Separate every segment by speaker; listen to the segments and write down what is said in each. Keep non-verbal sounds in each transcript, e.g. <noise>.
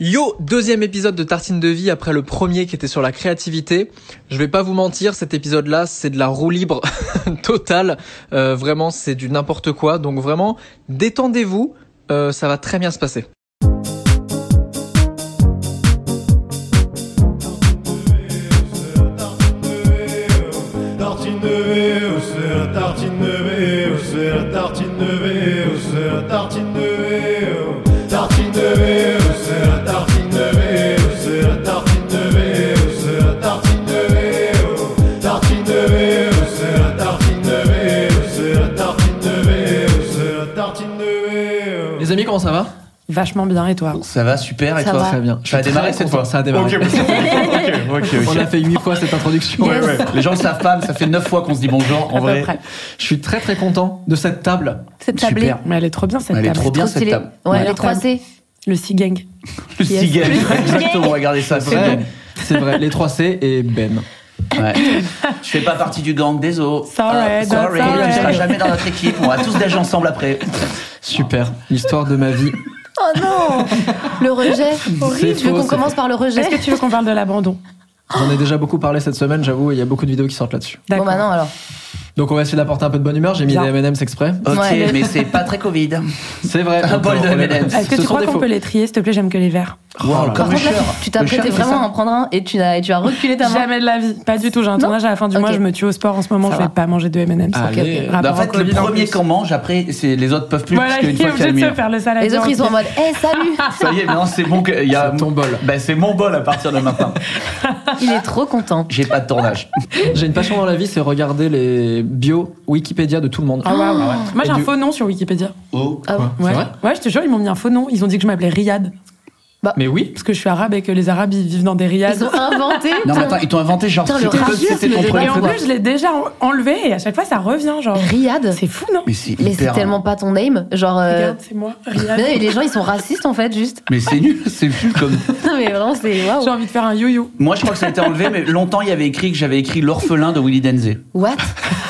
Speaker 1: Yo, deuxième épisode de Tartine de vie après le premier qui était sur la créativité. Je vais pas vous mentir, cet épisode-là, c'est de la roue libre <laughs> totale. Euh, vraiment, c'est du n'importe quoi. Donc vraiment, détendez-vous, euh, ça va très bien se passer.
Speaker 2: Tartine de Véo, oh, c'est la tartine de Véo, c'est la tartine de Véo, c'est la tartine de Véo. Tartine de Véo, oh, c'est la tartine de Véo, c'est la tartine de Véo, c'est la tartine de Véo. Tartine de Véo, oh, c'est la tartine de Véo, c'est la tartine de Véo, c'est la oh. tartine de Véo.
Speaker 1: Les amis, comment ça va
Speaker 3: Vachement bien, et toi
Speaker 4: Ça va, super, et
Speaker 3: Ça
Speaker 4: toi
Speaker 3: va.
Speaker 1: Très bien.
Speaker 4: Ça a
Speaker 1: Je suis
Speaker 4: démarré
Speaker 1: très
Speaker 4: cette
Speaker 1: content,
Speaker 4: fois.
Speaker 1: Ça a démarré.
Speaker 4: Ok, ok, ok, ok.
Speaker 1: On a fait huit fois cette introduction.
Speaker 4: Ouais, ouais. Les gens le savent pas, mais ça fait neuf fois qu'on se dit bonjour, en
Speaker 3: À peu
Speaker 4: vrai.
Speaker 3: près.
Speaker 1: Je suis très très content de cette table.
Speaker 5: Cette
Speaker 4: Super.
Speaker 5: tablée.
Speaker 3: Mais elle est trop bien cette
Speaker 4: Elle est
Speaker 3: table.
Speaker 4: trop bien cette
Speaker 5: stylé.
Speaker 4: table.
Speaker 5: Ouais,
Speaker 3: Ouais,
Speaker 5: les 3 C.
Speaker 3: Le Sea Gang.
Speaker 4: Le
Speaker 3: Yes.
Speaker 4: cigale. <laughs>
Speaker 5: Le cigale.
Speaker 4: Exactement, regardez ça, c'est
Speaker 1: vrai.
Speaker 4: bon.
Speaker 1: C'est vrai, les 3C et Ben.
Speaker 4: Ouais. Je fais pas partie du gang, désolé.
Speaker 3: Sorry,
Speaker 4: Euh,
Speaker 3: that's
Speaker 4: sorry, tu
Speaker 3: alright.
Speaker 4: seras jamais dans notre équipe, on va tous déjeuner ensemble après.
Speaker 1: Super. L'histoire de ma vie.
Speaker 5: Oh non Le rejet.
Speaker 1: Horrible.
Speaker 5: Tu veux
Speaker 1: C'est
Speaker 5: qu'on
Speaker 1: faux,
Speaker 5: commence par le rejet
Speaker 3: Est-ce que tu veux qu'on parle de l'abandon
Speaker 1: J'en ai déjà beaucoup parlé cette semaine, j'avoue, il y a beaucoup de vidéos qui sortent là-dessus.
Speaker 5: Bon bah non alors.
Speaker 1: Donc on va essayer d'apporter un peu de bonne humeur, j'ai mis
Speaker 3: Bien.
Speaker 1: des M&M's exprès.
Speaker 4: Ok,
Speaker 5: Ouais.
Speaker 4: mais c'est pas très Covid.
Speaker 1: C'est vrai.
Speaker 3: <laughs>
Speaker 4: Un bol de
Speaker 1: On les-
Speaker 4: M&M's.
Speaker 3: Est-ce que
Speaker 1: Ce
Speaker 3: tu
Speaker 1: sont
Speaker 3: crois
Speaker 1: des
Speaker 3: qu'on
Speaker 1: faux.
Speaker 3: peut les trier S'il te plaît, j'aime que les verts.
Speaker 4: Oh,
Speaker 1: là
Speaker 4: encore
Speaker 5: Par
Speaker 4: le
Speaker 5: contre là,
Speaker 4: chœur.
Speaker 5: tu
Speaker 4: Le chœur,
Speaker 5: t'apprêtais
Speaker 4: c'est
Speaker 5: vraiment
Speaker 4: ça.
Speaker 5: à en prendre un et tu as, et tu as reculé ta main.
Speaker 3: Jamais de la vie. Pas du tout. J'ai un
Speaker 5: Non
Speaker 3: tournage à la fin du
Speaker 5: Ok.
Speaker 3: mois. Je me tue au sport en ce moment.
Speaker 5: Ça
Speaker 3: je
Speaker 5: va.
Speaker 3: vais pas manger de M&M's.
Speaker 1: Allez.
Speaker 5: ok, ok.
Speaker 3: Rapport
Speaker 4: En fait,
Speaker 3: au
Speaker 4: Bah, le
Speaker 3: Covid en
Speaker 4: premier
Speaker 3: plus.
Speaker 4: qu'on mange, après, c'est- les autres peuvent plus, parce
Speaker 3: Voilà,
Speaker 4: qu'une
Speaker 3: il est
Speaker 4: fois qu'il y
Speaker 3: obligé
Speaker 4: a le
Speaker 3: de se
Speaker 4: mur.
Speaker 3: faire le salade.
Speaker 5: Les autres ils sont en mode Eh salut
Speaker 4: Ça y est, maintenant c'est bon que. il Y a...
Speaker 1: C'est ton bol.
Speaker 4: Ben, c'est mon bol à partir de maintenant.
Speaker 5: Il est trop content.
Speaker 4: J'ai pas de tournage.
Speaker 1: J'ai une passion dans la vie, c'est regarder les bios Wikipédia de tout le monde.
Speaker 3: Ah, waouh. Moi,
Speaker 1: Et
Speaker 3: j'ai un
Speaker 1: du-
Speaker 3: faux nom sur Wikipédia.
Speaker 4: Oh.
Speaker 5: Ah, bon.
Speaker 1: C'est
Speaker 3: Ouais.
Speaker 1: vrai
Speaker 3: Ouais, je te jure, ils m'ont mis un faux nom. Ils ont dit que je m'appelais Riyad.
Speaker 1: Mais oui.
Speaker 3: Parce que je suis arabe et que les arabes, ils vivent dans des Riyad. Ah,
Speaker 5: Ils ont inventé.
Speaker 4: Non, mais attends, ils t'ont inventé genre.
Speaker 5: Putain, le
Speaker 4: c'est comme
Speaker 5: racisme,
Speaker 4: si c'était ton
Speaker 5: le
Speaker 3: Et
Speaker 4: prénom.
Speaker 3: en plus, je l'ai déjà en- enlevé et à chaque fois, ça revient. Genre,
Speaker 5: Riyad.
Speaker 3: c'est fou, non
Speaker 4: Mais c'est
Speaker 5: Mais c'est
Speaker 4: hyper- hein.
Speaker 5: tellement pas ton name. Genre. euh,
Speaker 3: Regarde, c'est moi,
Speaker 5: mais
Speaker 3: Riyad.
Speaker 5: non, mais les gens ils sont racistes en
Speaker 3: <laughs>
Speaker 5: fait juste.
Speaker 4: Mais c'est nul, c'est nul comme.
Speaker 5: Non mais vraiment c'est
Speaker 3: J'ai
Speaker 5: waouh.
Speaker 3: envie de faire un you-you.
Speaker 4: Moi, je crois que ça a été enlevé, mais longtemps, il y avait écrit que j'avais écrit L'orphelin de Willy Denze.
Speaker 5: What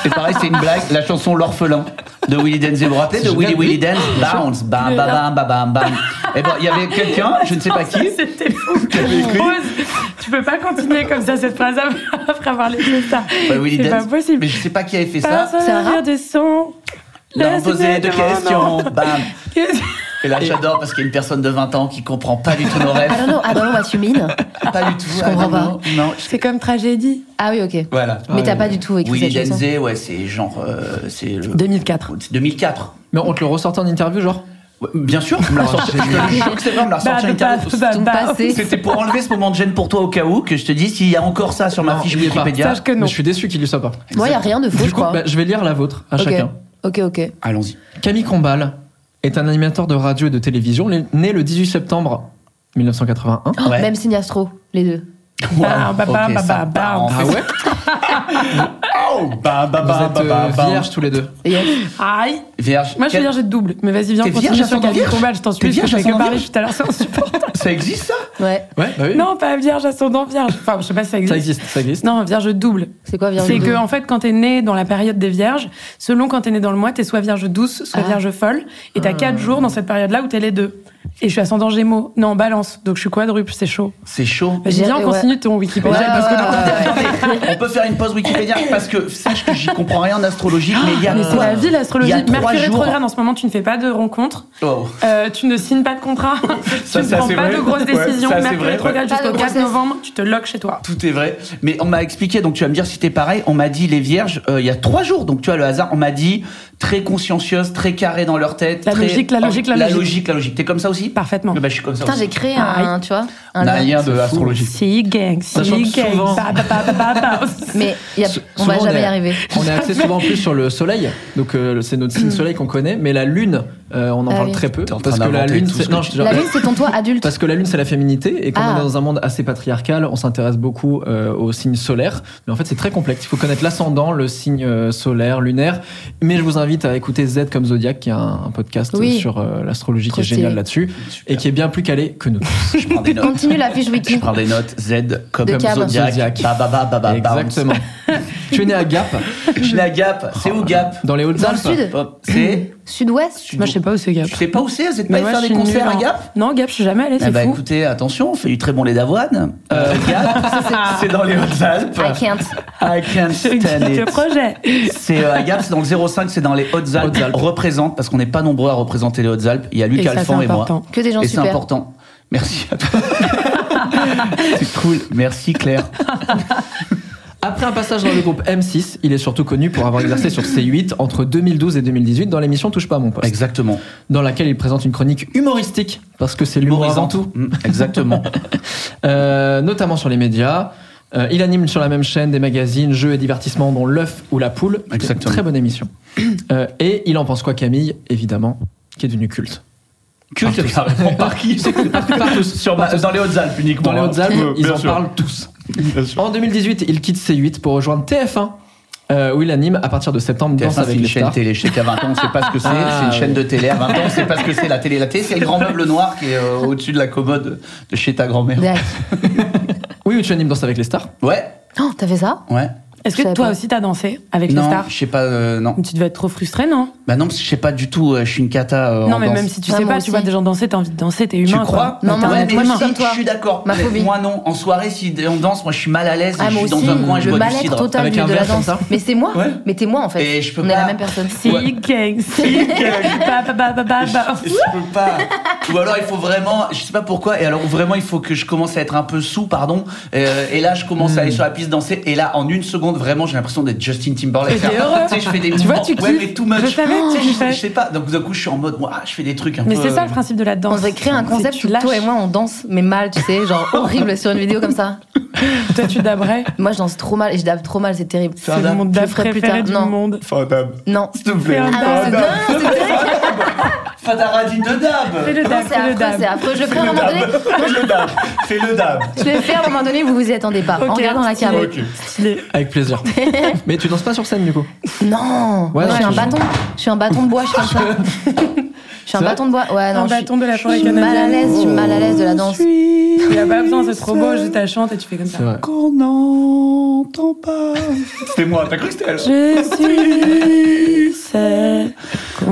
Speaker 4: C'est pareil, c'est une blague, la chanson L'orphelin de Willy Denze. Vous vous rappelez de
Speaker 1: C'est
Speaker 4: Willy
Speaker 1: génial,
Speaker 4: Willy Denze Bounce, bam, bam, bam, bam, bam, bam. Et bon, il y avait quelqu'un, je ne sais
Speaker 3: <laughs>
Speaker 4: pas
Speaker 3: Ça,
Speaker 4: qui. <laughs>
Speaker 3: C'était fou. Rose, tu peux pas continuer comme ça cette phrase <laughs> après avoir laissé ça.
Speaker 4: bah, Willy
Speaker 3: c'est pas
Speaker 4: Denze.
Speaker 3: possible.
Speaker 4: Mais je ne sais pas qui avait fait ça.
Speaker 3: Personne
Speaker 5: c'est un
Speaker 3: n'a
Speaker 5: rap.
Speaker 3: de son.
Speaker 4: Leur poser de questions, bam.
Speaker 3: <laughs> Qu'est-ce-
Speaker 4: Et là, j'adore parce qu'il y a une personne de 20 ans qui comprend pas du tout nos
Speaker 5: I
Speaker 4: rêves.
Speaker 5: don't know. Ah non, what you mean
Speaker 4: Pas du tout. Je
Speaker 5: comprends pas.
Speaker 4: Non,
Speaker 3: C'est comme tragédie.
Speaker 5: Ah oui, ok.
Speaker 4: Voilà.
Speaker 5: Mais t'as
Speaker 1: ouais.
Speaker 5: pas du tout écrit
Speaker 4: Willy
Speaker 5: cette chanson.
Speaker 4: Denze, ouais, c'est genre. euh, c'est le-
Speaker 3: 2004.
Speaker 4: c'est 2004.
Speaker 1: Mais on te le ressortait en interview, genre
Speaker 4: Ouais, Bien sûr, on me
Speaker 3: Ah,
Speaker 4: l'a ressorti. Je te jure que C'est vrai, on me
Speaker 3: Bah,
Speaker 4: l'a ressorti en
Speaker 3: de pas-
Speaker 4: interview.
Speaker 3: bah,
Speaker 5: Ton
Speaker 3: bah,
Speaker 5: passé.
Speaker 4: C'était pour enlever ce moment de gêne pour toi au cas où que je te dis s'il y a encore ça sur ma
Speaker 1: Non,
Speaker 4: fiche
Speaker 1: il y est pas.
Speaker 4: Wikipédia.
Speaker 3: Sache que
Speaker 1: Mais
Speaker 3: non.
Speaker 1: je suis déçu qu'il ne soit pas.
Speaker 5: Moi, il a rien de faux,
Speaker 1: Du
Speaker 5: je
Speaker 1: coup,
Speaker 5: crois.
Speaker 1: bah, je vais lire la vôtre à
Speaker 5: Ok.
Speaker 1: chacun.
Speaker 5: Ok, ok.
Speaker 4: Allons-y.
Speaker 1: Camille Combal est un animateur de radio et de télévision, né le 18 septembre 1981.
Speaker 3: Oh.
Speaker 4: Ouais.
Speaker 5: <gasps> Même Signastro, les deux.
Speaker 3: Bah, bah, bah,
Speaker 4: ok,
Speaker 3: bah,
Speaker 4: ça
Speaker 3: bah, bah.
Speaker 4: part en
Speaker 1: Ah
Speaker 4: fait.
Speaker 1: ouais
Speaker 4: Oh, bah, bah,
Speaker 1: Vous
Speaker 4: bah,
Speaker 1: êtes
Speaker 4: bah, bah,
Speaker 1: euh,
Speaker 4: bah.
Speaker 1: vierges tous les deux.
Speaker 4: <laughs>
Speaker 5: Yes.
Speaker 3: <laughs> Aïe.
Speaker 4: Vierge.
Speaker 3: Moi, je suis
Speaker 4: Quel-
Speaker 3: vierge et de double. Mais vas-y, viens,
Speaker 4: T'es
Speaker 3: continue
Speaker 4: vierge,
Speaker 3: sur
Speaker 4: ascendant
Speaker 3: Camille
Speaker 4: vierge
Speaker 3: Combal. Je t'en
Speaker 4: T'es
Speaker 3: supplie, parce que je fais
Speaker 4: vierge,
Speaker 3: que parler
Speaker 4: ascendant
Speaker 3: tout à l'heure, c'est insupportable.
Speaker 4: Ça existe ça
Speaker 5: Ouais.
Speaker 1: Ouais, bah oui.
Speaker 3: Non, pas vierge ascendant vierge. Enfin, je sais pas si ça
Speaker 1: Ça
Speaker 3: existe.
Speaker 1: existe, ça existe.
Speaker 3: Non, vierge double.
Speaker 5: C'est quoi, Vierge
Speaker 3: C'est
Speaker 5: Blue
Speaker 3: que, en fait, quand t'es né dans la période des vierges, selon quand t'es né dans le mois, t'es soit vierge douce, soit
Speaker 5: Ah.
Speaker 3: vierge folle. Et t'as
Speaker 4: Ah.
Speaker 3: quatre jours dans cette période-là où t'es les deux. Et je suis ascendant gémeaux. Non, balance. Donc je suis quadruple, c'est chaud.
Speaker 4: C'est chaud.
Speaker 3: Vas-y, viens, on
Speaker 5: Ouais.
Speaker 3: continue ton Wikipédia.
Speaker 5: Ouais,
Speaker 3: parce que
Speaker 5: ouais,
Speaker 3: non.
Speaker 5: ouais,
Speaker 4: <laughs> On
Speaker 5: ouais.
Speaker 4: peut faire une pause Wikipédia parce que sache que j'y comprends rien en astrologie, mais il y a
Speaker 3: Mais c'est
Speaker 4: quoi
Speaker 3: la vie, l'astrologie.
Speaker 4: Il y a trois
Speaker 3: Mercure
Speaker 4: jours.
Speaker 3: rétrograde en ce moment, tu ne fais pas de rencontres,
Speaker 4: Oh.
Speaker 3: euh, tu ne signes pas de contrat, <laughs> tu
Speaker 4: Ça,
Speaker 3: ne
Speaker 4: ça,
Speaker 3: prends
Speaker 4: c'est
Speaker 3: pas
Speaker 4: vrai.
Speaker 3: de grosses
Speaker 4: Ouais,
Speaker 3: décisions.
Speaker 4: ça, c'est
Speaker 3: Mercure
Speaker 4: vrai,
Speaker 3: rétrograde
Speaker 5: ouais.
Speaker 3: jusqu'au
Speaker 5: Pas de
Speaker 3: 4
Speaker 5: grossesse.
Speaker 3: novembre, tu te loques chez toi.
Speaker 4: Tout est vrai. Mais on m'a expliqué, donc tu vas me dire si t'es pareil, on m'a dit les vierges, euh, il y a trois jours, donc tu vois, le hasard, on m'a dit très consciencieuse, très carré dans leur tête.
Speaker 3: La
Speaker 4: très- Oh,
Speaker 3: logique, la logique, la
Speaker 4: la
Speaker 3: logique.
Speaker 4: logique. La logique, T'es comme ça aussi
Speaker 3: Parfaitement.
Speaker 4: Eh ben, je suis comme ça
Speaker 5: Putain,
Speaker 4: aussi.
Speaker 5: j'ai créé
Speaker 3: Aïe.
Speaker 5: un, tu vois, un
Speaker 4: On Bah, a
Speaker 5: lien.
Speaker 4: rien de astrologie.
Speaker 3: Si gang,
Speaker 1: Sachant que
Speaker 3: si gang,
Speaker 1: souvent-
Speaker 3: ba, ba, ba, ba, ba.
Speaker 5: Mais y a-
Speaker 1: Sou-
Speaker 5: on va
Speaker 1: souvent,
Speaker 5: jamais
Speaker 1: est-
Speaker 5: y arriver.
Speaker 1: On est axé souvent plus sur le soleil, donc euh, c'est notre signe soleil qu'on connaît, mais la lune Euh, on en
Speaker 5: Ah
Speaker 1: parle
Speaker 5: oui.
Speaker 1: très peu
Speaker 4: T'es en
Speaker 1: parce que
Speaker 4: train
Speaker 1: la
Speaker 4: d'inventer
Speaker 1: lune,
Speaker 4: tout ce
Speaker 1: c'est-
Speaker 4: que
Speaker 1: non,
Speaker 4: tu-
Speaker 1: je te jure,
Speaker 4: <laughs>
Speaker 5: La lune, c'est ton toit adulte.
Speaker 1: parce que la lune c'est la féminité et comme on
Speaker 5: Ah.
Speaker 1: est dans un monde assez patriarcal, on s'intéresse beaucoup euh, aux signes solaires. Mais en fait, c'est très complexe. Il faut connaître l'ascendant, le signe euh, solaire, lunaire. Mais je vous invite à écouter Z comme Zodiac, qui est un, un podcast
Speaker 5: Oui.
Speaker 1: sur euh, l'astrologie qui
Speaker 5: Trop
Speaker 1: est génial
Speaker 5: stylé.
Speaker 1: là-dessus et qui est bien plus calé que nous.
Speaker 4: Je prends des notes.
Speaker 5: Continue la fiche
Speaker 4: Je
Speaker 5: wiki.
Speaker 4: prends des notes. Z comme
Speaker 5: De Cab.
Speaker 4: Zodiac.
Speaker 1: Zodiac.
Speaker 4: Ba, ba, ba, ba, ba, Bah, bounce.
Speaker 1: Exactement.
Speaker 5: <laughs>
Speaker 1: tu es né à Gap,
Speaker 4: <laughs> Je suis né à Gap. C'est où Gap
Speaker 1: dans les
Speaker 5: Dans le
Speaker 1: Hautes-Alpes.
Speaker 5: sud
Speaker 4: Hop, C'est.
Speaker 5: <clears throat> Sud-ouest
Speaker 3: Moi, je sais pas où c'est Gap.
Speaker 4: Tu sais pas où c'est Vous êtes pas
Speaker 3: Mais
Speaker 4: allé
Speaker 3: moi,
Speaker 4: faire
Speaker 3: je
Speaker 4: des
Speaker 3: suis
Speaker 4: concerts
Speaker 3: nulle
Speaker 4: à
Speaker 3: en-
Speaker 4: Gap
Speaker 3: Non, Gap, je suis jamais allée,
Speaker 4: Ah
Speaker 3: c'est
Speaker 4: bah
Speaker 3: fou.
Speaker 4: écoutez, attention, on fait du très bon lait d'avoine.
Speaker 3: <laughs>
Speaker 4: Euh, Gap, c'est dans les Hautes-Alpes.
Speaker 3: Ah,
Speaker 5: I can't.
Speaker 4: I
Speaker 3: <laughs>
Speaker 4: can't
Speaker 3: C'est
Speaker 4: stand
Speaker 3: le
Speaker 4: it.
Speaker 3: projet.
Speaker 4: C'est euh, à Gap, c'est dans le 05, c'est dans les Hautes-Alpes.
Speaker 1: Hautes-Alpes.
Speaker 4: Représente, parce qu'on n'est pas nombreux à représenter les Hautes-Alpes. Il y a Luc
Speaker 3: Et ça, c'est
Speaker 4: Alphand et moi.
Speaker 3: important.
Speaker 5: Que des gens
Speaker 4: Et c'est
Speaker 5: super.
Speaker 4: important. Merci
Speaker 3: <laughs>
Speaker 4: à toi. c'est cool. Merci Claire.
Speaker 1: Après un passage dans le groupe M6, il est surtout connu pour avoir exercé sur C8 entre 2012 et 2018 dans l'émission Touche pas à mon poste,
Speaker 4: Exactement.
Speaker 1: dans laquelle il présente une chronique humoristique, parce que c'est l'humour avant
Speaker 4: Humorisant
Speaker 1: tout,
Speaker 4: Mm,
Speaker 1: <laughs>
Speaker 4: Exactement.
Speaker 1: euh, notamment sur les médias. Euh, il anime sur la même chaîne des magazines, jeux et divertissements dont L'œuf ou La Poule. C'était une
Speaker 4: Exactement.
Speaker 1: Très bonne émission. <clears throat> Euh, et il en pense quoi Camille Évidemment, qui est devenu culte.
Speaker 4: Culte carrément. Par qui Sur ma- Dans les Hautes-Alpes uniquement.
Speaker 1: Dans les Hautes-Alpes,
Speaker 6: Euh,
Speaker 1: ils
Speaker 6: bien
Speaker 1: en
Speaker 6: sûr.
Speaker 1: parlent tous.
Speaker 6: Bien sûr.
Speaker 1: En 2018, il quitte C8 pour rejoindre TF1, euh, où il anime à partir de septembre
Speaker 4: TF1,
Speaker 1: Danse
Speaker 4: c'est
Speaker 1: avec
Speaker 4: une
Speaker 1: les
Speaker 4: chaîne
Speaker 1: stars.
Speaker 4: télé. Je sais qu'à 20 ans, on sait pas ce que c'est.
Speaker 1: Ah,
Speaker 4: c'est une
Speaker 1: oui.
Speaker 4: chaîne de télé. À 20 ans, on sait pas ce que c'est la télé. La télé, c'est le grand meuble noir qui est euh, au-dessus de la commode de chez ta grand-mère.
Speaker 5: Zach.
Speaker 1: Oui, où tu animes Danse avec les stars.
Speaker 4: Ouais,
Speaker 5: Oh, t'as fait ça
Speaker 4: ouais.
Speaker 3: Est-ce
Speaker 5: Je
Speaker 3: que
Speaker 5: savais
Speaker 3: toi
Speaker 5: pas.
Speaker 3: aussi, t'as dansé avec les
Speaker 4: non,
Speaker 3: stars
Speaker 4: je sais pas, euh, non.
Speaker 3: Tu devais être trop frustré, non
Speaker 4: Bah non, parce que je sais pas du tout, euh, je suis une cata. euh, en
Speaker 3: Non, mais
Speaker 4: danse.
Speaker 3: même si tu
Speaker 5: Ah,
Speaker 3: sais
Speaker 5: moi
Speaker 3: pas,
Speaker 5: aussi.
Speaker 3: tu vois des gens danser, t'as envie de danser, t'es
Speaker 4: Tu
Speaker 3: humain. quoi.
Speaker 4: crois
Speaker 5: Non,
Speaker 3: T'as
Speaker 5: mais
Speaker 3: envie
Speaker 4: ouais,
Speaker 3: d'être
Speaker 5: honnêtement,
Speaker 4: mais
Speaker 5: moi,
Speaker 3: humain.
Speaker 4: si,
Speaker 5: comme toi.
Speaker 4: je suis d'accord.
Speaker 5: Ma
Speaker 4: Mais
Speaker 5: phobie.
Speaker 4: Moi non, en soirée, si on danse, moi je suis mal à l'aise,
Speaker 5: Ah,
Speaker 4: je
Speaker 5: moi
Speaker 4: suis
Speaker 5: aussi,
Speaker 4: dans un coin, je
Speaker 5: le
Speaker 4: bois du
Speaker 5: mal-être
Speaker 4: cidre.
Speaker 5: total
Speaker 1: Avec
Speaker 5: du-
Speaker 1: un
Speaker 5: de la
Speaker 1: verre comme
Speaker 5: danse.
Speaker 1: ça
Speaker 5: Mais c'est moi,
Speaker 4: Ouais.
Speaker 5: mais t'es moi en fait.
Speaker 4: Et je peux
Speaker 5: On est
Speaker 4: pas.
Speaker 5: la même personne.
Speaker 3: Si,
Speaker 4: Ouais.
Speaker 3: gang, si, gang, ba, ba, ba, ba, ba, ba.
Speaker 4: Et Je peux pas. Ou alors il faut vraiment, je sais pas pourquoi. Et alors vraiment il faut que je commence à être un peu sous, pardon. Euh, et là je commence
Speaker 3: Hmm.
Speaker 4: à aller sur la piste danser. Et là en une seconde vraiment j'ai l'impression d'être Justin Timberlake.
Speaker 3: Mais t'es heureux.
Speaker 4: Tu sais je fais des
Speaker 3: Tu vois,
Speaker 4: mouvements.
Speaker 3: tu
Speaker 4: ouais
Speaker 3: kiffes.
Speaker 4: mais too much.
Speaker 3: Je savais que tu
Speaker 4: Tu sais,
Speaker 3: kiffais.
Speaker 4: je sais pas. Donc d'un coup je suis en mode ouah, je fais des trucs un
Speaker 3: Mais
Speaker 4: peu.
Speaker 3: c'est ça le principe de la danse.
Speaker 5: On devrait créer un
Speaker 3: C'est
Speaker 5: concept
Speaker 3: tu
Speaker 5: où toi et
Speaker 3: lâches.
Speaker 5: moi on danse, mais mal, tu sais,
Speaker 4: <laughs>
Speaker 5: genre horrible sur une vidéo comme ça.
Speaker 3: Toi, tu dabrais.
Speaker 5: Moi je danse trop mal et je dab trop mal, c'est terrible.
Speaker 4: un
Speaker 3: C'est
Speaker 4: dab.
Speaker 3: mon
Speaker 5: Je
Speaker 3: dab
Speaker 5: le ferai plus
Speaker 3: préféré
Speaker 5: tard.
Speaker 3: du
Speaker 5: Non.
Speaker 3: monde.
Speaker 6: Fandab.
Speaker 5: Non.
Speaker 4: S'il te plaît.
Speaker 3: Fais un
Speaker 5: Ah
Speaker 3: dab.
Speaker 5: non, c'est dingue, c'est dingue.
Speaker 4: Fadaradine de
Speaker 3: Fais
Speaker 4: dab.
Speaker 3: le
Speaker 5: Non,
Speaker 3: dab,
Speaker 5: c'est
Speaker 3: fais le
Speaker 5: affreux,
Speaker 3: dab.
Speaker 5: c'est affreux. Je le ferai à un
Speaker 6: Le
Speaker 5: moment donné.
Speaker 6: dab. Fais le dab. Fais le dab.
Speaker 5: Je l'ai fait à un moment donné, vous vous y attendez pas.
Speaker 3: Ok,
Speaker 5: en regardant la
Speaker 3: stylé.
Speaker 5: cave.
Speaker 6: Ok.
Speaker 3: Stylé.
Speaker 1: Avec
Speaker 5: <laughs>
Speaker 1: plaisir. Mais tu danses pas sur scène du coup
Speaker 5: Non,
Speaker 1: Ouais,
Speaker 5: je suis
Speaker 1: non,
Speaker 5: un
Speaker 1: je-
Speaker 5: bâton. Je suis un bâton de bois, je suis comme ça. <laughs> Je suis un
Speaker 1: vrai
Speaker 5: bâton de bois. Ouais, non,
Speaker 3: Un
Speaker 5: je suis-
Speaker 3: bâton de la
Speaker 5: je
Speaker 3: forêt
Speaker 5: suis mal à
Speaker 3: canadienne.
Speaker 5: l'aise, je suis mal à l'aise de la danse.
Speaker 3: Il n'y a pas besoin, c'est trop beau, juste ta chante et tu fais comme ça.
Speaker 1: vrai.
Speaker 4: Qu'on n'entend pas. C'était moi. T'as cru que c'était elle.
Speaker 3: Je suis celle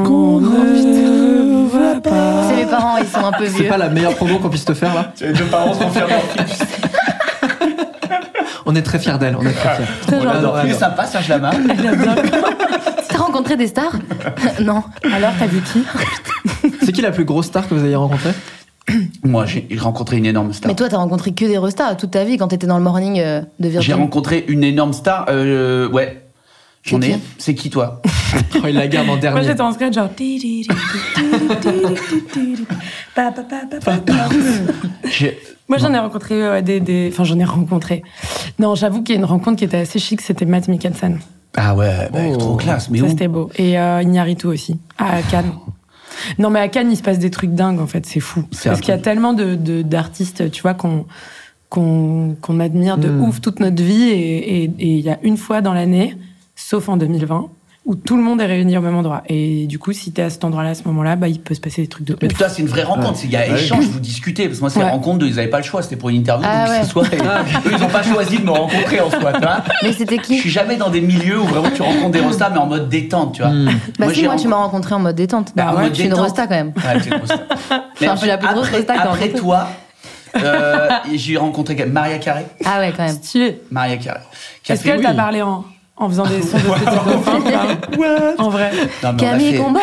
Speaker 3: qu'on ne voit pas.
Speaker 5: C'est mes parents, ils sont un peu
Speaker 1: C'est
Speaker 5: vieux.
Speaker 1: pas la meilleure promo qu'on puisse te faire là.
Speaker 6: Les deux parents sont fiers d'eux.
Speaker 1: On est très fiers d'elle, on est très fiers.
Speaker 3: Très
Speaker 1: On l'adore,
Speaker 4: Alors,
Speaker 1: on
Speaker 4: plus
Speaker 1: l'adore.
Speaker 4: sympa, Serge Lama.
Speaker 5: T'as rencontré des stars <laughs> Non.
Speaker 3: Alors, t'as vu qui
Speaker 1: C'est qui la plus grosse star que vous ayez rencontrée
Speaker 4: Moi, j'ai rencontré une énorme star.
Speaker 5: Mais toi, t'as rencontré que des restas toute ta vie quand t'étais dans le morning euh, de
Speaker 4: J'ai
Speaker 5: Virgin.
Speaker 4: rencontré une énorme star. euh, ouais. J'en
Speaker 5: C'est
Speaker 4: ai.
Speaker 5: qui
Speaker 4: C'est qui toi
Speaker 5: <laughs>
Speaker 1: Oh, il la garde en
Speaker 3: Moi,
Speaker 1: dernier.
Speaker 3: j'étais en skate, genre. Pa, pa, pa, pa, pa, pa.
Speaker 4: J'ai-
Speaker 3: Moi, j'en ai rencontré euh, des, des. Enfin, j'en ai rencontré. Non, j'avoue qu'il y a une rencontre qui était assez chic, c'était Matt Mikkelsen.
Speaker 4: Ah ouais, bah,
Speaker 1: Oh.
Speaker 4: trop classe. Mais
Speaker 3: Ça,
Speaker 4: où Ah.
Speaker 3: c'était beau. Et euh, Iñárritu aussi, à Cannes. Non, mais à Cannes, il se passe des trucs dingues, en fait, c'est fou.
Speaker 4: C'est un
Speaker 3: Parce qu'il y a tellement de- de- d'artistes, tu vois, qu'on qu'on qu'on admire de
Speaker 4: Hmm.
Speaker 3: ouf toute notre vie. Et et- et il y a une fois dans l'année, sauf en 2020, où tout le monde est réuni au même endroit. Et du coup, si t'es à cet endroit-là, à ce moment-là, bah, il peut se passer des trucs de
Speaker 4: Mais
Speaker 3: ouf.
Speaker 4: putain, c'est une vraie rencontre. c'est- Il y a échange, vous discutez. Parce que moi, c'est
Speaker 3: Ouais.
Speaker 4: une rencontre, de- ils n'avaient pas le choix. C'était pour une interview.
Speaker 5: <laughs> Ah
Speaker 4: donc,
Speaker 5: ouais.
Speaker 4: ce soir, eux, ils n'ont pas choisi de me rencontrer en soi. Tu vois
Speaker 5: <laughs> Mais c'était qui
Speaker 4: je suis jamais dans des milieux où vraiment tu rencontres
Speaker 5: <laughs>
Speaker 4: des restas, mais en mode détente. Tu vois
Speaker 5: Bah si,
Speaker 4: j'ai
Speaker 5: moi, tu m'as rencontré en mode détente.
Speaker 4: Bah, en mode
Speaker 5: je suis une
Speaker 4: détente.
Speaker 5: resta quand même.
Speaker 4: Ouais, t'es une grosse star. Mais
Speaker 5: <laughs> Enfin, je suis la plus grosse
Speaker 4: après,
Speaker 5: resta que t'as
Speaker 4: après
Speaker 5: rencontrée.
Speaker 4: toi, euh, j'ai rencontré quelqu'un, Maria Carré.
Speaker 5: Ah ouais, quand même.
Speaker 3: Stylé.
Speaker 4: Maria Carré. qui a
Speaker 3: Est-ce
Speaker 4: fait-
Speaker 3: qu'elle t'a
Speaker 4: Oui.
Speaker 3: parlé en, en faisant des
Speaker 4: <laughs>
Speaker 3: sons de petits dauphins ou pas En vrai.
Speaker 4: Non, mais on a
Speaker 5: Camille
Speaker 4: fait-
Speaker 5: Combat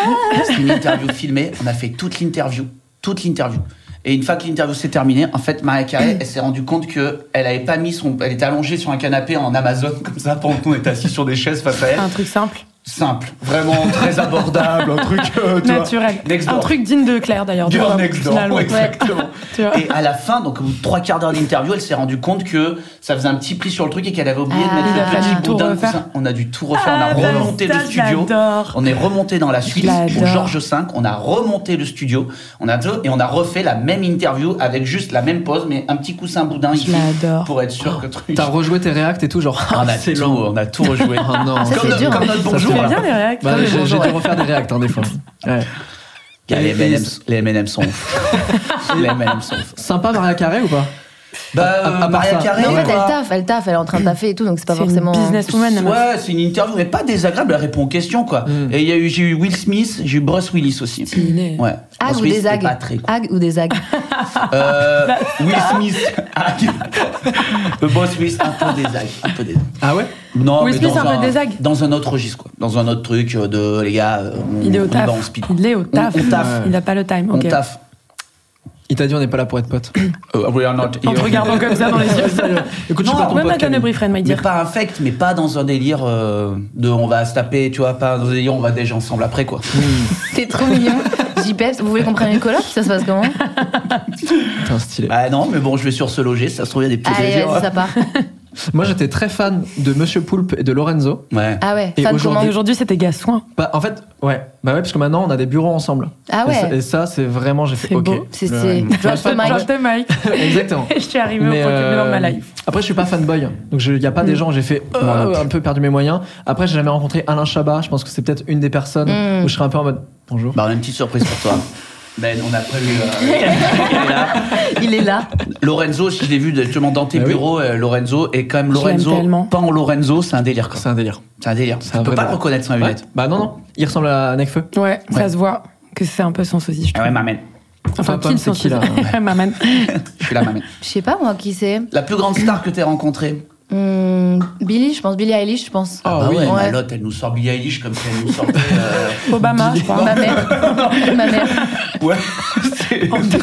Speaker 4: C'était une interview filmée, on a fait toute l'interview, toute l'interview. Et une fois que l'interview s'est terminée, en fait, Maria Carré, elle s'est rendue compte que elle avait pas mis son, elle était allongée sur un canapé en Amazon comme ça pendant qu'on était assis sur des chaises face à elle.
Speaker 3: Un truc simple.
Speaker 4: simple, vraiment très abordable, un truc euh, tu vois,
Speaker 3: Naturel.
Speaker 4: next
Speaker 3: Un
Speaker 4: door.
Speaker 3: truc digne de Claire d'ailleurs. de
Speaker 4: Girl
Speaker 3: Rome,
Speaker 4: next door,
Speaker 3: finalement.
Speaker 4: ouais, exactement.
Speaker 3: <laughs> Tu vois.
Speaker 4: Et à la fin, donc au bout de trois quarts d'heure d'interview, elle s'est rendue compte que ça faisait un petit prix sur le truc et qu'elle avait oublié
Speaker 5: Ah,
Speaker 4: de mettre
Speaker 5: il a
Speaker 4: le petit
Speaker 3: fallu tout
Speaker 4: boudin de
Speaker 3: refaire.
Speaker 4: coussin. On a dû tout refaire,
Speaker 3: Ah,
Speaker 4: on a
Speaker 3: bah,
Speaker 4: remonté
Speaker 3: ça,
Speaker 4: le studio.
Speaker 3: j'adore.
Speaker 4: On est remonté dans la suite
Speaker 3: l'adore.
Speaker 4: pour Georges V, on a remonté le studio, on a deux, et on a refait la même interview avec juste la même pause, mais un petit coussin boudin ici
Speaker 3: l'adore.
Speaker 4: pour être sûr que le truc.
Speaker 1: T'as rejoué tes réacts et tout, genre,
Speaker 4: on, a
Speaker 1: ah, <laughs> c'est
Speaker 4: bah, tout,
Speaker 1: lent.
Speaker 4: on a tout
Speaker 1: <laughs>
Speaker 4: rejoué.
Speaker 1: Ah non.
Speaker 4: comme,
Speaker 5: c'est
Speaker 4: notre-
Speaker 5: dur,
Speaker 4: comme
Speaker 5: hein.
Speaker 4: notre
Speaker 1: Ça fait
Speaker 4: bonjour.
Speaker 3: J'aime
Speaker 4: là.
Speaker 3: bien les réacts.
Speaker 1: Bah,
Speaker 3: comme les
Speaker 1: j'ai j'ai
Speaker 3: bonjours,
Speaker 1: dû
Speaker 3: ouais.
Speaker 1: refaire des réacts, hein, des fois. Ouais.
Speaker 4: Ah, les
Speaker 1: Et- et-
Speaker 4: M&M's les M&M's
Speaker 1: <laughs>
Speaker 4: sont ouf. les M&M's sont ouf.
Speaker 1: Sympa Maria Carré ou pas
Speaker 4: Bah,
Speaker 1: à- à part
Speaker 4: Maria
Speaker 1: ça.
Speaker 4: Carré,
Speaker 5: Mais en fait,
Speaker 4: quoi.
Speaker 5: elle taffe, elle taffe, elle est en train de taffer et tout, donc c'est pas
Speaker 3: C'est une
Speaker 5: forcément. euh,
Speaker 3: businesswoman. la meuf.
Speaker 4: Ouais, c'est une interview, mais pas désagréable, elle répond aux questions, quoi. Et il y a eu, j'ai eu Will Smith, j'ai eu Bruce Willis aussi.
Speaker 3: Stylé. Ah,
Speaker 4: Ouais.
Speaker 5: Ag
Speaker 4: Bruce
Speaker 5: ou
Speaker 4: Willis,
Speaker 5: des
Speaker 4: c'était
Speaker 5: agues
Speaker 4: pas très cool.
Speaker 5: Ag ou des agues
Speaker 4: Euh, Will Smith,
Speaker 3: <laughs>
Speaker 4: ag. Le boss Will, un peu des agues, un peu des agues.
Speaker 1: Ah ouais
Speaker 4: Non,
Speaker 3: Will
Speaker 4: mais
Speaker 3: Smith,
Speaker 4: dans
Speaker 3: un peu des agues.
Speaker 4: Dans un autre registre, quoi. Dans un autre truc euh, de, les gars, euh, on,
Speaker 3: Il est
Speaker 4: on
Speaker 3: au
Speaker 4: va
Speaker 3: taf.
Speaker 4: en speed.
Speaker 3: Il est au taf.
Speaker 4: On, on taffe.
Speaker 3: Il n'a pas le time.
Speaker 4: On
Speaker 3: ok.
Speaker 4: taffe.
Speaker 1: Il t'a dit on n'est pas là pour être potes.
Speaker 4: Euh, we are not
Speaker 3: En te
Speaker 4: here.
Speaker 3: regardant comme ça dans les yeux.
Speaker 1: Écoute, je
Speaker 4: Non,
Speaker 1: suis pas ton
Speaker 3: Même
Speaker 1: pote.
Speaker 3: à Dana
Speaker 1: Camille.
Speaker 3: Briefren, my
Speaker 4: Mais
Speaker 3: dear.
Speaker 4: pas infect, mais pas dans un délire euh, de on va se taper, tu vois, pas dans un délire on va déjà ensemble après, quoi.
Speaker 5: T'es trop mignon. JPEP, vous voulez qu'on prenne une coloc Ça se passe comment
Speaker 1: Putain, stylé.
Speaker 4: Bah non, mais bon, je vais sur se loger, ça se trouve, il y a des hein. petits
Speaker 5: Allez,
Speaker 4: plaisirs.
Speaker 5: vas-y, Ah, euh, ça part.
Speaker 1: Moi, j'étais très fan de Monsieur Poulpe et de Lorenzo.
Speaker 4: Ouais.
Speaker 5: Ah ouais,
Speaker 1: Et
Speaker 5: fan
Speaker 1: aujourd'hui-
Speaker 5: comment
Speaker 3: Et Aujourd'hui, c'était gars soin.
Speaker 1: Bah, en fait, ouais. Bah ouais, parce que maintenant, on a des bureaux ensemble.
Speaker 5: Ah
Speaker 1: Et
Speaker 5: ouais.
Speaker 1: ça- Et ça, c'est vraiment, j'ai fait
Speaker 3: C'est
Speaker 1: OK.
Speaker 3: beau.
Speaker 5: C'est-
Speaker 1: Le-
Speaker 5: c'est-
Speaker 1: Ouais.
Speaker 5: George
Speaker 1: Fan-
Speaker 5: Mike.
Speaker 3: George de Mike.
Speaker 1: Exactement.
Speaker 3: Et <laughs> je suis arrivée
Speaker 1: Mais,
Speaker 3: au
Speaker 1: euh,
Speaker 3: Pokémon de ma life.
Speaker 1: Après, je suis pas fanboy, donc il n'y a pas des gens où j'ai fait euh, un peu perdu mes moyens. Après, j'ai jamais rencontré Alain Chabat. Je pense que c'est peut-être une des personnes
Speaker 5: Mm.
Speaker 1: où je serais un peu en mode bonjour.
Speaker 4: Bah, on a une petite surprise pour toi. Ben, on a prévu. euh,
Speaker 5: Il est là.
Speaker 4: Lorenzo, si je l'ai vu justement dans tes
Speaker 1: Bah oui.
Speaker 4: bureaux, euh, Lorenzo, et quand même
Speaker 3: l'aime
Speaker 4: Lorenzo,
Speaker 3: tellement.
Speaker 4: pas en Lorenzo, c'est un délire. quoi.
Speaker 1: C'est un délire.
Speaker 4: C'est un délire.
Speaker 1: C'est
Speaker 4: Tu
Speaker 1: un
Speaker 4: peux
Speaker 1: vrai
Speaker 4: pas le
Speaker 1: délire.
Speaker 4: reconnaître sans les
Speaker 1: Ouais.
Speaker 4: lunettes.
Speaker 1: Bah non, non. Il ressemble à Necfeu.
Speaker 3: Ouais, ça se voit que c'est un peu son sosie, je
Speaker 4: Ah
Speaker 3: trouve.
Speaker 4: ouais, maman.
Speaker 3: Enfin,
Speaker 1: Tom,
Speaker 3: qu'il
Speaker 1: c'est
Speaker 3: son
Speaker 1: qui,
Speaker 3: sosie.
Speaker 1: là
Speaker 3: <laughs>
Speaker 4: <laughs>
Speaker 3: Maman.
Speaker 4: Je suis la maman.
Speaker 5: Je sais pas moi qui c'est.
Speaker 4: La plus grande star que t'aies rencontrée.
Speaker 5: Hum, Billy, je pense. Billy Eilish, je pense.
Speaker 4: bah ouais,
Speaker 5: Ah Ouais.
Speaker 4: mais l'autre, elle nous sort Billie Eilish comme si elle nous sortait. euh,
Speaker 3: Obama, je crois.
Speaker 5: Ma mère. Ma mère.
Speaker 4: Ouais, c'est.
Speaker 5: Obama.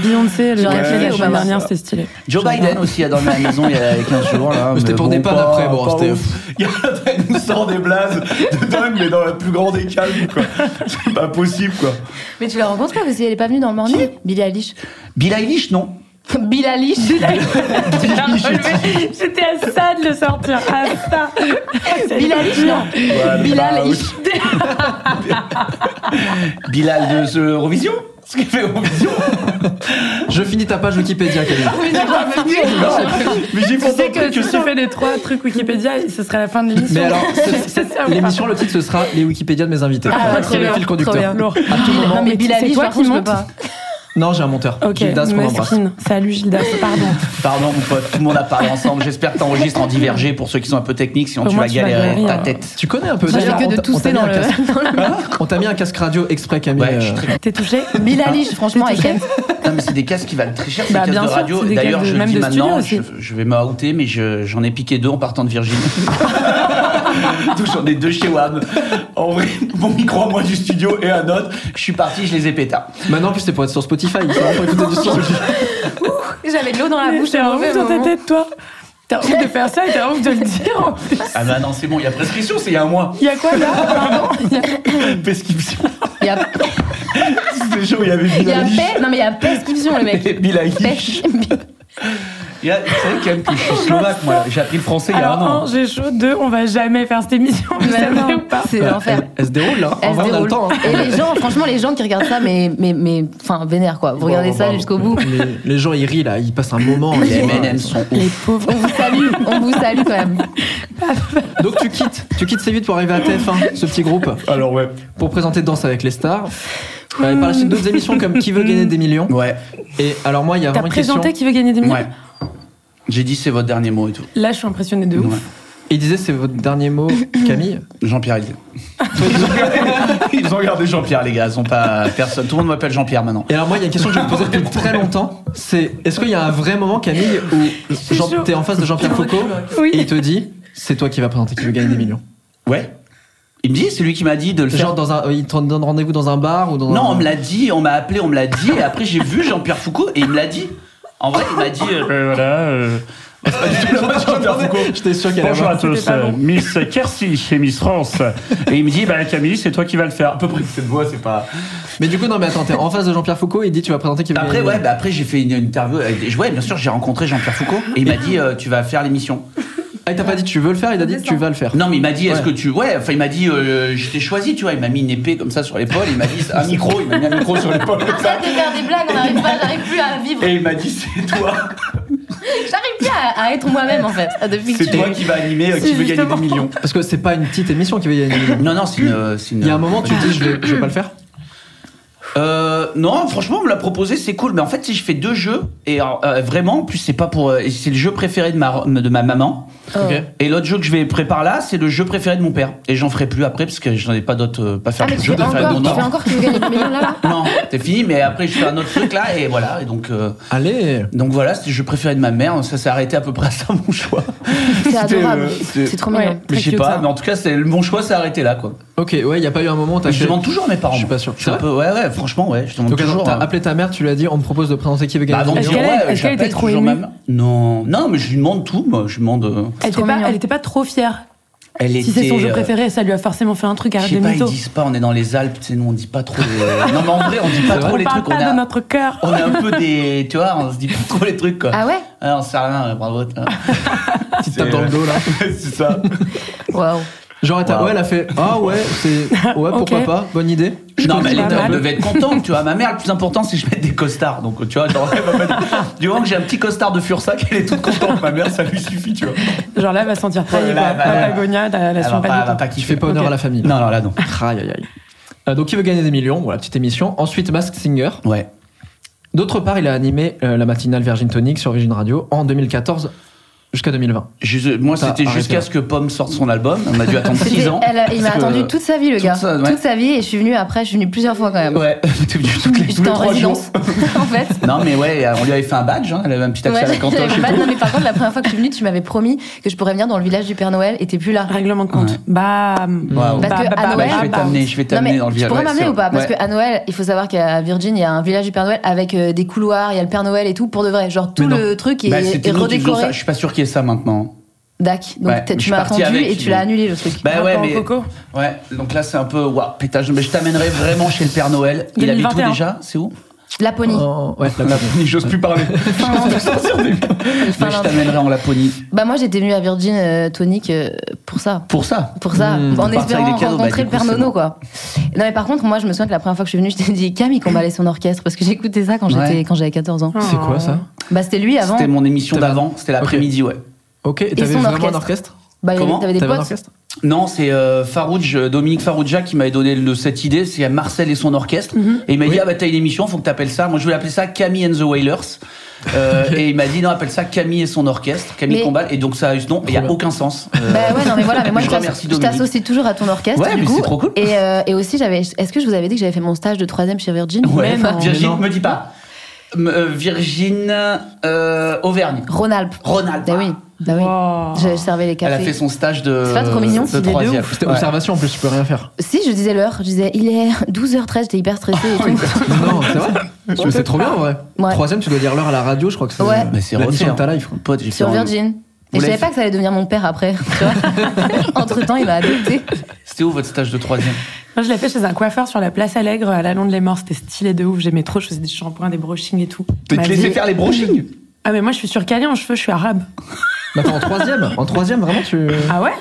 Speaker 3: Beyoncé, le
Speaker 5: J'aurais
Speaker 3: gars qui est la
Speaker 5: kiffé
Speaker 3: semaine
Speaker 5: Obama.
Speaker 3: dernière, c'était stylé.
Speaker 4: Joe
Speaker 3: J'adore.
Speaker 4: Biden aussi a dormi à la maison il y a 15 jours. là.
Speaker 1: C'était
Speaker 4: mais
Speaker 1: pour des pannes
Speaker 4: pas-
Speaker 1: après, bon,
Speaker 4: pas
Speaker 1: c'était-
Speaker 4: ouf.
Speaker 6: <laughs> Il y a- elle nous sort des blazes de dingue, mais dans la plus grande des calmes, quoi. C'est pas possible, quoi.
Speaker 5: Mais tu la rencontres pas parce qu'elle est pas venue dans le morning Billy Eilish. <laughs>
Speaker 4: Billie Eilish, non.
Speaker 5: Billie Eilish.
Speaker 3: J'ai relevé. J'étais à ça de le sortir. À ça.
Speaker 5: <laughs> Billie Eilish, non.
Speaker 6: Voilà.
Speaker 5: Billie
Speaker 4: bah,
Speaker 5: Eilish.
Speaker 4: Bilal de ce Eurovision Ce qu'il fait Eurovision
Speaker 3: <laughs>
Speaker 1: Je finis ta page Wikipédia, Camille.
Speaker 6: Mais j'ai
Speaker 3: Tu sais
Speaker 6: pensé
Speaker 3: que si tu fais les trois trucs Wikipédia, ce serait la fin de l'émission.
Speaker 1: Mais
Speaker 3: <laughs>
Speaker 1: alors, ce-
Speaker 3: C'est ça, ouais.
Speaker 1: l'émission, le titre, ce sera les Wikipédia de mes invités. Voilà,
Speaker 5: Ah, bah,
Speaker 1: c'est
Speaker 5: trop
Speaker 1: le
Speaker 5: bien,
Speaker 1: fil
Speaker 5: trop
Speaker 1: conducteur.
Speaker 5: bien.
Speaker 3: Lourd.
Speaker 1: À tout moment.
Speaker 5: Non mais Billie
Speaker 3: C'est
Speaker 5: Eilish,
Speaker 3: toi
Speaker 5: par
Speaker 3: qui
Speaker 5: contre, je peux
Speaker 3: monte.
Speaker 5: pas.
Speaker 1: Non, j'ai un monteur.
Speaker 3: Ok,
Speaker 1: Gildas qu'on embrasse.
Speaker 3: mesquine. Salut Gildas, pardon.
Speaker 4: Pardon, mon pote, tout le monde a parlé ensemble. J'espère que t'enregistres en divergé pour ceux qui sont un peu techniques, sinon
Speaker 3: Au
Speaker 4: tu
Speaker 3: moins,
Speaker 4: vas
Speaker 3: tu vas
Speaker 4: galérer avec ta
Speaker 3: galérer, hein.
Speaker 4: tête.
Speaker 1: Tu connais un peu
Speaker 5: J'ai
Speaker 1: d'ailleurs,
Speaker 5: que
Speaker 1: on t'a- on
Speaker 5: de
Speaker 1: t'a
Speaker 5: tousser
Speaker 1: mis
Speaker 5: dans
Speaker 1: un
Speaker 5: le.
Speaker 1: casque- Ah,
Speaker 5: dans le-
Speaker 1: On t'a mis un casque radio exprès, Camille.
Speaker 4: Ouais, je suis
Speaker 1: euh,
Speaker 4: très
Speaker 3: T'es <laughs> touché
Speaker 5: Billie Eilish, franchement, avec elle.
Speaker 4: Non, mais c'est des casques qui valent très cher, ces
Speaker 3: Bah,
Speaker 4: casques
Speaker 3: bien
Speaker 4: de
Speaker 3: sûr,
Speaker 4: radio.
Speaker 3: c'est
Speaker 4: Et
Speaker 3: des
Speaker 4: D'ailleurs,
Speaker 3: casques
Speaker 4: je
Speaker 3: de-
Speaker 4: le
Speaker 3: même
Speaker 4: dis
Speaker 3: de studio
Speaker 4: maintenant, je,
Speaker 3: aussi.
Speaker 4: je vais me outer, mais je- j'en ai piqué deux en partant
Speaker 6: <laughs>
Speaker 4: de Virginie. D'où j'en ai deux chez WAM.
Speaker 6: En vrai, mon micro à moi du studio et un autre.
Speaker 4: Je suis parti, je les ai pétards.
Speaker 1: Maintenant, en plus, c'est pour être sur Spotify. C'est vraiment pour écouter du son.
Speaker 5: J'avais de l'eau dans la bouche,
Speaker 3: T'es
Speaker 5: j'ai
Speaker 3: un
Speaker 5: mauvais
Speaker 3: ouf dans ta
Speaker 5: moment.
Speaker 3: tête, toi. T'as envie de faire ça et t'as envie de le dire. en plus.
Speaker 4: Ah, bah non, c'est bon, il y a prescription, c'est il y a un mois.
Speaker 3: Il y a quoi là Pardon Il y a-
Speaker 4: <laughs>
Speaker 6: Pesquipsion.
Speaker 5: Il y a,
Speaker 6: Les gens, il y avait
Speaker 5: il y a
Speaker 6: Billie
Speaker 5: paix, non mais il y a prescription, le mec.
Speaker 6: Eilish. Billie
Speaker 5: Paix.
Speaker 6: Eilish.
Speaker 4: Il y a- C'est vrai quand même que je suis slovaque, moi. J'ai appris le français il y a
Speaker 3: Alors,
Speaker 4: un an.
Speaker 3: un, j'ai chaud. Deux, on va jamais faire cette émission. Vous
Speaker 5: Mais
Speaker 3: savez
Speaker 5: non,
Speaker 3: ou pas
Speaker 5: C'est l'enfer.
Speaker 1: Bah, Elle, elle se déroule là.
Speaker 5: Elle
Speaker 1: en
Speaker 5: se
Speaker 1: vrai, on a le
Speaker 5: déroule.
Speaker 1: temps. hein.
Speaker 5: Et les gens, franchement, les gens qui regardent ça, mais, mais, mais, enfin, vénère quoi. Vous regardez
Speaker 6: bon,
Speaker 5: ça
Speaker 6: bon.
Speaker 5: jusqu'au bout.
Speaker 1: Les, Oh, bah, les gens, ils rient là. Ils passent un
Speaker 5: <laughs>
Speaker 1: moment.
Speaker 4: Les
Speaker 1: ils-
Speaker 4: M&M sont ouf.
Speaker 3: Les pauvres.
Speaker 5: On vous salue, on vous salue quand même.
Speaker 1: Donc, tu quittes. Tu quittes C8 pour arriver à TF1, ce petit groupe,
Speaker 6: Alors, ouais.
Speaker 1: pour présenter Danse avec les stars. Euh, par la suite, d'autres émissions comme Qui veut gagner des millions.
Speaker 4: Ouais,
Speaker 1: Et alors, moi, il y a
Speaker 3: T'as
Speaker 1: vraiment une question.
Speaker 3: présenté qui veut gagner des millions
Speaker 4: ouais. J'ai dit c'est votre dernier mot et tout.
Speaker 3: Là, je suis impressionnée de ouf.
Speaker 4: Ouais.
Speaker 1: Il disait, c'est votre dernier mot, Camille.
Speaker 4: Jean-Pierre Isé. <laughs> Ils ont gardé Jean-Pierre, les gars. Ils sont pas personne. Tout le monde m'appelle Jean-Pierre maintenant.
Speaker 1: Et alors moi, il y a une question que je me posais depuis très longtemps. C'est est-ce qu'il y a un vrai moment, Camille, où Jean-
Speaker 3: sûre.
Speaker 1: t'es en face de Jean-Pierre Foucault
Speaker 3: Oui.
Speaker 1: et il te dit c'est toi qui vas présenter, qui veut gagner des millions.
Speaker 4: Ouais. Il me dit, c'est lui qui m'a dit de le faire.
Speaker 1: Genre dans un, euh, il te donne rendez-vous dans un bar ou dans
Speaker 4: Non,
Speaker 1: un-
Speaker 4: on me l'a dit, on m'a appelé, on me l'a dit, et après j'ai vu Jean-Pierre Foucault et il me l'a dit. En vrai, il m'a dit. euh, euh, voilà, euh,
Speaker 1: J'étais sûr qu'elle
Speaker 7: Bonjour
Speaker 1: avait.
Speaker 7: à tous,
Speaker 3: C'était pas
Speaker 7: euh,
Speaker 3: bon.
Speaker 7: Miss Kersi et Miss France. Et il me dit, bah Camille, c'est toi qui vas le faire.
Speaker 4: À peu près cette voix, c'est pas.
Speaker 1: Mais du coup, non, mais attends, t'es en face de Jean-Pierre Foucault, il dit tu vas présenter Kevin.
Speaker 4: Après, ouais, bah après j'ai fait une une interview. avec- je- Ouais, bien sûr, j'ai rencontré Jean-Pierre Foucault et il m'a dit euh, tu vas faire l'émission.
Speaker 1: Ah, il t'a pas dit tu veux le faire, il a dit tu vas le faire.
Speaker 4: Non, mais il m'a dit est-ce
Speaker 1: Ouais.
Speaker 4: que tu. Ouais, enfin, il m'a dit euh, je t'ai choisi, tu vois. Il m'a mis une épée comme ça sur l'épaule, il m'a dit un micro, il m'a mis un micro sur l'épaule comme ça.
Speaker 5: Arrête de faire des blagues, on n'arrive pas, j'arrive plus à vivre.
Speaker 4: Et il m'a dit c'est toi,
Speaker 5: J'arrive plus à, à être moi-même en fait, Ah, depuis que
Speaker 4: <laughs> c'est
Speaker 5: tu
Speaker 4: toi qui vas animer, euh,
Speaker 3: C'est
Speaker 4: qui veut gagner des
Speaker 1: <laughs>
Speaker 3: justement.
Speaker 4: millions.
Speaker 1: Parce que c'est pas une petite émission qui va y aller.
Speaker 4: Non, non, c'est une, euh, c'est une-
Speaker 1: Il y a un moment, tu te dis je vais, je vais pas le faire.
Speaker 4: Euh, non, franchement, on me l'a proposé, c'est cool. Mais en fait, si je fais deux jeux, et euh, vraiment, en plus, c'est pas pour. euh, c'est le jeu préféré de ma, de ma maman.
Speaker 1: Ok.
Speaker 4: Et l'autre jeu que je vais préparer là, c'est le jeu préféré de mon père. Et j'en ferai plus après, parce que j'en ai pas d'autres. euh, Pas faire
Speaker 5: Ah, mais
Speaker 4: de
Speaker 5: tu
Speaker 4: jeu
Speaker 5: fais
Speaker 4: préféré de
Speaker 5: encore,
Speaker 4: mon
Speaker 5: tu fais
Speaker 4: enfant.
Speaker 5: encore que tu gagnes des millions là, là.
Speaker 4: Non, c'est fini, mais après, je fais un autre truc là, et voilà. Et donc, euh,
Speaker 1: Allez
Speaker 4: donc voilà, c'était le jeu préféré de ma mère. Ça s'est arrêté à peu près à ça, mon choix.
Speaker 5: C'est adorable.
Speaker 4: euh, c'est-
Speaker 5: C'est trop
Speaker 3: Ouais.
Speaker 5: mignon.
Speaker 4: Mais
Speaker 3: Très
Speaker 4: je sais
Speaker 3: cute,
Speaker 4: pas,
Speaker 3: ça.
Speaker 4: mais en tout cas, c'est mon choix s'est arrêté là, quoi.
Speaker 1: Ok, ouais, il y a pas eu un moment où t'as
Speaker 4: Mais je
Speaker 1: fait.
Speaker 4: demande toujours à mes parents.
Speaker 1: Je suis pas sûr.
Speaker 4: Je suis un
Speaker 1: C'est
Speaker 4: peu- ouais, ouais, franchement, ouais, je demande
Speaker 1: Donc, attends,
Speaker 4: toujours.
Speaker 1: t'as
Speaker 4: hein.
Speaker 1: appelé ta mère, tu lui as dit on me propose de présenter qui veut
Speaker 4: Bah,
Speaker 1: gagner
Speaker 4: avant
Speaker 1: des
Speaker 4: de
Speaker 3: Est-ce
Speaker 4: dire,
Speaker 1: millions.
Speaker 3: qu'elle
Speaker 4: ouais,
Speaker 3: est- est-ce qu'elle
Speaker 4: j'appelle
Speaker 3: était trop
Speaker 4: toujours
Speaker 3: émue
Speaker 4: ma mère. Non, non, mais je lui demande tout, moi. Je lui demande. euh,
Speaker 3: Elle
Speaker 5: trop
Speaker 3: était, pas,
Speaker 5: mignon.
Speaker 3: elle était pas trop fière.
Speaker 4: Elle
Speaker 3: Si c'est son jeu
Speaker 4: euh,
Speaker 3: préféré, ça lui a forcément fait un truc à
Speaker 4: Je sais
Speaker 3: des
Speaker 4: pas, ils
Speaker 3: mythos.
Speaker 4: disent pas, on est dans les Alpes, tu sais, nous on dit pas trop.
Speaker 3: <laughs>
Speaker 4: les- Non, mais en vrai, on dit pas trop
Speaker 3: On
Speaker 4: les
Speaker 3: parle
Speaker 4: trucs. On
Speaker 3: pas de
Speaker 4: a,
Speaker 3: notre cœur.
Speaker 4: on a un peu des. Tu vois, on se dit pas trop les trucs, quoi.
Speaker 5: Ah ouais
Speaker 4: Ah, on sert à rien, euh, bravo.
Speaker 3: <laughs>
Speaker 4: hein.
Speaker 1: Petite tape dans le
Speaker 4: euh,
Speaker 1: dos là.
Speaker 6: c'est ça.
Speaker 5: Waouh.
Speaker 1: Genre, elle t'a- ouais, elle a fait ah ouais, c'est. Ouais,
Speaker 3: Ok.
Speaker 1: pourquoi pas, bonne idée.
Speaker 4: Non, mais elle,
Speaker 3: comprends
Speaker 4: était-
Speaker 3: pas
Speaker 4: elle
Speaker 3: mal.
Speaker 4: devait être contente, tu vois. Ma mère, le plus important, c'est que je mette des costards. Donc, tu vois, genre, elle va mettre- du moment que j'ai un petit costard de Fursac, elle est toute contente. Ma mère, ça lui suffit, tu vois.
Speaker 3: Genre là, elle va se sentir trahie.
Speaker 4: Ouais,
Speaker 3: quoi.
Speaker 4: là,
Speaker 3: Pas
Speaker 4: elle va-
Speaker 3: Patagonia, la, la
Speaker 4: Elle va
Speaker 3: champagne
Speaker 4: pas,
Speaker 3: et
Speaker 4: elle va
Speaker 3: tout.
Speaker 4: pas
Speaker 1: Tu fais
Speaker 4: kiffer.
Speaker 1: pas honneur
Speaker 3: Ok.
Speaker 1: à la famille.
Speaker 4: Non, non, là, non.
Speaker 1: Aïe, aïe, aïe. Euh, donc, qui veut gagner des millions Voilà, petite émission. Ensuite, Mask Singer.
Speaker 4: Ouais.
Speaker 1: D'autre part, il a animé euh, la matinale Virgin Tonic sur Virgin Radio en 2014 jusqu'à 2020.
Speaker 4: Je- moi,
Speaker 1: T'as
Speaker 4: c'était
Speaker 1: arrêté,
Speaker 4: jusqu'à
Speaker 1: là.
Speaker 4: ce que Pomme sorte son album. On a dû attendre 6
Speaker 5: C'était-
Speaker 4: ans.
Speaker 5: elle a- il m'a
Speaker 4: Parce que-
Speaker 5: attendu toute sa vie, le
Speaker 4: toute
Speaker 5: gars.
Speaker 4: sa- ouais.
Speaker 5: Toute sa vie, et je suis venue après, je suis venue plusieurs fois quand même.
Speaker 4: euh, Ouais, <laughs> t'es venu toutes les- tous
Speaker 5: J'étais
Speaker 4: les
Speaker 5: en
Speaker 4: 3 jours.
Speaker 5: résidence, <laughs> en fait.
Speaker 4: Non, mais ouais, on lui avait fait un badge, hein. elle avait un petit accès à la
Speaker 5: Ouais,
Speaker 4: cantoche.
Speaker 5: <laughs> j'avais
Speaker 4: et
Speaker 5: pas-
Speaker 4: tout.
Speaker 5: non, mais par contre, la première fois que je suis venue, tu m'avais promis que je pourrais venir dans le village du Père Noël et t'es plus
Speaker 4: Ah,
Speaker 5: là.
Speaker 3: Règlement de compte.
Speaker 4: Ouais.
Speaker 3: Bam.
Speaker 4: Waouh.
Speaker 5: Parce que à
Speaker 4: Bah,
Speaker 5: Noël,
Speaker 4: je vais t'amener, je vais
Speaker 5: Non,
Speaker 4: t'amener
Speaker 5: mais
Speaker 4: dans le
Speaker 5: tu
Speaker 4: village.
Speaker 5: pourrais
Speaker 4: Ouais,
Speaker 5: m'amener
Speaker 4: c'est
Speaker 5: ou pas Parce
Speaker 4: vrai.
Speaker 5: que à Noël, il faut savoir qu'à Virgin, il y a un village du Père Noël avec euh, des couloirs, il y a le Père Noël et tout pour de vrai. Genre tout
Speaker 1: Mais non.
Speaker 5: le truc est,
Speaker 4: Ouais. Bah,
Speaker 5: est
Speaker 4: c'était nous qui faisions
Speaker 5: redécoré.
Speaker 4: ça. Je suis pas sûr qu'il y ait ça maintenant.
Speaker 5: Dac. Donc
Speaker 4: Ouais,
Speaker 5: t'as-
Speaker 4: mais je
Speaker 5: tu
Speaker 4: suis
Speaker 5: m'as
Speaker 4: parti
Speaker 5: attendu
Speaker 4: avec,
Speaker 5: et tu l'as annulé le truc.
Speaker 4: Bah ouais,
Speaker 3: Rapport
Speaker 4: mais.
Speaker 3: au coco.
Speaker 4: Ouais, donc là c'est un peu. Waouh, pétage. Mais je t'amènerai vraiment chez le Père Noël. Il habite où
Speaker 3: 2021.
Speaker 4: déjà C'est où
Speaker 5: Laponie.
Speaker 1: Oh, ouais,
Speaker 4: <laughs>
Speaker 1: la-
Speaker 4: J'ose plus
Speaker 5: <laughs>
Speaker 4: parler. <laughs>
Speaker 5: Finlande.
Speaker 4: Mais je
Speaker 5: Finlande.
Speaker 4: t'amènerai en Laponie.
Speaker 5: Bah moi j'étais venue à Virgin euh, Tonic euh, pour ça.
Speaker 4: Hmm, Pour ça.
Speaker 5: Pour ça, en
Speaker 4: partir avec
Speaker 5: espérant
Speaker 4: des cadeaux, bah,
Speaker 5: rencontrer
Speaker 4: du coup,
Speaker 5: le Père
Speaker 4: c'est
Speaker 5: Nono,
Speaker 4: bon.
Speaker 5: quoi. Non, mais par contre, moi, je me souviens que la première fois que je suis venue, je t'ai dit Cam, il combattait son orchestre, parce que j'écoutais ça quand j'étais,
Speaker 4: Ouais.
Speaker 5: quand j'avais 14 ans.
Speaker 1: C'est quoi ça
Speaker 5: Bah, c'était lui avant.
Speaker 4: C'était mon émission
Speaker 1: T'avais-
Speaker 4: d'avant, c'était l'après-midi, ouais.
Speaker 1: Ok, et t'avais
Speaker 5: son
Speaker 1: vraiment un
Speaker 5: orchestre.
Speaker 1: orchestre
Speaker 5: Bah, il y avait-
Speaker 4: Comment
Speaker 5: t'avais des
Speaker 1: T'avais un
Speaker 5: potes.
Speaker 1: orchestre
Speaker 4: Non, c'est euh, Farouj, euh, Dominique Farouja qui m'avait donné le- cette idée. C'est Marcel et son orchestre.
Speaker 5: Mhm.
Speaker 4: Et il m'a dit Ah bah t'as une émission, faut que t'appelles ça. Moi je voulais appeler ça Camille and the Wailers.
Speaker 5: <laughs>
Speaker 4: Euh, Et il m'a dit Non, appelle ça Camille et son orchestre, Camille
Speaker 5: Mais-
Speaker 4: Combat. Et donc ça a eu ce nom. Il y a
Speaker 1: bien.
Speaker 4: aucun sens. Euh,
Speaker 5: <laughs> Bah ouais, non,
Speaker 4: <laughs>
Speaker 5: mais voilà, mais moi,
Speaker 4: Je
Speaker 5: je, t'asso-
Speaker 4: remercie
Speaker 5: je t'associe toujours à ton orchestre.
Speaker 4: Ouais,
Speaker 5: du
Speaker 4: mais
Speaker 5: coup.
Speaker 4: c'est trop cool.
Speaker 5: Et, euh, et aussi, j'avais. Est-ce que je vous avais dit que j'avais fait mon stage de 3 chez Virgin
Speaker 4: ouais.
Speaker 3: Mais non.
Speaker 4: Virgin,
Speaker 1: Mais non.
Speaker 4: me dis pas. M- euh, Virgin euh, Auvergne.
Speaker 5: Rhône-Alpes.
Speaker 4: Rhône-Alpes.
Speaker 5: Bah oui, bah oui.
Speaker 3: Wow.
Speaker 5: Je, je servais les
Speaker 4: Elle
Speaker 5: cafés.
Speaker 4: a fait son stage de.
Speaker 5: C'est pas trop mignon,
Speaker 4: de
Speaker 5: c'est des
Speaker 4: troisième.
Speaker 5: deux
Speaker 1: C'était
Speaker 4: Ouais.
Speaker 1: observation en plus, je peux rien
Speaker 5: <laughs>
Speaker 1: faire.
Speaker 5: Si, je disais l'heure, je disais il est 12h13, j'étais hyper
Speaker 4: <laughs>
Speaker 5: stressée et
Speaker 4: Oh,
Speaker 5: tout.
Speaker 1: Non, c'est vrai Mais C'est trop bien en vrai.
Speaker 5: Ouais.
Speaker 1: Troisième, tu dois dire l'heure à la radio, je crois que c'est
Speaker 5: Ouais.
Speaker 4: Mais c'est
Speaker 1: la
Speaker 4: refait,
Speaker 1: mission
Speaker 4: hein.
Speaker 1: de ta life. quoi.
Speaker 4: Pote, j'ai
Speaker 5: sur
Speaker 4: fait un-
Speaker 5: Virgin.
Speaker 4: Vous
Speaker 5: Et je
Speaker 4: l'avez
Speaker 5: savais pas
Speaker 4: fait
Speaker 5: que ça allait devenir mon père après. <laughs> Entre temps, il m'a adopté.
Speaker 4: C'était où votre stage de troisième
Speaker 3: Moi, je l'ai fait chez un coiffeur sur la place Allègre à la Londe les Morts. C'était stylé de ouf. J'aimais trop. Je faisais des shampoings, des brushings et tout.
Speaker 5: Bah,
Speaker 4: T'es
Speaker 3: Ma
Speaker 4: laissé
Speaker 3: vie-
Speaker 4: faire les brochings
Speaker 3: Ah, mais moi, je suis surcalée en cheveux. Je suis arabe.
Speaker 1: Mais attends, en troisième En troisième, vraiment, tu.
Speaker 3: Ah ouais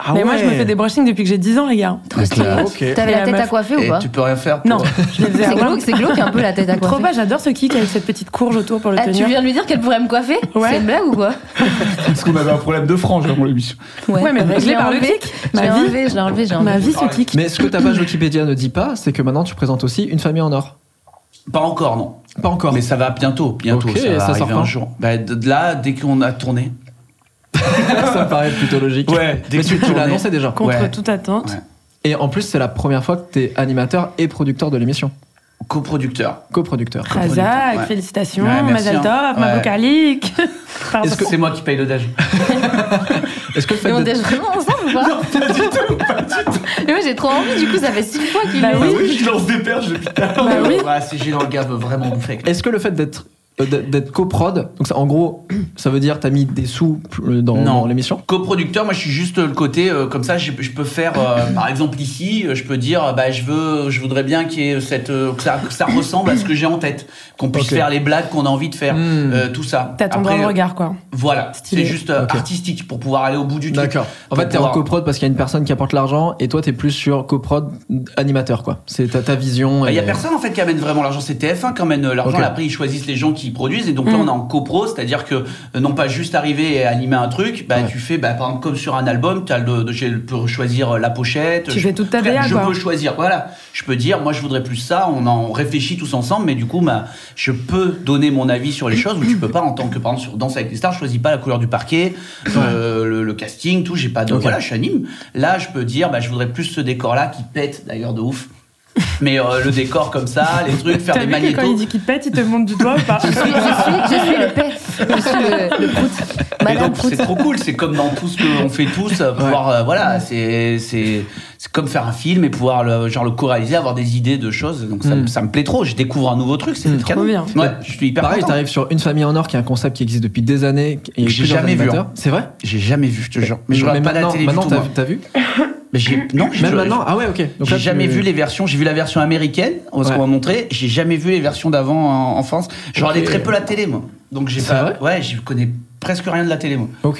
Speaker 1: Ah
Speaker 3: Mais
Speaker 1: ouais.
Speaker 3: moi, je me fais des brushings depuis que j'ai 10 ans, les gars.
Speaker 4: Ah,
Speaker 5: Trop stylé.
Speaker 1: Ok.
Speaker 5: T'avais
Speaker 3: Et
Speaker 5: la
Speaker 3: la
Speaker 5: tête à
Speaker 3: meuf.
Speaker 5: coiffer ou
Speaker 4: Et
Speaker 5: pas
Speaker 4: tu peux rien faire pour-
Speaker 3: Non, je les faisais
Speaker 5: <laughs> C'est
Speaker 3: avant.
Speaker 5: glauque, c'est glauque un peu la tête à
Speaker 3: <laughs> Trop
Speaker 5: coiffer.
Speaker 3: pas, j'adore ce kick avec cette petite courge autour pour le
Speaker 5: Ah, tu
Speaker 3: tenir.
Speaker 5: viens de lui dire qu'elle pourrait me coiffer
Speaker 3: Ouais.
Speaker 5: C'est une blague ou quoi
Speaker 6: Parce qu'on avait un problème de frange avant l'émission.
Speaker 3: Ouais, mais réglé par le kick.
Speaker 5: Je l'ai
Speaker 3: Ma vie,
Speaker 5: enlevé, je l'ai enlevé, je l'ai
Speaker 3: ma
Speaker 5: enlevé.
Speaker 3: vie, ce kick.
Speaker 1: Mais ce que ta page Wikipédia ne dit pas, c'est que maintenant tu présentes aussi une famille en or.
Speaker 4: Pas encore, non.
Speaker 1: Pas encore.
Speaker 4: Mais ça va bientôt, bientôt.
Speaker 1: Ok,
Speaker 4: ça va
Speaker 1: ça
Speaker 4: arriver
Speaker 1: sort quand
Speaker 4: un jour. Bah, de de là, dès qu'on a tourné.
Speaker 1: ça me paraît plutôt logique.
Speaker 4: Ouais, dès
Speaker 1: mais
Speaker 4: que
Speaker 1: tu,
Speaker 4: tu
Speaker 1: tu
Speaker 4: tournais.
Speaker 1: l'as annoncé déjà.
Speaker 3: Contre
Speaker 4: Ouais.
Speaker 3: toute attente.
Speaker 4: Ouais.
Speaker 1: Et en plus, c'est la première fois que t'es animateur et producteur de l'émission.
Speaker 4: Coproducteur.
Speaker 1: Coproducteur.
Speaker 3: Razak,
Speaker 4: Ouais.
Speaker 3: félicitations,
Speaker 4: Ouais, merci,
Speaker 3: Mazal
Speaker 4: hein.
Speaker 3: Tov,
Speaker 4: Ouais.
Speaker 3: Mabrouk Alik. Pardon.
Speaker 4: Est-ce que c'est moi qui paye le déj
Speaker 1: <laughs> Est-ce
Speaker 4: <laughs>
Speaker 1: que le
Speaker 5: Mais
Speaker 1: fait
Speaker 5: on
Speaker 1: d'être-
Speaker 5: déjeune vraiment ensemble ou pas Non, pas du tout, Mais moi j'ai trop envie, du coup ça fait six fois qu'il
Speaker 3: Bah
Speaker 5: le
Speaker 4: Ah
Speaker 3: oui.
Speaker 5: dit.
Speaker 6: Oui, je lance des perches depuis tout à l'heure.
Speaker 3: Bah oui.
Speaker 4: Ouais, c'est gênant, le gars veut vraiment bouffer.
Speaker 1: Est-ce que le fait d'être euh, d'être- d'être coprod. Donc ça, en gros, ça veut dire t'as mis des sous euh, dans,
Speaker 4: Non.
Speaker 1: dans l'émission.
Speaker 4: Coproducteur, moi je suis juste le côté euh, comme ça, je, je peux faire, euh, par exemple ici, euh, je peux dire, euh, bah je veux, je voudrais bien qu'il y ait cette, euh, que, ça, que ça ressemble à ce que j'ai en tête, qu'on puisse
Speaker 1: Ok.
Speaker 4: faire les blagues qu'on a envie de faire,
Speaker 1: Hmm.
Speaker 4: euh, tout ça.
Speaker 3: T'as ton
Speaker 4: Après,
Speaker 3: droit de
Speaker 4: euh,
Speaker 3: regard, quoi.
Speaker 4: Voilà,
Speaker 3: Stylé.
Speaker 4: c'est juste euh,
Speaker 1: Ok.
Speaker 4: artistique pour pouvoir aller au bout du truc.
Speaker 1: D'accord. En fait,
Speaker 4: Pour
Speaker 1: t'es en
Speaker 4: pouvoir-
Speaker 1: coprod parce qu'il y a une personne qui apporte l'argent et toi, t'es plus sur coprod animateur, quoi. C'est ta, ta vision. et-
Speaker 4: Il Bah, y a personne en fait qui amène vraiment l'argent, c'est TF1 qui amène euh, l'argent.
Speaker 1: Ok.
Speaker 4: Après, ils choisissent les gens qui produisent et donc là, on est en copro, c'est-à-dire que euh, non pas juste arriver et animer un truc, bah
Speaker 1: Ouais.
Speaker 4: tu fais, bah, par exemple comme sur un album, tu as le, de- je peux choisir euh, la pochette.
Speaker 3: Tu
Speaker 4: je-
Speaker 3: fais toute ta
Speaker 4: Après,
Speaker 3: VA,
Speaker 4: Je
Speaker 3: quoi.
Speaker 4: peux choisir, voilà. Je peux dire, moi je voudrais plus ça. On en réfléchit tous ensemble, mais du coup, bah, je peux donner mon avis sur les choses ou tu peux pas en tant que par exemple sur Danse avec les stars, je choisis pas la couleur du parquet, euh, le, le casting, tout. J'ai pas de
Speaker 1: Ok.
Speaker 4: voilà, je anime. Là, je peux dire, bah, je voudrais plus ce décor-là qui pète d'ailleurs de ouf. Mais euh, le décor comme ça,
Speaker 3: <laughs>
Speaker 4: les trucs, faire
Speaker 3: T'as
Speaker 4: des
Speaker 3: vu que quand il
Speaker 4: magnétos.
Speaker 3: dit qu'il pète, il te montre du doigt ou <laughs> pas
Speaker 5: Je suis, je suis, je suis le paix. Je suis le, le prout.
Speaker 4: Mais
Speaker 5: Madame
Speaker 4: donc
Speaker 5: Prout.
Speaker 4: c'est trop cool, c'est comme dans tout ce qu'on fait tous, euh, pouvoir euh, voilà, c'est c'est c'est comme faire un film et pouvoir le, genre le choraliser, avoir des idées de choses. Donc ça, me- ça me plaît trop, je découvre un nouveau truc, c'est
Speaker 1: Mm.
Speaker 4: canon.
Speaker 3: Trop bien.
Speaker 4: Ouais, je suis hyper
Speaker 1: Pareil,
Speaker 4: content.
Speaker 1: t'arrives sur Une famille en or, qui est un concept qui existe depuis des années. et
Speaker 4: J'ai jamais vu, hein.
Speaker 1: C'est vrai
Speaker 4: J'ai jamais vu, je te jure. Mais je regarde pas la
Speaker 1: maintenant,
Speaker 4: télé du
Speaker 1: maintenant,
Speaker 4: tout.
Speaker 1: t'as
Speaker 4: moi.
Speaker 1: vu- t'as vu
Speaker 4: Mais j'ai- non, je-
Speaker 1: Même
Speaker 4: je-
Speaker 1: maintenant Ah ouais, ok. Donc
Speaker 4: J'ai
Speaker 1: là, tu-
Speaker 4: jamais vu les versions. J'ai vu la version américaine, ce
Speaker 1: Ouais.
Speaker 4: qu'on m'a montré. J'ai jamais vu les versions d'avant en, en France. Je
Speaker 1: Ok.
Speaker 4: regardais très peu la télé, moi. Donc j'ai
Speaker 1: C'est
Speaker 4: pas. Ouais, je connais presque rien de la télé, moi.
Speaker 1: Ok.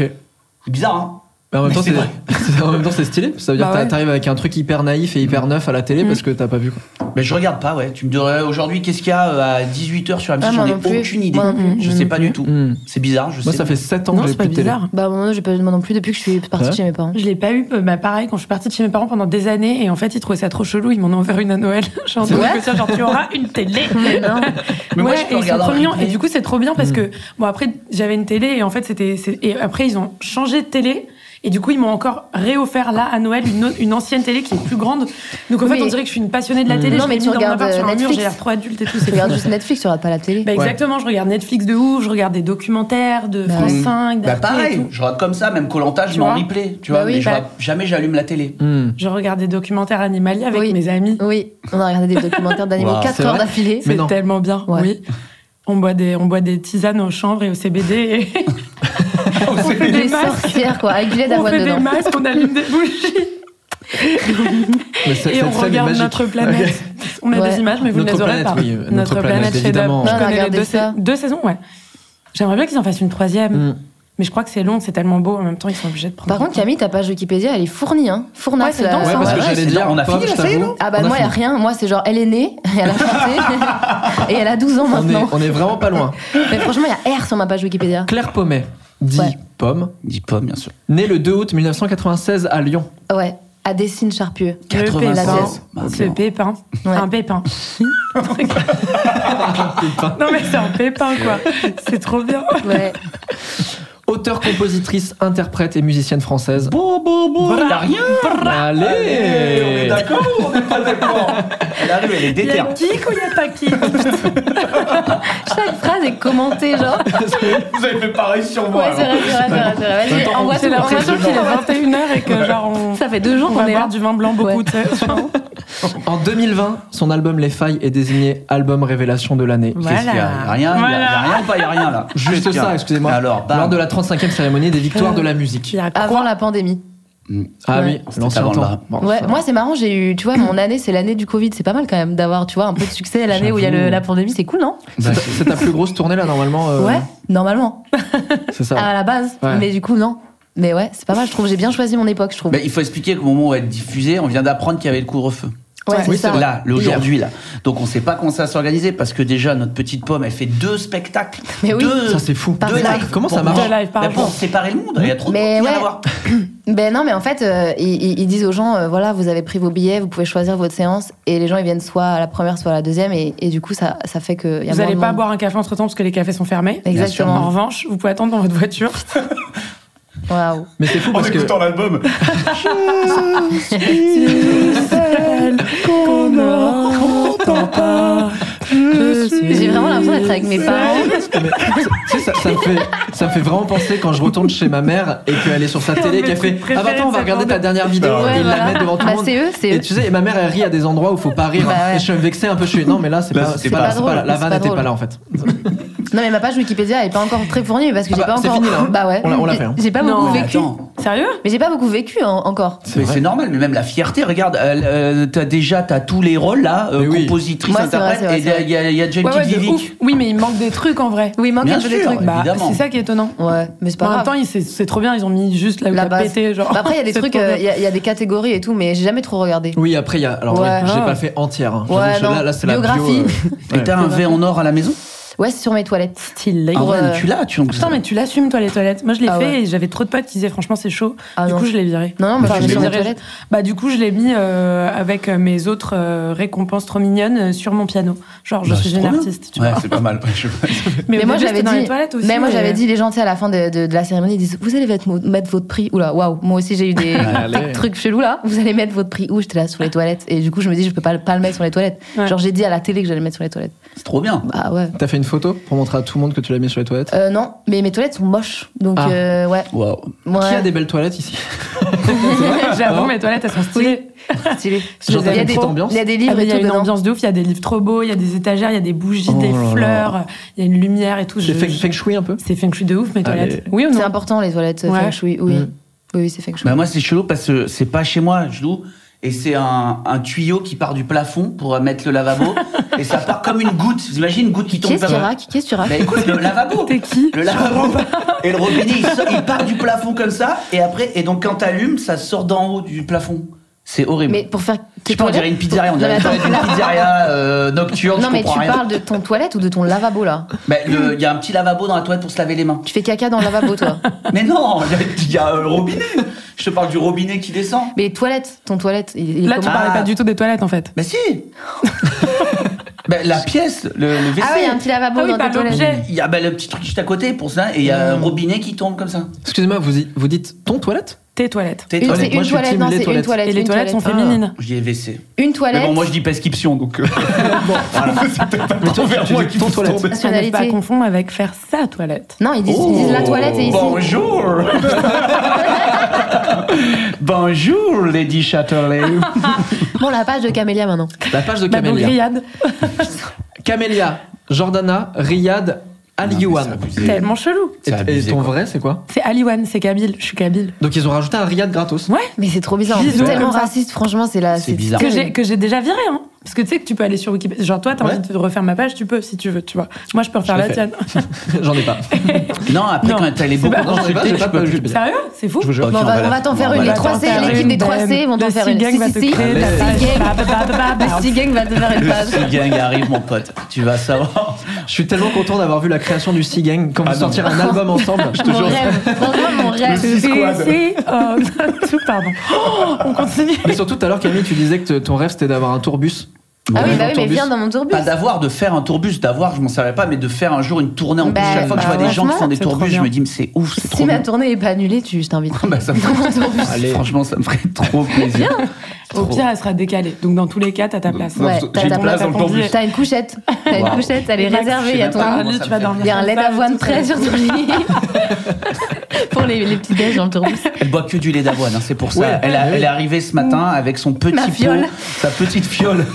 Speaker 4: C'est bizarre, hein.
Speaker 1: Mais en même
Speaker 4: Mais
Speaker 1: temps,
Speaker 4: c'est
Speaker 1: c'est-
Speaker 4: vrai.
Speaker 1: <laughs> c'est- en même temps, c'est stylé. Ça veut dire
Speaker 3: Bah
Speaker 1: que t'a-
Speaker 3: ouais.
Speaker 1: t'arrives avec un truc hyper naïf et
Speaker 4: Mm.
Speaker 1: hyper neuf à la télé parce que t'as pas vu. quoi.
Speaker 4: Mais je regarde pas, ouais. Tu me dirais aujourd'hui, qu'est-ce qu'il y a euh, à 18h sur
Speaker 5: Ah,
Speaker 4: M6
Speaker 5: moi
Speaker 4: J'en ai
Speaker 5: non plus.
Speaker 4: aucune idée.
Speaker 5: Moi non plus.
Speaker 4: Je
Speaker 5: Moi
Speaker 4: sais
Speaker 5: non
Speaker 4: pas
Speaker 5: plus.
Speaker 4: du tout.
Speaker 1: Hmm.
Speaker 4: C'est bizarre, je
Speaker 1: Moi,
Speaker 4: sais.
Speaker 1: ça fait 7 ans
Speaker 3: Non,
Speaker 1: que j'ai
Speaker 3: c'est pas
Speaker 1: plus de télé.
Speaker 3: bizarre.
Speaker 5: Bah, moi, j'ai pas moi non plus depuis que je suis partie
Speaker 1: C'est vrai
Speaker 5: chez mes parents.
Speaker 3: Je l'ai pas eu, euh, bah pareil, quand je suis partie de chez mes parents pendant des années, et en fait, ils trouvaient ça trop chelou, ils m'en ont offert une à Noël. <laughs> Genre,
Speaker 5: C'est
Speaker 3: donc,
Speaker 5: vrai
Speaker 3: je me suis dit, genre, tu auras une
Speaker 5: <laughs>
Speaker 3: télé. <laughs>
Speaker 5: Non.
Speaker 4: Mais moi,
Speaker 3: ouais,
Speaker 4: je peux
Speaker 3: et ils sont
Speaker 4: regarder
Speaker 3: trop
Speaker 4: en
Speaker 3: mignons.
Speaker 4: replay.
Speaker 3: Et du coup, c'est trop bien parce
Speaker 5: Mm.
Speaker 3: que, bon, après, j'avais une télé, et en fait, c'était. c'est- Et après, ils ont changé de télé. Et du coup, ils m'ont encore réoffert là à Noël une, autre- une ancienne télé qui est plus grande. Donc en
Speaker 5: Oui,
Speaker 3: fait, on
Speaker 5: mais-
Speaker 3: dirait que je suis une passionnée de la télé.
Speaker 5: Non,
Speaker 3: je
Speaker 5: mais
Speaker 3: l'ai
Speaker 5: tu
Speaker 3: mis dans mon
Speaker 5: regardes,
Speaker 3: appart sur
Speaker 5: euh,
Speaker 3: un mur,
Speaker 5: Netflix.
Speaker 3: j'ai l'air trop adulte et tout.
Speaker 5: Tu
Speaker 3: c'est
Speaker 5: regardes
Speaker 3: fou.
Speaker 5: juste Netflix, tu regardes pas la télé.
Speaker 3: Bah, exactement, je regarde Netflix de ouf, je regarde des documentaires de
Speaker 5: Bah
Speaker 3: France
Speaker 5: oui.
Speaker 3: 5,
Speaker 4: Bah
Speaker 3: d'Arte et
Speaker 4: pareil,
Speaker 3: tout.
Speaker 4: je regarde comme ça, même Colanta, je
Speaker 3: Tu
Speaker 4: mets en
Speaker 3: vois
Speaker 4: replay, tu
Speaker 5: Bah
Speaker 4: vois,
Speaker 5: oui,
Speaker 4: mais je
Speaker 5: bah-
Speaker 4: regarde- jamais j'allume la télé.
Speaker 1: Hmm.
Speaker 3: Je regarde des documentaires animaliers avec
Speaker 5: Oui.
Speaker 3: mes amis.
Speaker 5: Oui, on a regardé des documentaires d'animaux
Speaker 4: Wow.
Speaker 5: 4
Speaker 1: C'est
Speaker 5: heures
Speaker 1: vrai
Speaker 5: d'affilée.
Speaker 1: Mais
Speaker 3: C'est
Speaker 1: non.
Speaker 3: tellement bien,
Speaker 5: Ouais.
Speaker 3: oui. On boit, des, on boit des tisanes aux chambres et au CBD. et on fait des
Speaker 5: Des
Speaker 3: masques.
Speaker 5: sorcières, quoi, avec du
Speaker 3: <laughs>
Speaker 5: lait
Speaker 3: On
Speaker 5: d'avoine
Speaker 3: fait des
Speaker 5: dedans.
Speaker 3: masques, on allume des bougies
Speaker 1: Mais c'est-
Speaker 3: et
Speaker 1: cette
Speaker 3: on
Speaker 1: scène est
Speaker 3: regarde
Speaker 1: magique.
Speaker 3: notre planète. On a
Speaker 5: Ouais.
Speaker 3: des images, mais vous
Speaker 1: Notre
Speaker 3: ne les aurez
Speaker 1: planète,
Speaker 3: pas.
Speaker 1: oui, euh, notre planète,
Speaker 3: chef-d'œuvre.
Speaker 1: évidemment.
Speaker 5: On a
Speaker 3: Je connais les
Speaker 5: regardé
Speaker 3: deux,
Speaker 5: ça.
Speaker 3: sais- deux saisons, ouais. J'aimerais bien qu'ils en fassent une troisième,
Speaker 1: Hmm.
Speaker 3: mais je crois que c'est long, c'est tellement beau. En même temps, ils sont obligés de prendre.
Speaker 5: Par contre, Camille, ta page Wikipédia, elle est fournie, hein.
Speaker 3: Ouais,
Speaker 5: Fournasse.
Speaker 3: c'est
Speaker 5: là.
Speaker 3: dense,
Speaker 1: Ouais,
Speaker 3: hein.
Speaker 1: parce
Speaker 4: ouais,
Speaker 1: que j'allais
Speaker 4: c'est
Speaker 1: dire,
Speaker 4: dingue. On a
Speaker 1: Pomme,
Speaker 4: fini,
Speaker 1: je
Speaker 4: là, ça y est,
Speaker 1: t'avoue.
Speaker 4: non
Speaker 5: Ah bah
Speaker 1: On a
Speaker 5: moi, il a
Speaker 1: fini.
Speaker 5: rien. Moi, c'est genre, elle est née, elle a chanté, et elle a 12 ans
Speaker 1: On est,
Speaker 5: maintenant.
Speaker 1: on est vraiment pas
Speaker 4: <laughs>
Speaker 1: loin.
Speaker 5: Mais franchement, il y a R sur ma page Wikipédia.
Speaker 1: Claire Pommet, dit
Speaker 5: Ouais.
Speaker 1: Pomme,
Speaker 4: Dis pas, bien sûr.
Speaker 1: née le 2 août 1996 à Lyon.
Speaker 5: Ouais, à Dessine Charpieu.
Speaker 3: Le
Speaker 4: 96.
Speaker 3: pépin. C'est le pépin.
Speaker 5: Bah, Ouais.
Speaker 3: Un pépin. non, mais c'est un pépin, quoi. C'est trop bien.
Speaker 5: Ouais.
Speaker 1: Auteur, compositrice, interprète et musicienne française.
Speaker 4: Bon, bon, bon, elle a rien
Speaker 6: Eh, on est
Speaker 1: Allez
Speaker 6: d'accord ou on n'est pas
Speaker 4: <laughs>
Speaker 6: d'accord
Speaker 4: Elle arrive, elle
Speaker 3: Il
Speaker 4: est
Speaker 3: y
Speaker 4: déter.
Speaker 3: a qui ou il n'y a pas qui
Speaker 5: Chaque phrase est commentée, genre.
Speaker 6: Vous avez fait pareil sur moi.
Speaker 5: Ouais, c'est
Speaker 6: alors.
Speaker 5: vrai, c'est vrai, c'est vrai, c'est vrai. Vas-y, envoie
Speaker 3: C'est
Speaker 5: tout, envoie
Speaker 3: l'impression
Speaker 5: tout.
Speaker 3: qu'il est 21h et que, genre, on.
Speaker 5: Ça fait deux jours
Speaker 3: on
Speaker 5: qu'on
Speaker 3: va
Speaker 5: est là.
Speaker 3: boire du vin blanc beaucoup,
Speaker 5: Ouais.
Speaker 3: tu sais.
Speaker 1: En 2020, son album Les Failles est désigné album révélation de l'année.
Speaker 3: Ouais.
Speaker 4: Qu'est-ce qu'il y a Il y a rien, il y a- il y a
Speaker 3: Voilà.
Speaker 4: rien ou pas, il y a rien là.
Speaker 1: Juste
Speaker 4: Putain.
Speaker 1: ça, excusez-moi.
Speaker 4: Alors, bam.
Speaker 1: Lors de la 35e cérémonie des victoires de la musique.
Speaker 3: Il y a
Speaker 5: Avant la pandémie.
Speaker 1: Ah
Speaker 5: Ouais.
Speaker 1: oui,
Speaker 4: C'était
Speaker 1: l'ancien
Speaker 4: avant le
Speaker 1: temps.
Speaker 4: bar.
Speaker 1: Bon,
Speaker 5: Ouais,
Speaker 1: ça-
Speaker 5: moi c'est marrant, j'ai eu, tu vois, mon année c'est l'année du Covid, c'est pas mal quand même d'avoir, tu vois, un peu
Speaker 1: <laughs>
Speaker 5: de succès l'année où il y a le-
Speaker 1: J'avoue.
Speaker 5: la pandémie, c'est cool, non
Speaker 1: c'est ta- c'est ta plus grosse tournée là normalement. euh,
Speaker 5: Ouais, Euh, normalement,
Speaker 1: C'est ça.
Speaker 5: à la base,
Speaker 1: Ouais.
Speaker 5: mais du coup non. Mais ouais, c'est pas mal, je trouve, j'ai bien choisi mon époque, je trouve.
Speaker 4: Mais il faut expliquer qu'au moment où elle est diffusée, on vient d'apprendre qu'il y avait le couvre-feu.
Speaker 5: Ouais, c'est
Speaker 1: Oui,
Speaker 5: ça.
Speaker 1: c'est vrai.
Speaker 4: Là, l'aujourd'hui, là. Donc, on sait pas comment ça va s'organiser parce que déjà, notre petite pomme, elle fait deux spectacles.
Speaker 5: Mais oui.
Speaker 4: deux,
Speaker 1: Ça, c'est fou.
Speaker 4: Deux
Speaker 5: Par
Speaker 4: lives.
Speaker 1: Comment ça
Speaker 4: pour-
Speaker 1: marche
Speaker 3: Deux lives par
Speaker 4: Bah, Pour
Speaker 3: jour.
Speaker 4: séparer le monde. Il y a trop de monde
Speaker 5: Mais
Speaker 4: qui vient
Speaker 5: ouais.
Speaker 4: la voir.
Speaker 5: Ben non, mais en fait, euh, ils, ils- ils disent aux gens, euh, voilà, vous avez pris vos billets, vous pouvez choisir votre séance, et les gens ils viennent soit à la première, soit à la deuxième, et, et du coup ça, ça fait que. y a
Speaker 3: Vous
Speaker 5: moins
Speaker 3: n'allez
Speaker 5: de
Speaker 3: pas
Speaker 5: monde.
Speaker 3: boire un café entre temps parce que les cafés sont fermés. En
Speaker 5: Exactement.
Speaker 3: revanche, vous pouvez attendre dans votre
Speaker 5: <laughs>
Speaker 3: voiture.
Speaker 5: Waouh.
Speaker 1: Mais c'est fou
Speaker 6: En
Speaker 1: parce que
Speaker 6: écoutant l'album.
Speaker 3: qu'on n'entend pas.
Speaker 5: J'ai vraiment l'impression d'être avec mes parents.
Speaker 1: Mais, tu sais, ça, ça me fait, ça me fait vraiment penser quand je retourne chez ma mère et qu'elle est sur sa télé et qu'elle fait Ah bah attends, on va regarder ta dernière vidéo
Speaker 5: Ouais,
Speaker 1: et ils la
Speaker 5: voilà.
Speaker 1: mettent devant tout le
Speaker 5: Bah,
Speaker 1: monde.
Speaker 5: c'est eux, c'est
Speaker 1: Et
Speaker 5: eux.
Speaker 1: tu sais, et ma mère elle rit à des endroits où faut pas rire.
Speaker 5: Bah ouais.
Speaker 1: Et je suis vexé un peu, je suis Non, mais là, c'est
Speaker 6: Là,
Speaker 1: pas,
Speaker 6: c'était
Speaker 1: c'est
Speaker 6: pas
Speaker 1: pas,
Speaker 5: drôle,
Speaker 1: c'est pas là. La
Speaker 5: c'est
Speaker 1: vanne
Speaker 5: pas
Speaker 1: n'était
Speaker 5: drôle.
Speaker 1: pas là en fait.
Speaker 5: Non, mais ma page Wikipédia est pas encore très fournie parce que
Speaker 1: Ah
Speaker 5: j'ai
Speaker 1: bah,
Speaker 5: pas
Speaker 1: c'est
Speaker 5: encore.
Speaker 1: fini, là, hein.
Speaker 5: Bah ouais.
Speaker 1: On l'a- on l'a fait, hein.
Speaker 5: J'ai pas
Speaker 3: Non,
Speaker 5: beaucoup
Speaker 3: mais
Speaker 5: vécu.
Speaker 4: attends.
Speaker 3: Sérieux
Speaker 5: Mais j'ai pas beaucoup vécu en- encore.
Speaker 4: Mais C'est normal, mais même la fierté, regarde, euh, euh, t'as déjà t'as tous les rôles là, euh,
Speaker 1: Mais oui.
Speaker 4: compositrice,
Speaker 5: Ouais, c'est vrai,
Speaker 4: interprète,
Speaker 5: c'est vrai, c'est vrai.
Speaker 4: et il y, a- il y a déjà une
Speaker 3: Ouais, ouais,
Speaker 4: petite
Speaker 3: de
Speaker 4: Vivic.
Speaker 3: ouf. Oui, mais il manque des trucs en vrai.
Speaker 5: Oui, il manque
Speaker 4: Bien
Speaker 5: un peu des
Speaker 4: sûr.
Speaker 5: trucs.
Speaker 4: Ouais,
Speaker 3: Bah,
Speaker 4: évidemment.
Speaker 3: c'est ça qui est étonnant.
Speaker 5: Ouais, mais
Speaker 3: Mais
Speaker 5: c'est pas
Speaker 3: en même temps,
Speaker 5: grave.
Speaker 3: ils- c'est c'est trop bien, ils ont mis juste là où
Speaker 5: La
Speaker 3: t'as
Speaker 5: base.
Speaker 3: pété. Genre,
Speaker 5: Bah, après, il y a
Speaker 3: <laughs>
Speaker 5: des
Speaker 3: c'est
Speaker 5: trucs,
Speaker 3: trop
Speaker 5: euh,
Speaker 3: bien.
Speaker 5: il y, a- il y a des catégories et tout, mais j'ai jamais trop regardé.
Speaker 1: Oui, après, il y a. Alors,
Speaker 5: Ouais.
Speaker 1: oui, j'ai
Speaker 3: Ah.
Speaker 1: pas fait entière. hein. J'avoue
Speaker 5: Ouais,
Speaker 1: que
Speaker 5: non.
Speaker 1: Là, là, c'est la
Speaker 5: Biographie.
Speaker 1: bio. euh,
Speaker 4: Et t'as un verre en or à la maison
Speaker 5: <laughs> Ouais, c'est sur mes toilettes.
Speaker 3: Stylé.
Speaker 4: Ah ouais,
Speaker 5: euh,
Speaker 4: mais tu l'as, tu en
Speaker 3: Putain, mais tu l'assumes, toi, les toilettes. Moi, je l'ai
Speaker 5: Ah
Speaker 3: fait
Speaker 5: ouais.
Speaker 3: et j'avais trop de potes qui disaient, franchement, c'est chaud.
Speaker 5: Ah
Speaker 3: du
Speaker 5: non.
Speaker 3: coup, je l'ai viré.
Speaker 5: Non, non, mais
Speaker 3: Enfin,
Speaker 5: je l'ai
Speaker 3: je
Speaker 5: sur mes
Speaker 3: dirais-
Speaker 5: toilettes.
Speaker 3: Bah, du coup, je l'ai mis euh, avec euh, mes autres euh, récompenses trop mignonnes euh, sur mon piano. Genre, je
Speaker 4: Bah,
Speaker 3: suis
Speaker 4: c'est
Speaker 3: une
Speaker 4: trop bien.
Speaker 3: artiste. Tu
Speaker 4: Ouais,
Speaker 3: vois.
Speaker 4: c'est pas mal. <laughs> Je-
Speaker 3: Mais,
Speaker 5: Mais
Speaker 3: au
Speaker 5: moi,
Speaker 3: début,
Speaker 5: j'avais
Speaker 3: c'était dans les
Speaker 5: dit,
Speaker 3: toilettes aussi. euh.
Speaker 5: mais moi,
Speaker 3: et- <laughs>
Speaker 5: j'avais dit, les gens, tu sais, à la fin de, de- de la cérémonie, ils disent Vous allez mettre, mettre votre prix. Oula, waouh, moi aussi, j'ai
Speaker 1: <laughs>
Speaker 5: eu des
Speaker 1: Allez.
Speaker 5: trucs chelous là. Vous allez mettre votre prix. Ouh, j'étais là sur les toilettes. Et du coup, je me dis, je peux pas, le- pas le mettre sur les toilettes.
Speaker 3: Ouais.
Speaker 5: Genre, j'ai dit à la télé que j'allais le mettre sur les toilettes.
Speaker 4: C'est trop bien.
Speaker 5: Bah ouais.
Speaker 1: T'as fait une photo pour montrer à tout le monde que tu l'as mis sur les toilettes
Speaker 5: Euh, non, mais mes toilettes sont moches. Donc,
Speaker 1: Ah.
Speaker 5: euh, ouais.
Speaker 4: Waouh.
Speaker 5: ouais.
Speaker 1: Qui a des belles toilettes ici
Speaker 3: J'avoue, mes toilettes, elles sont stylées.
Speaker 5: Stylé.
Speaker 1: J'entends
Speaker 5: Il y a
Speaker 1: une
Speaker 5: des-
Speaker 1: petite ambiance.
Speaker 5: Il y a des
Speaker 3: Ah,
Speaker 5: livres
Speaker 3: mais
Speaker 5: et
Speaker 3: Il y a
Speaker 5: tout
Speaker 3: une
Speaker 5: dedans.
Speaker 3: ambiance de ouf, il y a des livres trop beaux, il y a des étagères, il y a des bougies,
Speaker 1: Oh
Speaker 3: des
Speaker 1: là là.
Speaker 3: fleurs, il y a une lumière et tout.
Speaker 1: J'ai
Speaker 3: Je-
Speaker 1: fait,
Speaker 3: je-
Speaker 1: fait que chouille un peu.
Speaker 3: C'est feng shui de ouf,
Speaker 1: Allez.
Speaker 3: mes toilettes. Oui ou non
Speaker 5: C'est important, les toilettes
Speaker 3: Ouais.
Speaker 5: feng shui. Oui,
Speaker 1: Mm.
Speaker 5: oui, oui, c'est feng shui.
Speaker 4: Bah moi c'est chelou parce que c'est pas chez moi, je loue. Et c'est un, un tuyau qui part du plafond pour euh, mettre le
Speaker 5: <laughs>
Speaker 4: lavabo. et ça part comme une goutte. Vous imaginez une goutte qui tombe
Speaker 5: Qu'est-ce qui
Speaker 4: par-
Speaker 5: raque Qu'est-ce qui
Speaker 4: Bah
Speaker 5: raque
Speaker 4: écoute, le lavabo
Speaker 3: T'es qui
Speaker 4: Le lavabo Et le robinet, il, sort- il part du plafond comme ça. Et après, et donc quand t'allumes, ça sort d'en haut du plafond. C'est horrible.
Speaker 5: Mais pour faire.
Speaker 4: je sais pas, on dirait une pizzeria, on dirait
Speaker 5: Non, mais attends.
Speaker 4: une
Speaker 5: <laughs>
Speaker 4: pizzeria euh, nocturne,
Speaker 5: Non,
Speaker 4: je
Speaker 5: mais
Speaker 4: comprends
Speaker 5: tu
Speaker 4: rien.
Speaker 5: parles de ton toilette ou de ton lavabo là
Speaker 4: Bah, le- Il y a un petit lavabo dans la toilette pour se laver les mains.
Speaker 5: Tu fais caca dans le lavabo toi
Speaker 4: Mais non, il y a- il y a, euh, le robinet. Je te parle du robinet qui descend.
Speaker 5: Mais toilette, ton toilette, il, il est
Speaker 3: Là, tu
Speaker 5: comment
Speaker 3: parlais
Speaker 4: Ah.
Speaker 3: pas du tout des toilettes en fait.
Speaker 5: <laughs>
Speaker 4: Bah si Bah, La pièce, le, le WC.
Speaker 5: Ah ouais, il y a un petit lavabo
Speaker 3: Ah oui,
Speaker 5: dans
Speaker 3: par
Speaker 5: tes toilettes.
Speaker 3: l'objet.
Speaker 4: Il y a bah, le petit truc juste à côté pour ça, et il y
Speaker 5: Mmh.
Speaker 4: a un robinet qui tombe comme ça.
Speaker 1: Excusez-moi, vous, y- vous dites ton toilette
Speaker 3: Tes toilettes.
Speaker 4: T'es
Speaker 5: Une,
Speaker 4: étonné.
Speaker 5: c'est
Speaker 1: moi,
Speaker 5: une
Speaker 1: je suis
Speaker 5: toilette,
Speaker 1: team
Speaker 5: non,
Speaker 1: les
Speaker 5: c'est une
Speaker 1: toilettes.
Speaker 5: toilette.
Speaker 3: Et les
Speaker 5: une
Speaker 3: toilettes sont
Speaker 5: toilette.
Speaker 3: féminines.
Speaker 4: Je dis WC.
Speaker 5: Une
Speaker 4: Mais
Speaker 5: toilette,
Speaker 4: bon, moi je dis pesquiption, donc. <laughs> euh, voilà.
Speaker 1: Mais toi, tu dis ton toilette.
Speaker 3: Tu n'arrives pas à
Speaker 5: Nationalité.
Speaker 3: confondre avec faire sa toilette.
Speaker 5: Non, ils disent, ils disent
Speaker 4: Oh.
Speaker 5: la toilette et ici.
Speaker 4: Bonjour
Speaker 5: <laughs>
Speaker 4: Bonjour, Lady Chatterley. <laughs>
Speaker 5: Bon, la page de Camélia maintenant.
Speaker 1: La page de
Speaker 3: Bah donc
Speaker 1: Camélia.
Speaker 3: Riyad,
Speaker 1: Camélia, Jordana, Riyad, Aliouane.
Speaker 3: tellement chelou.
Speaker 1: Et,
Speaker 4: C'est abusé,
Speaker 1: et ton
Speaker 4: quoi.
Speaker 1: vrai, c'est quoi
Speaker 3: C'est Aliwan, c'est Kabyle, je suis Kabyle.
Speaker 1: Donc ils ont rajouté un Riyad gratos.
Speaker 3: Ouais.
Speaker 5: Mais c'est trop bizarre.
Speaker 3: Bisous,
Speaker 5: C'est tellement
Speaker 3: comme ça.
Speaker 5: raciste, franchement, c'est la.
Speaker 4: C'est bizarre.
Speaker 3: Que
Speaker 5: terrible.
Speaker 3: j'ai, que j'ai déjà viré, hein. Parce que tu sais que tu peux aller sur Wikipédia. Genre, toi, t'as
Speaker 1: Ouais.
Speaker 3: envie de refaire ma page, tu peux si tu veux, tu vois. Moi, je peux refaire
Speaker 1: Je
Speaker 3: la
Speaker 1: l'ai fait.
Speaker 3: tienne.
Speaker 1: J'en ai pas.
Speaker 4: Non, après,
Speaker 3: Non.
Speaker 4: quand t'as les
Speaker 3: C'est
Speaker 4: beaucoup
Speaker 3: pas-
Speaker 1: Non, j'en ai pas,
Speaker 4: consultés,
Speaker 1: j'ai
Speaker 4: tu
Speaker 1: pas
Speaker 4: peux
Speaker 1: de
Speaker 4: plus.
Speaker 1: Wikipédia.
Speaker 3: Sérieux C'est fou
Speaker 4: Je vous jure.
Speaker 5: Bon, on va,
Speaker 4: la-
Speaker 5: on va t'en
Speaker 4: on
Speaker 5: faire
Speaker 4: va
Speaker 5: une. Les
Speaker 4: la-
Speaker 5: 3
Speaker 3: t'en
Speaker 5: C,
Speaker 3: faire
Speaker 5: l'équipe des
Speaker 3: une.
Speaker 5: 3 C vont t'en
Speaker 3: Le
Speaker 5: faire une.
Speaker 3: Sea Gang
Speaker 5: Si,
Speaker 3: va
Speaker 5: si,
Speaker 3: te
Speaker 5: si.
Speaker 3: créer
Speaker 5: Le
Speaker 3: ta page.
Speaker 5: Sea Gang-
Speaker 3: Bah, bah, bah, bah, bah.
Speaker 5: Le Sea Gang va te faire une page.
Speaker 4: Si gang arrive, mon pote, tu vas savoir.
Speaker 1: Je suis tellement content d'avoir vu la création du Sea Gang quand
Speaker 4: Ah
Speaker 1: vous
Speaker 4: non.
Speaker 1: sortirez un album ensemble. <laughs> Je te
Speaker 5: Mon
Speaker 1: jure.
Speaker 5: rêve. Franchement, mon rêve.
Speaker 3: C'est- oh, <laughs> tout, pardon. Oh, on continue.
Speaker 1: Mais surtout tout à l'heure, Camille, tu disais que te- ton rêve c'était d'avoir un tourbus.
Speaker 5: Ah oui,
Speaker 1: Ouais,
Speaker 5: bah oui, mais
Speaker 1: tourbus.
Speaker 5: viens dans mon tourbus.
Speaker 4: Pas d'avoir, de faire un tourbus, d'avoir, je m'en savais pas, mais de faire un jour une tournée en
Speaker 5: Bah,
Speaker 4: plus. Chaque fois que je
Speaker 5: bah,
Speaker 4: vois des gens qui font des
Speaker 3: franchement, c'est
Speaker 4: tourbus,
Speaker 3: trop
Speaker 4: je me
Speaker 3: bien.
Speaker 4: dis, mais c'est ouf, c'est
Speaker 5: Si
Speaker 4: trop
Speaker 5: ma
Speaker 4: bien.
Speaker 5: tournée est pas annulée, tu, je t'invite.
Speaker 4: <laughs> Bah, ça me ferait-
Speaker 5: Dans mon tourbus.
Speaker 4: Allez. <laughs> Franchement, ça me ferait trop plaisir.
Speaker 3: Au
Speaker 4: Trop.
Speaker 3: pire, elle sera décalée. Donc, dans tous les cas, t'as ta place.
Speaker 5: Ouais,
Speaker 4: j'ai
Speaker 5: t'as
Speaker 4: une
Speaker 5: ta
Speaker 4: place
Speaker 5: place
Speaker 4: dans le tourbus.
Speaker 5: T'as une couchette. T'as
Speaker 4: Wow.
Speaker 5: une couchette, elle est
Speaker 3: Max,
Speaker 5: réservée. Il y a
Speaker 4: je sais
Speaker 5: ton
Speaker 4: même
Speaker 3: Par
Speaker 4: Comment
Speaker 3: lui,
Speaker 4: ça
Speaker 3: tu
Speaker 4: me
Speaker 3: vas
Speaker 4: fait
Speaker 3: dormir.
Speaker 5: Il y a un
Speaker 3: comme
Speaker 5: lait
Speaker 3: ça,
Speaker 5: d'avoine
Speaker 3: tout
Speaker 5: près
Speaker 3: seul.
Speaker 5: sur ton lit. Pour les, les petits déj dans le tourbus.
Speaker 4: Elle boit que du lait d'avoine, hein, c'est pour ça.
Speaker 1: Ouais.
Speaker 4: elle, a- elle est arrivée ce matin avec son petit
Speaker 5: Ma
Speaker 4: pot,
Speaker 5: fiole.
Speaker 4: sa petite fiole. <laughs>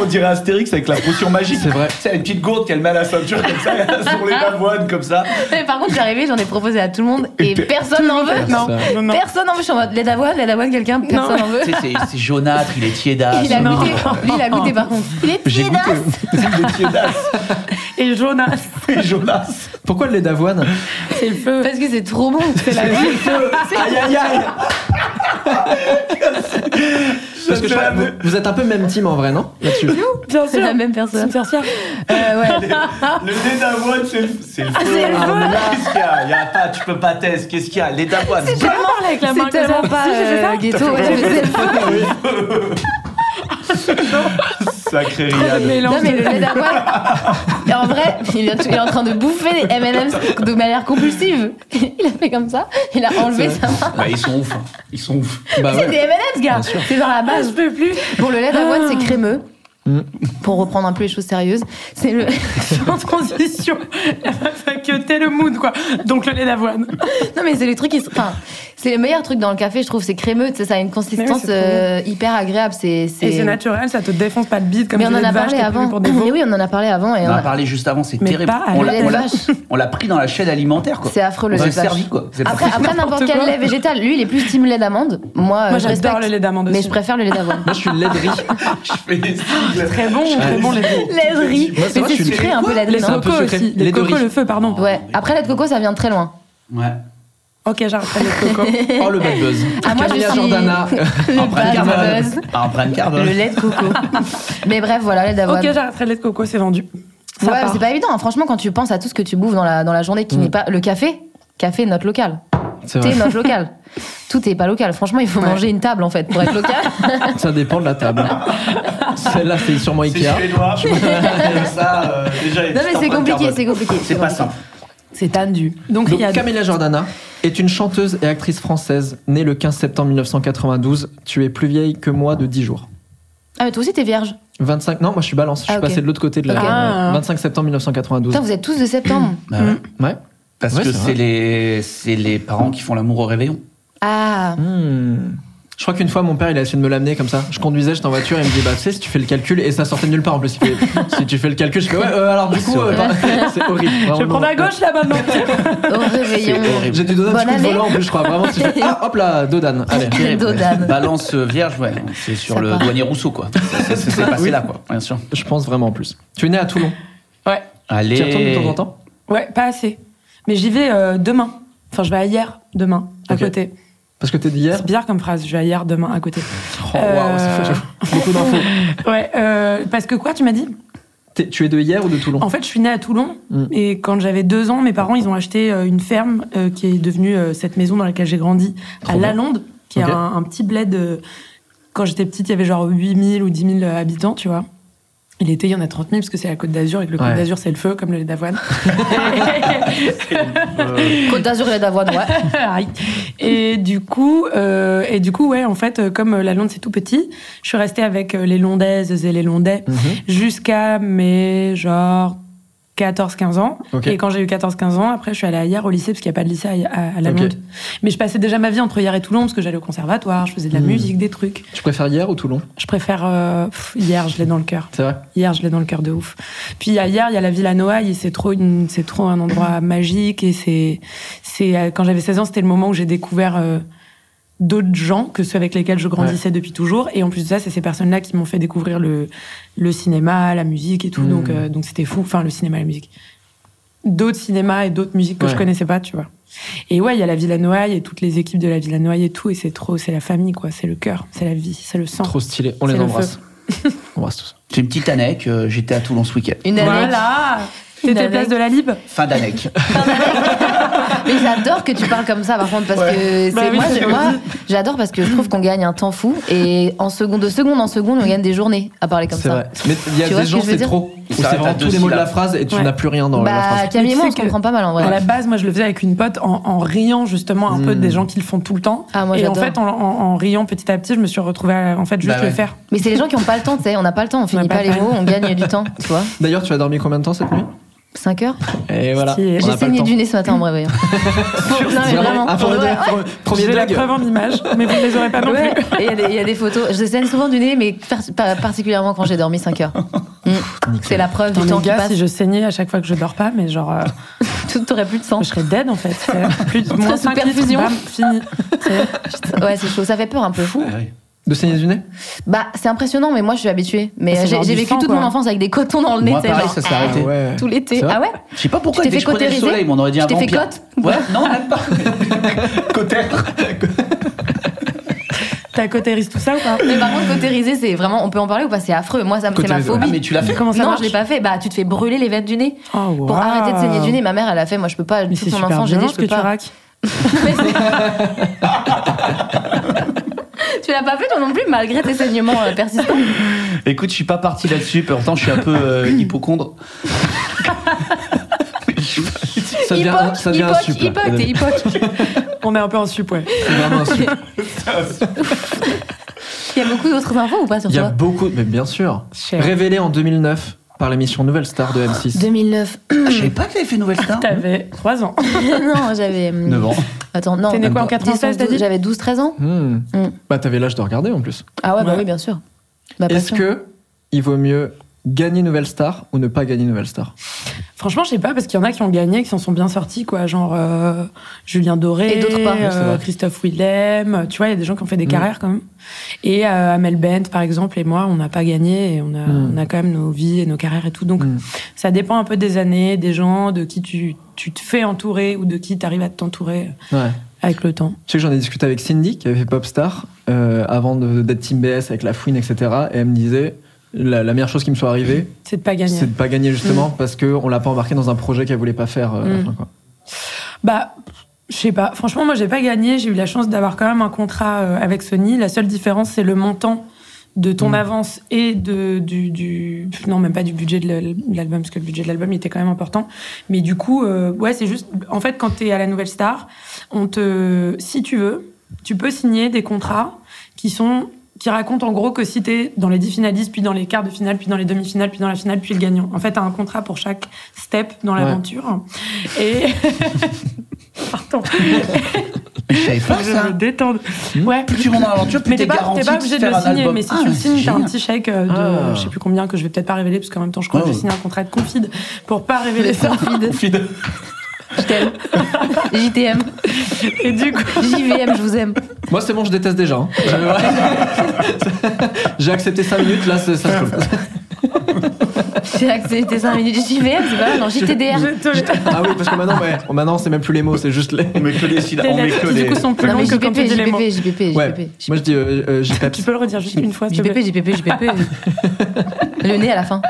Speaker 6: On dirait Astérix avec la potion magique.
Speaker 1: C'est vrai.
Speaker 4: C'est une petite gourde qu'elle met à la ceinture comme ça, <laughs>
Speaker 6: Sur les avoines comme ça.
Speaker 5: Mais par contre, je suis arrivée, j'en ai proposé à tout le monde et personne n'en veut.
Speaker 1: Non. ça.
Speaker 3: Non, non.
Speaker 5: Personne n'en veut. Je suis en mode lait d'avoine, lait d'avoine, quelqu'un, personne n'en veut.
Speaker 4: Tu sais, c'est c'est jaunâtre, il est tiédasse.
Speaker 5: Il a
Speaker 3: non.
Speaker 5: goûté.
Speaker 4: <laughs>
Speaker 5: Lui, il a goûté par contre. Il est
Speaker 1: J'ai
Speaker 5: tiédasse.
Speaker 1: goûté.
Speaker 6: Il est tiédasse
Speaker 3: Et Jonas,
Speaker 6: et jaunasse.
Speaker 1: Pourquoi le lait d'avoine
Speaker 3: c'est le feu.
Speaker 5: Parce que c'est trop bon. C'est la
Speaker 6: Aïe aïe aïe
Speaker 1: Parce que je crois que vous, vous êtes un peu même team en vrai, non Là-dessus.
Speaker 3: Bien
Speaker 5: C'est
Speaker 3: sûr.
Speaker 5: la même personne.
Speaker 3: C'est sorcière.
Speaker 5: Euh, ouais.
Speaker 6: Le lait d'avoine, c'est le c'est le feu.
Speaker 5: c'est le
Speaker 6: Ah, mais Qu'est-ce qu'il y a Il y a pas, tu peux pas tester. Qu'est-ce qu'il y a Lait d'avoine.
Speaker 3: Je parle avec la main
Speaker 5: C'est
Speaker 3: comme ça.
Speaker 5: tellement pas
Speaker 3: Si, j'ai fait ça.
Speaker 5: euh, ghetto. ouais, mais c'est le feu.
Speaker 6: Sacré
Speaker 3: Le
Speaker 6: Riyad.
Speaker 3: mélange
Speaker 5: <laughs> Non, mais le
Speaker 3: de-
Speaker 5: lait d'avoine. Et en vrai, il est, il est en train de bouffer les MM's de manière compulsive. Il a fait comme ça, il a enlevé sa main.
Speaker 4: Bah, ils sont ouf, hein. ils sont ouf.
Speaker 1: Bah
Speaker 5: C'est
Speaker 1: ouais.
Speaker 5: des MM's, gars. C'est genre la
Speaker 3: Ah,
Speaker 5: base.
Speaker 3: je peux plus. <laughs>
Speaker 5: Bon, le lait d'avoine,
Speaker 3: Ah.
Speaker 5: c'est crémeux.
Speaker 4: Mm.
Speaker 5: pour reprendre un peu les choses sérieuses. C'est le. <laughs>
Speaker 3: en transition. La meuf a cuté le mood, quoi. Donc le lait d'avoine.
Speaker 5: Non mais c'est le truc qui se- enfin, c'est le meilleur truc dans le café, je trouve, c'est crémeux, tu sais, ça a une
Speaker 3: Mais oui,
Speaker 5: consistance
Speaker 3: c'est trop
Speaker 5: euh, hyper agréable, c'est
Speaker 3: Et c'est naturel, ça te défonce pas le bide comme
Speaker 5: euh, Mais
Speaker 3: du
Speaker 5: on en
Speaker 3: lait
Speaker 5: a
Speaker 3: de vache,
Speaker 5: parlé
Speaker 3: t'es plus
Speaker 5: avant.
Speaker 3: pour des
Speaker 5: <laughs>
Speaker 3: veaux.
Speaker 5: Mais oui, on en a parlé avant et
Speaker 4: On
Speaker 5: on
Speaker 4: en a
Speaker 5: a-
Speaker 4: parlé juste avant, c'est
Speaker 3: Mais
Speaker 4: terrible.
Speaker 3: pas à
Speaker 4: On
Speaker 3: la
Speaker 4: l'a-
Speaker 5: lait
Speaker 4: on
Speaker 5: de
Speaker 4: l'a-
Speaker 5: vache.
Speaker 4: on l'a pris dans la chaîne alimentaire, quoi.
Speaker 5: c'est affreux le
Speaker 4: on s'est
Speaker 5: lait de vache.
Speaker 4: servi, quoi. C'est
Speaker 5: Après,
Speaker 4: parti.
Speaker 5: après n'importe quel
Speaker 3: quoi.
Speaker 5: lait végétal, lui il est plus team lait d'amande. Moi,
Speaker 3: Moi,
Speaker 5: je
Speaker 3: j'adore
Speaker 5: respecte,
Speaker 3: le lait d'amande
Speaker 5: mais
Speaker 3: aussi.
Speaker 5: je préfère le lait d'avoine.
Speaker 1: Moi, Ah, je suis le lait de riz.
Speaker 5: Ah,
Speaker 4: Je fais des sigles.
Speaker 3: Très bon, très bon les veaux.
Speaker 5: <laughs> lait de riz,
Speaker 4: Moi, c'est
Speaker 5: mais
Speaker 4: vrai, je
Speaker 5: c'est
Speaker 4: suis
Speaker 5: sucré
Speaker 4: une-
Speaker 5: un peu lait de
Speaker 3: Les
Speaker 5: riz.
Speaker 1: un
Speaker 3: cocos
Speaker 1: peu secret.
Speaker 3: aussi. Les
Speaker 1: Les
Speaker 3: cocos,
Speaker 1: Doris.
Speaker 3: le feu, pardon.
Speaker 5: Ouais. Après lait de coco, ça vient de très loin.
Speaker 4: Ouais.
Speaker 3: Ok, j'arrête pas
Speaker 5: <laughs>
Speaker 3: les cocos.
Speaker 4: Oh, le bad buzz.
Speaker 5: Ah, moi, je
Speaker 1: Camilla
Speaker 5: suis-
Speaker 1: Jordana. <laughs>
Speaker 5: Le
Speaker 4: Empreinte
Speaker 5: bad
Speaker 4: carbone.
Speaker 5: buzz.
Speaker 4: Empreinte carbone.
Speaker 5: Le lait de coco. <laughs> mais bref, voilà, lait d'avoine.
Speaker 3: Ok, j'arrêterai les cocos, c'est vendu. Ça
Speaker 5: Ouais,
Speaker 3: part.
Speaker 5: c'est pas évident. hein. Franchement, quand tu penses à tout ce que tu bouffes dans la, dans la journée, qui n'est pas le café, café note locale,
Speaker 1: C'est
Speaker 5: thé
Speaker 1: vrai.
Speaker 5: note locale, tout est pas local. Franchement, il faut
Speaker 3: Ouais.
Speaker 5: manger une table en fait pour être local.
Speaker 1: Ça dépend de la table. Celle-là, c'est sûrement
Speaker 6: C'est
Speaker 1: Ikea.
Speaker 6: suédois, je me ça, euh, déjà.
Speaker 5: non mais c'est compliqué, c'est compliqué.
Speaker 4: C'est pas simple.
Speaker 3: C'est tendu. Donc, il
Speaker 1: Donc,
Speaker 3: y a.
Speaker 1: Camilla Jordana est une chanteuse et actrice française née le 15 septembre 1992. Tu es plus vieille que moi de 10 jours.
Speaker 5: Ah mais toi aussi t'es vierge.
Speaker 1: 25 Non, moi je suis balance, je suis
Speaker 5: Ah, ok.
Speaker 1: passé de l'autre côté de la
Speaker 3: Ok. Ah.
Speaker 1: 25 septembre 1992.
Speaker 5: Putain, vous êtes tous de septembre.
Speaker 4: Bah ouais.
Speaker 1: Ouais.
Speaker 4: Parce
Speaker 1: Ouais,
Speaker 4: que
Speaker 1: c'est vrai.
Speaker 4: c'est les, c'est les parents qui font l'amour au
Speaker 5: <laughs>
Speaker 4: réveillon.
Speaker 5: Ah.
Speaker 1: Hmm. Je crois qu'une fois mon père il a essayé de me l'amener comme ça. Je conduisais, j'étais en voiture, il me dit bah tu sais si tu fais le calcul et ça sortait de nulle part en plus. Il <laughs> fait, si tu fais le calcul, je fais ouais euh, alors du coup euh, bah, <laughs> c'est horrible.
Speaker 3: Je vais
Speaker 1: Vraiment,
Speaker 3: prendre à
Speaker 1: non.
Speaker 3: gauche là
Speaker 1: <laughs>
Speaker 3: maintenant.
Speaker 5: Au réveillon.
Speaker 1: J'ai dû donner un
Speaker 5: Bonne
Speaker 1: petit coup de
Speaker 5: année.
Speaker 1: volant en plus je crois vraiment. Tu fais ah hop là Dodane. Allez.
Speaker 4: Terrible.
Speaker 5: Dodane.
Speaker 4: Balance euh, vierge, ouais. C'est sur
Speaker 5: Ça
Speaker 4: le
Speaker 5: part.
Speaker 4: douanier Rousseau,
Speaker 5: <laughs>
Speaker 4: quoi. C'est- C'est c'est passé
Speaker 1: Oui.
Speaker 4: là, quoi. Bien sûr.
Speaker 1: <laughs> Je pense vraiment en plus. Tu es né à Toulon.
Speaker 3: Ouais.
Speaker 4: Allez.
Speaker 1: Tu y retournes de temps en temps.
Speaker 3: Ouais, pas assez. Mais j'y vais euh, demain. Enfin, je vais à hier, demain, à
Speaker 1: Ok.
Speaker 3: côté.
Speaker 1: Parce que t'es d'hier.
Speaker 3: C'est bizarre comme phrase, je vais à hier, demain,
Speaker 1: <laughs>
Speaker 3: à côté.
Speaker 1: Oh,
Speaker 5: Euh,
Speaker 1: waouh, c'est fou, j'avoue. <laughs> Beaucoup d'infos.
Speaker 3: Ouais, euh, parce que quoi, tu m'as dit
Speaker 1: T'es- Tu es de hier ou de Toulon
Speaker 3: En fait, je suis née à Toulon
Speaker 1: Mm.
Speaker 3: et quand j'avais deux ans, mes parents ils ont acheté euh, une ferme euh, qui est devenue euh, cette maison dans laquelle j'ai grandi à
Speaker 1: Trop bien.
Speaker 3: Lalonde, qui
Speaker 1: Ok.
Speaker 3: est un, un petit bled. euh, quand j'étais petite, il y avait genre 8000 ou 10 000 habitants, tu vois. Et l'été, il y en a 30 000 parce que c'est la Côte d'Azur et que le
Speaker 1: Ouais.
Speaker 3: Côte d'Azur c'est le feu, comme le lait d'avoine.
Speaker 5: Côte d'Azur et d'avoine,
Speaker 3: <laughs>
Speaker 5: ouais.
Speaker 3: Aïe. et du coup, euh, et du coup, ouais, en fait, euh, comme euh, la Londe c'est tout petit, je suis restée avec euh, les Londaises et les Londais
Speaker 1: Mhm.
Speaker 3: jusqu'à mes genre 14-15 ans.
Speaker 1: Ok.
Speaker 3: Et quand j'ai eu 14-15 ans, après, je suis allée à Hier au lycée parce qu'il n'y a pas de lycée à, à- à la
Speaker 1: Ok.
Speaker 3: Londe. Mais je passais déjà ma vie entre Hier et Toulon parce que j'allais au conservatoire, je faisais de la
Speaker 1: Mhm.
Speaker 3: musique, des trucs.
Speaker 1: Tu préfères hier ou Toulon
Speaker 3: Je préfère euh, pff, Hier, je l'ai dans le cœur.
Speaker 1: C'est vrai.
Speaker 3: Hier, je l'ai dans le cœur de ouf. Puis à hier, il y a la Villa Noailles et c'est trop une, c'est trop un endroit magique et c'est, c'est euh, quand j'avais 16 ans, c'était le moment où j'ai découvert euh, d'autres gens que ceux avec lesquels je grandissais depuis toujours. Et en plus de ça, c'est ces personnes-là qui m'ont fait découvrir le, le cinéma, la musique et tout.
Speaker 1: Mhm.
Speaker 3: Donc, euh, donc c'était fou. Enfin, le cinéma, la musique. D'autres cinémas et d'autres musiques que
Speaker 1: Ouais.
Speaker 3: je connaissais pas, tu vois. Et ouais, il y a la Villa Noailles et toutes les équipes de la Villa Noailles et tout. Et c'est trop, c'est la famille, quoi. C'est le cœur, c'est la vie, c'est le sang.
Speaker 1: Trop stylé. On les
Speaker 3: C'est le
Speaker 1: embrasse. <laughs> On embrasse tous.
Speaker 4: J'ai une petite anecdote. euh, J'étais à Toulon ce week-end.
Speaker 5: Une année.
Speaker 3: Voilà! T'étais
Speaker 5: Une
Speaker 3: place de la Lib?
Speaker 4: Fin d'anecdote.
Speaker 5: Mais j'adore que tu parles comme ça, par contre, parce que c'est
Speaker 3: Bah oui,
Speaker 5: moi,
Speaker 3: c'est
Speaker 5: je- moi, j'adore parce que je trouve qu'on gagne un temps fou et en seconde, de seconde en seconde, on gagne des journées à parler comme
Speaker 1: C'est
Speaker 5: ça.
Speaker 1: vrai. Mais il y a
Speaker 5: Tu vois
Speaker 1: des
Speaker 5: ce que
Speaker 1: gens,
Speaker 5: je veux
Speaker 1: c'est
Speaker 5: dire
Speaker 1: trop. Où
Speaker 4: Ça
Speaker 1: C'est vraiment
Speaker 4: arrête à
Speaker 1: tous les
Speaker 4: deux
Speaker 1: mots de la
Speaker 4: syllabes.
Speaker 1: phrase et tu
Speaker 3: Ouais.
Speaker 1: n'as plus rien dans la
Speaker 5: Bah,
Speaker 1: phrase.
Speaker 5: Camille et moi,
Speaker 3: Mais
Speaker 5: on
Speaker 3: tu
Speaker 5: se
Speaker 3: sais que
Speaker 5: comprend pas mal en
Speaker 3: À
Speaker 5: vrai.
Speaker 3: la base, moi, je le faisais avec une pote en, en riant justement un peu
Speaker 4: Hmm.
Speaker 1: Mm.
Speaker 3: des gens qui le font tout le temps.
Speaker 5: Ah,
Speaker 3: et
Speaker 5: moi,
Speaker 3: en
Speaker 5: j'adore.
Speaker 3: fait, en, en- en riant petit à petit, je me suis retrouvée à, en fait juste
Speaker 4: Bah ouais.
Speaker 3: le faire.
Speaker 5: Mais c'est les gens qui ont pas le temps, tu sais. On n'a pas le temps, on finit
Speaker 3: pas
Speaker 5: pas,
Speaker 3: le
Speaker 5: les
Speaker 3: temps.
Speaker 5: mots, on gagne du
Speaker 3: <laughs>
Speaker 5: temps, tu vois.
Speaker 1: D'ailleurs, tu as dormi combien de temps cette nuit
Speaker 5: 5 heures.
Speaker 1: Et voilà.
Speaker 3: Stylé.
Speaker 1: On
Speaker 5: J'ai
Speaker 1: n'a pas le
Speaker 5: saigné
Speaker 1: temps.
Speaker 5: du nez ce matin en
Speaker 3: <laughs>
Speaker 5: vrai, voyons. non, mais vraiment.
Speaker 1: Ah, premier
Speaker 5: Ouais,
Speaker 1: dé- pre- premier
Speaker 3: J'ai la
Speaker 1: deg.
Speaker 3: preuve en
Speaker 4: <laughs>
Speaker 3: image, mais vous ne les aurez pas non
Speaker 5: Ouais,
Speaker 3: plus.
Speaker 5: et il y a des- il y, a des photos. Je saigne souvent du nez, mais par- par- particulièrement quand j'ai dormi
Speaker 3: <laughs>
Speaker 5: 5 heures. Mm. C'est la preuve du
Speaker 3: Putain,
Speaker 5: temps
Speaker 3: les
Speaker 5: qui
Speaker 3: gars,
Speaker 5: passe.
Speaker 3: si je saignais à chaque fois que je dors pas, mais genre, euh,
Speaker 5: Tout aurait plus de sang.
Speaker 3: je serais dead en fait.
Speaker 5: <laughs>
Speaker 3: C'est Plus, moins
Speaker 5: Très
Speaker 3: 5 litres,
Speaker 5: superfusion.
Speaker 3: bam, fini. C'est-
Speaker 5: Ouais, c'est chaud. Ça fait peur un peu.
Speaker 4: Ah oui.
Speaker 1: De saigner du nez
Speaker 5: Bah, c'est impressionnant, mais moi je suis habituée. Mais
Speaker 3: Ah, C'est
Speaker 5: euh, j'ai
Speaker 3: genre
Speaker 5: j'ai
Speaker 3: du
Speaker 5: vécu
Speaker 3: sang,
Speaker 5: toute
Speaker 3: quoi.
Speaker 5: mon enfance avec des cotons dans le nez,
Speaker 4: Moi,
Speaker 5: tu sais,
Speaker 4: pareil,
Speaker 5: genre,
Speaker 4: ça s'est arrêté.
Speaker 1: ouais.
Speaker 5: Ah tout l'été.
Speaker 1: C'est vrai
Speaker 5: Ah ouais
Speaker 4: Je sais pas pourquoi,
Speaker 5: Tu
Speaker 4: dès
Speaker 5: t'es
Speaker 4: que
Speaker 5: fait
Speaker 4: je prenais le
Speaker 5: cautériser
Speaker 4: soleil, on aurait dit un
Speaker 5: Tu t'es fait
Speaker 4: vampire.
Speaker 5: cote
Speaker 4: Ouais, non, même pas. Cotère.
Speaker 3: T'as cotérisé tout ça ou pas
Speaker 5: Mais par contre, cautériser, c'est vraiment. On peut en parler ou pas C'est affreux. Moi, ça me- c'est ma
Speaker 1: Cautériser, ouais.
Speaker 4: Ah,
Speaker 5: phobie.
Speaker 4: mais tu l'as fait.
Speaker 3: Comment ça
Speaker 5: non,
Speaker 3: marche
Speaker 5: je l'ai pas fait. Bah, tu te fais brûler les veines du nez
Speaker 3: Oh,
Speaker 5: pour
Speaker 3: wow.
Speaker 5: arrêter de saigner du nez. Ma mère, elle a fait. Moi, je peux pas.
Speaker 3: Mais
Speaker 5: Toute
Speaker 3: c'est
Speaker 5: mon
Speaker 3: super
Speaker 5: enfant, j'ai dit,
Speaker 3: violent
Speaker 5: je
Speaker 3: ce que
Speaker 5: peux
Speaker 3: tu
Speaker 5: pas.
Speaker 3: raques.
Speaker 5: Mais c'est- Tu l'as pas fait toi non plus, malgré tes saignements euh, persistants.
Speaker 4: Écoute, je suis pas parti là-dessus, pourtant je suis un peu euh, hypochondre.
Speaker 1: Ça devient un- ça devient un
Speaker 5: hypoc,
Speaker 1: sup. là.
Speaker 5: hypoc, t'es hypoc. <laughs>
Speaker 3: On est un peu en sup, ouais.
Speaker 1: C'est vraiment un sup.
Speaker 5: Il y a beaucoup d'autres infos ou pas sur
Speaker 1: Il y a
Speaker 5: toi
Speaker 1: beaucoup, mais bien sûr.
Speaker 3: Cher.
Speaker 1: Révélé en 2009 par l'émission Nouvelle Star de M6.
Speaker 5: 2009.
Speaker 4: Ah, Je savais pas que t'avais fait Nouvelle Star.
Speaker 3: T'avais 3 ans.
Speaker 5: <laughs> non, j'avais. hum,
Speaker 4: 9 ans.
Speaker 5: Attends, non.
Speaker 3: T'es né quoi en
Speaker 5: 10,
Speaker 3: 96, t'as
Speaker 5: 12,
Speaker 3: dit
Speaker 5: J'avais 12-13 ans.
Speaker 1: Hmm.
Speaker 5: Mm.
Speaker 1: Bah t'avais l'âge de regarder en plus.
Speaker 5: Ah ouais, bah
Speaker 3: Ouais.
Speaker 5: oui, bien sûr. Ma
Speaker 1: Est-ce
Speaker 5: passion.
Speaker 1: que il vaut mieux gagner Nouvelle Star ou ne pas gagner Nouvelle Star
Speaker 3: Franchement, je sais pas, parce qu'il y en a qui ont gagné, qui s'en sont bien sortis, quoi. Genre euh, Julien Doré,
Speaker 5: Et d'autres pas.
Speaker 3: euh,
Speaker 1: Ouais, c'est vrai. Mm.
Speaker 3: Christophe Willem. Tu vois, il y a des gens qui ont fait des carrières quand même. Et euh, Amel Bent, par exemple, et moi, on n'a pas gagné. Et on, a,
Speaker 1: Mm.
Speaker 3: on a quand même nos vies et nos carrières et tout. Donc,
Speaker 1: Mm.
Speaker 3: ça dépend un peu des années, des gens, de qui tu, tu te fais entourer ou de qui tu arrives à t'entourer
Speaker 1: Ouais.
Speaker 3: avec le temps.
Speaker 1: Je sais que j'en ai discuté avec Cindy qui avait fait Popstar euh, avant de- d'être Team BS avec la fouine, etc. Et elle me disait la, la meilleure chose qui me soit arrivée,
Speaker 3: C'est de pas gagner.
Speaker 1: c'est de pas gagner justement parce que on l'a pas embarqué dans un projet qu'elle voulait pas faire. euh, à la
Speaker 3: Mm.
Speaker 1: fin, quoi.
Speaker 3: Bah, je sais pas. Franchement, moi, j'ai pas gagné. J'ai eu la chance d'avoir quand même un contrat euh, avec Sony. La seule différence, c'est le montant de ton avance et de du, du non même pas du budget de l'al- de l'album parce que le budget de l'album il était quand même important mais du coup euh, ouais c'est juste en fait quand t'es à la nouvelle star on te si tu veux tu peux signer des contrats qui sont qui racontent en gros que si t'es dans les 10 finalistes puis dans les quarts de finale puis dans les demi-finales puis dans la finale puis le gagnant en fait t'as un contrat pour chaque step dans
Speaker 1: Ouais.
Speaker 3: l'aventure et <laughs> pardon
Speaker 4: Je savais pas
Speaker 3: je me
Speaker 4: ça.
Speaker 3: détendre ouais
Speaker 4: Plus tu vas dans l'aventure, plus
Speaker 3: mais
Speaker 4: t'es
Speaker 3: t'es pas,
Speaker 4: garanti
Speaker 3: t'es pas obligé de
Speaker 4: faire
Speaker 3: le
Speaker 4: un
Speaker 3: signer,
Speaker 4: album.
Speaker 3: mais si
Speaker 4: Ah,
Speaker 3: tu le
Speaker 4: c'est
Speaker 3: signes, t'as un
Speaker 4: génial.
Speaker 3: petit chèque euh, de
Speaker 1: Ah.
Speaker 3: je sais plus combien que je vais peut-être pas révéler, parce qu'en même temps, je crois que
Speaker 4: Ouais.
Speaker 3: j'ai signé un contrat de confide pour pas révéler ça. <laughs>
Speaker 4: Fide.
Speaker 5: Je t'aime. JTM.
Speaker 3: Et du coup,
Speaker 5: JVM, je vous aime.
Speaker 1: Moi c'est bon, je déteste déjà. hein. Je- <laughs> J'ai accepté 5 minutes, là c'est- ça se coule.
Speaker 5: J'ai accepté 5 minutes. JVM, c'est pas mal. Non, JTDR.
Speaker 3: je te le-
Speaker 1: Ah oui, parce que maintenant, ouais, maintenant c'est même plus les mots, c'est juste les.
Speaker 6: On met que des syllabes.
Speaker 3: les
Speaker 6: On met
Speaker 3: lettres
Speaker 6: que
Speaker 3: qui,
Speaker 6: des.
Speaker 3: du coup, sont plus
Speaker 5: Non, mais
Speaker 3: longues que quand
Speaker 5: JPP,
Speaker 3: tu dis les mots.
Speaker 5: JPP, JPP,
Speaker 1: Ouais,
Speaker 5: JPP.
Speaker 1: moi je dis euh, euh, j'ai peps.
Speaker 3: Tu peux le redire juste une fois, s'il te
Speaker 5: JPP,
Speaker 3: plaît.
Speaker 4: <laughs>
Speaker 5: JPP, JPP. Le nez à la fin.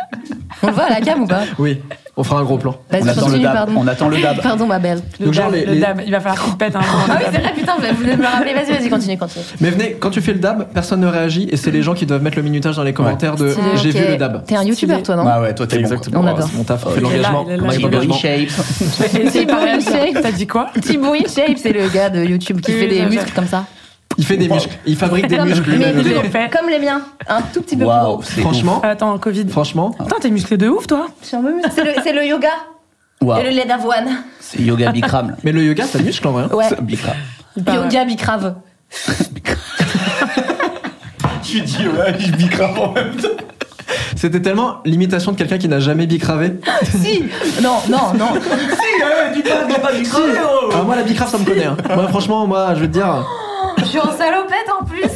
Speaker 5: On le voit à la cam ou pas
Speaker 1: Oui, on fera un gros plan.
Speaker 5: Vas-y,
Speaker 4: On attend
Speaker 5: continue,
Speaker 4: le dab.
Speaker 5: pardon.
Speaker 4: On attend le dab.
Speaker 5: Pardon, ma belle.
Speaker 3: Le
Speaker 1: Donc, genre,
Speaker 3: dab,
Speaker 1: les-
Speaker 3: le
Speaker 1: les-
Speaker 3: dab. il va falloir qu'il pète un moment.
Speaker 5: <laughs> Ah oui, c'est vrai, putain, vous voulez me le rappeler. Vas-y, vas-y, continue, continue.
Speaker 1: Mais venez, quand tu fais le dab, personne ne réagit et c'est les gens qui doivent mettre le minutage dans les commentaires
Speaker 4: Euh,
Speaker 1: de
Speaker 5: Stylé,
Speaker 1: j'ai
Speaker 5: Ah, ok.
Speaker 1: vu le dab.
Speaker 5: T'es un youtubeur, toi, non
Speaker 4: Bah
Speaker 6: Ah ouais, toi t'es bon, quoi.
Speaker 5: On adore.
Speaker 1: C'est mon taf, on fait de
Speaker 3: Il est là,
Speaker 1: l'engagement.
Speaker 3: il est là.
Speaker 1: on a de
Speaker 3: Petit
Speaker 1: l'engagement.
Speaker 4: shape.
Speaker 3: Et c'est
Speaker 5: Thibaut
Speaker 3: pareil,
Speaker 5: Michel.
Speaker 3: T'as dit quoi
Speaker 5: Thibaut InShape, c'est le gars de YouTube qui
Speaker 3: Oui,
Speaker 5: fait des
Speaker 3: j'adore.
Speaker 5: muscles comme ça.
Speaker 1: Il fait des muscles, il fabrique des
Speaker 5: Comme-
Speaker 1: muscles
Speaker 5: <laughs> mais
Speaker 1: lui-même.
Speaker 3: lui,
Speaker 5: des-
Speaker 3: en fait.
Speaker 5: Comme les miens, un tout petit peu plus
Speaker 4: Waouh,
Speaker 5: gros.
Speaker 4: c'est
Speaker 1: Franchement,
Speaker 3: Attends, Covid.
Speaker 1: franchement,
Speaker 3: Putain, t'es musclé de ouf, toi
Speaker 5: Je suis un peu musclé. C'est le- C'est le yoga
Speaker 4: ouf. Waouh,
Speaker 5: et le lait d'avoine.
Speaker 4: c'est yoga Bikram. là.
Speaker 1: mais le yoga, ça muscle en vrai. hein.
Speaker 5: Ouais,
Speaker 4: C'est Bikram.
Speaker 5: yoga bicrave.
Speaker 6: Tu dis, ouais, je bicrave en même temps.
Speaker 1: C'était tellement l'imitation de quelqu'un qui n'a jamais bicravé.
Speaker 5: Si Non, non, non.
Speaker 4: Si, ouais, dis pas, dis pas Bikram.
Speaker 1: Ah, moi, la bicrave, ça me connaît. hein. Moi, franchement, moi, je veux te dire.
Speaker 5: Je suis en salopette en plus.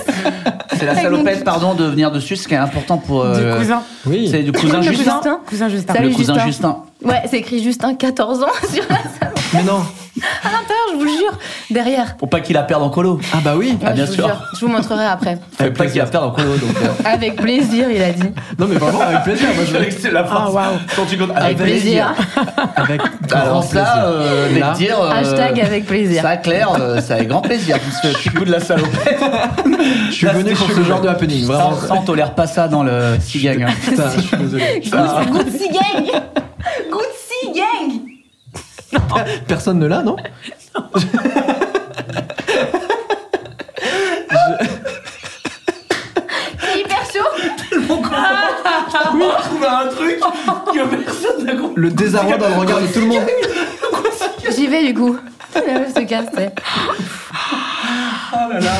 Speaker 4: C'est la salopette, pardon, de venir dessus, ce qui est important pour. euh,
Speaker 3: Du cousin.
Speaker 1: Oui.
Speaker 4: C'est du
Speaker 3: <laughs>
Speaker 4: cousin
Speaker 5: Le
Speaker 4: Justin.
Speaker 5: Justin.
Speaker 3: Cousin Justin.
Speaker 5: Salut
Speaker 4: Le cousin
Speaker 5: Justin.
Speaker 4: Justin.
Speaker 5: Ouais, c'est écrit Justin, 14 ans <laughs> sur la salopette,
Speaker 1: Mais non.
Speaker 5: je vous le jure. Derrière.
Speaker 4: Pour pas qu'il la perde en colo.
Speaker 1: Ah, bah oui.
Speaker 4: Ah,
Speaker 5: Ouais,
Speaker 4: bien
Speaker 5: je vous
Speaker 4: sûr.
Speaker 5: jure. Je vous montrerai après.
Speaker 4: Faut pas qu'il la perde en colo, donc. euh,
Speaker 5: Avec plaisir, il a dit.
Speaker 1: Non, mais vraiment, avec plaisir. Moi, je...
Speaker 6: C'est la phrase.
Speaker 3: Ah, waouh.
Speaker 6: Quand tu comptes.
Speaker 4: Avec plaisir.
Speaker 1: Avec grand
Speaker 4: Bah, Alors ça, euh, je vais
Speaker 1: Là.
Speaker 4: te dire. euh,
Speaker 5: Hashtag avec plaisir.
Speaker 4: Ça, Claire, euh, c'est avec grand
Speaker 6: <laughs>
Speaker 4: plaisir. qu'on se fait
Speaker 6: Petit coup de la salopette.
Speaker 1: je suis venu pour ce genre de happening.
Speaker 4: Ça,
Speaker 1: Vraiment.
Speaker 4: ça, on tolère pas ça dans le Sea Gang. hein.
Speaker 1: Putain, je suis désolé.
Speaker 5: Gucci Gang Gucci Gang
Speaker 1: <laughs> Personne ne l'a, non
Speaker 5: C'est hyper chaud
Speaker 6: trouver un truc que personne n'a compris.
Speaker 1: Le désarroi dans le regard de tout le monde.
Speaker 5: J'y vais du coup. La meuf se casse, t'sais.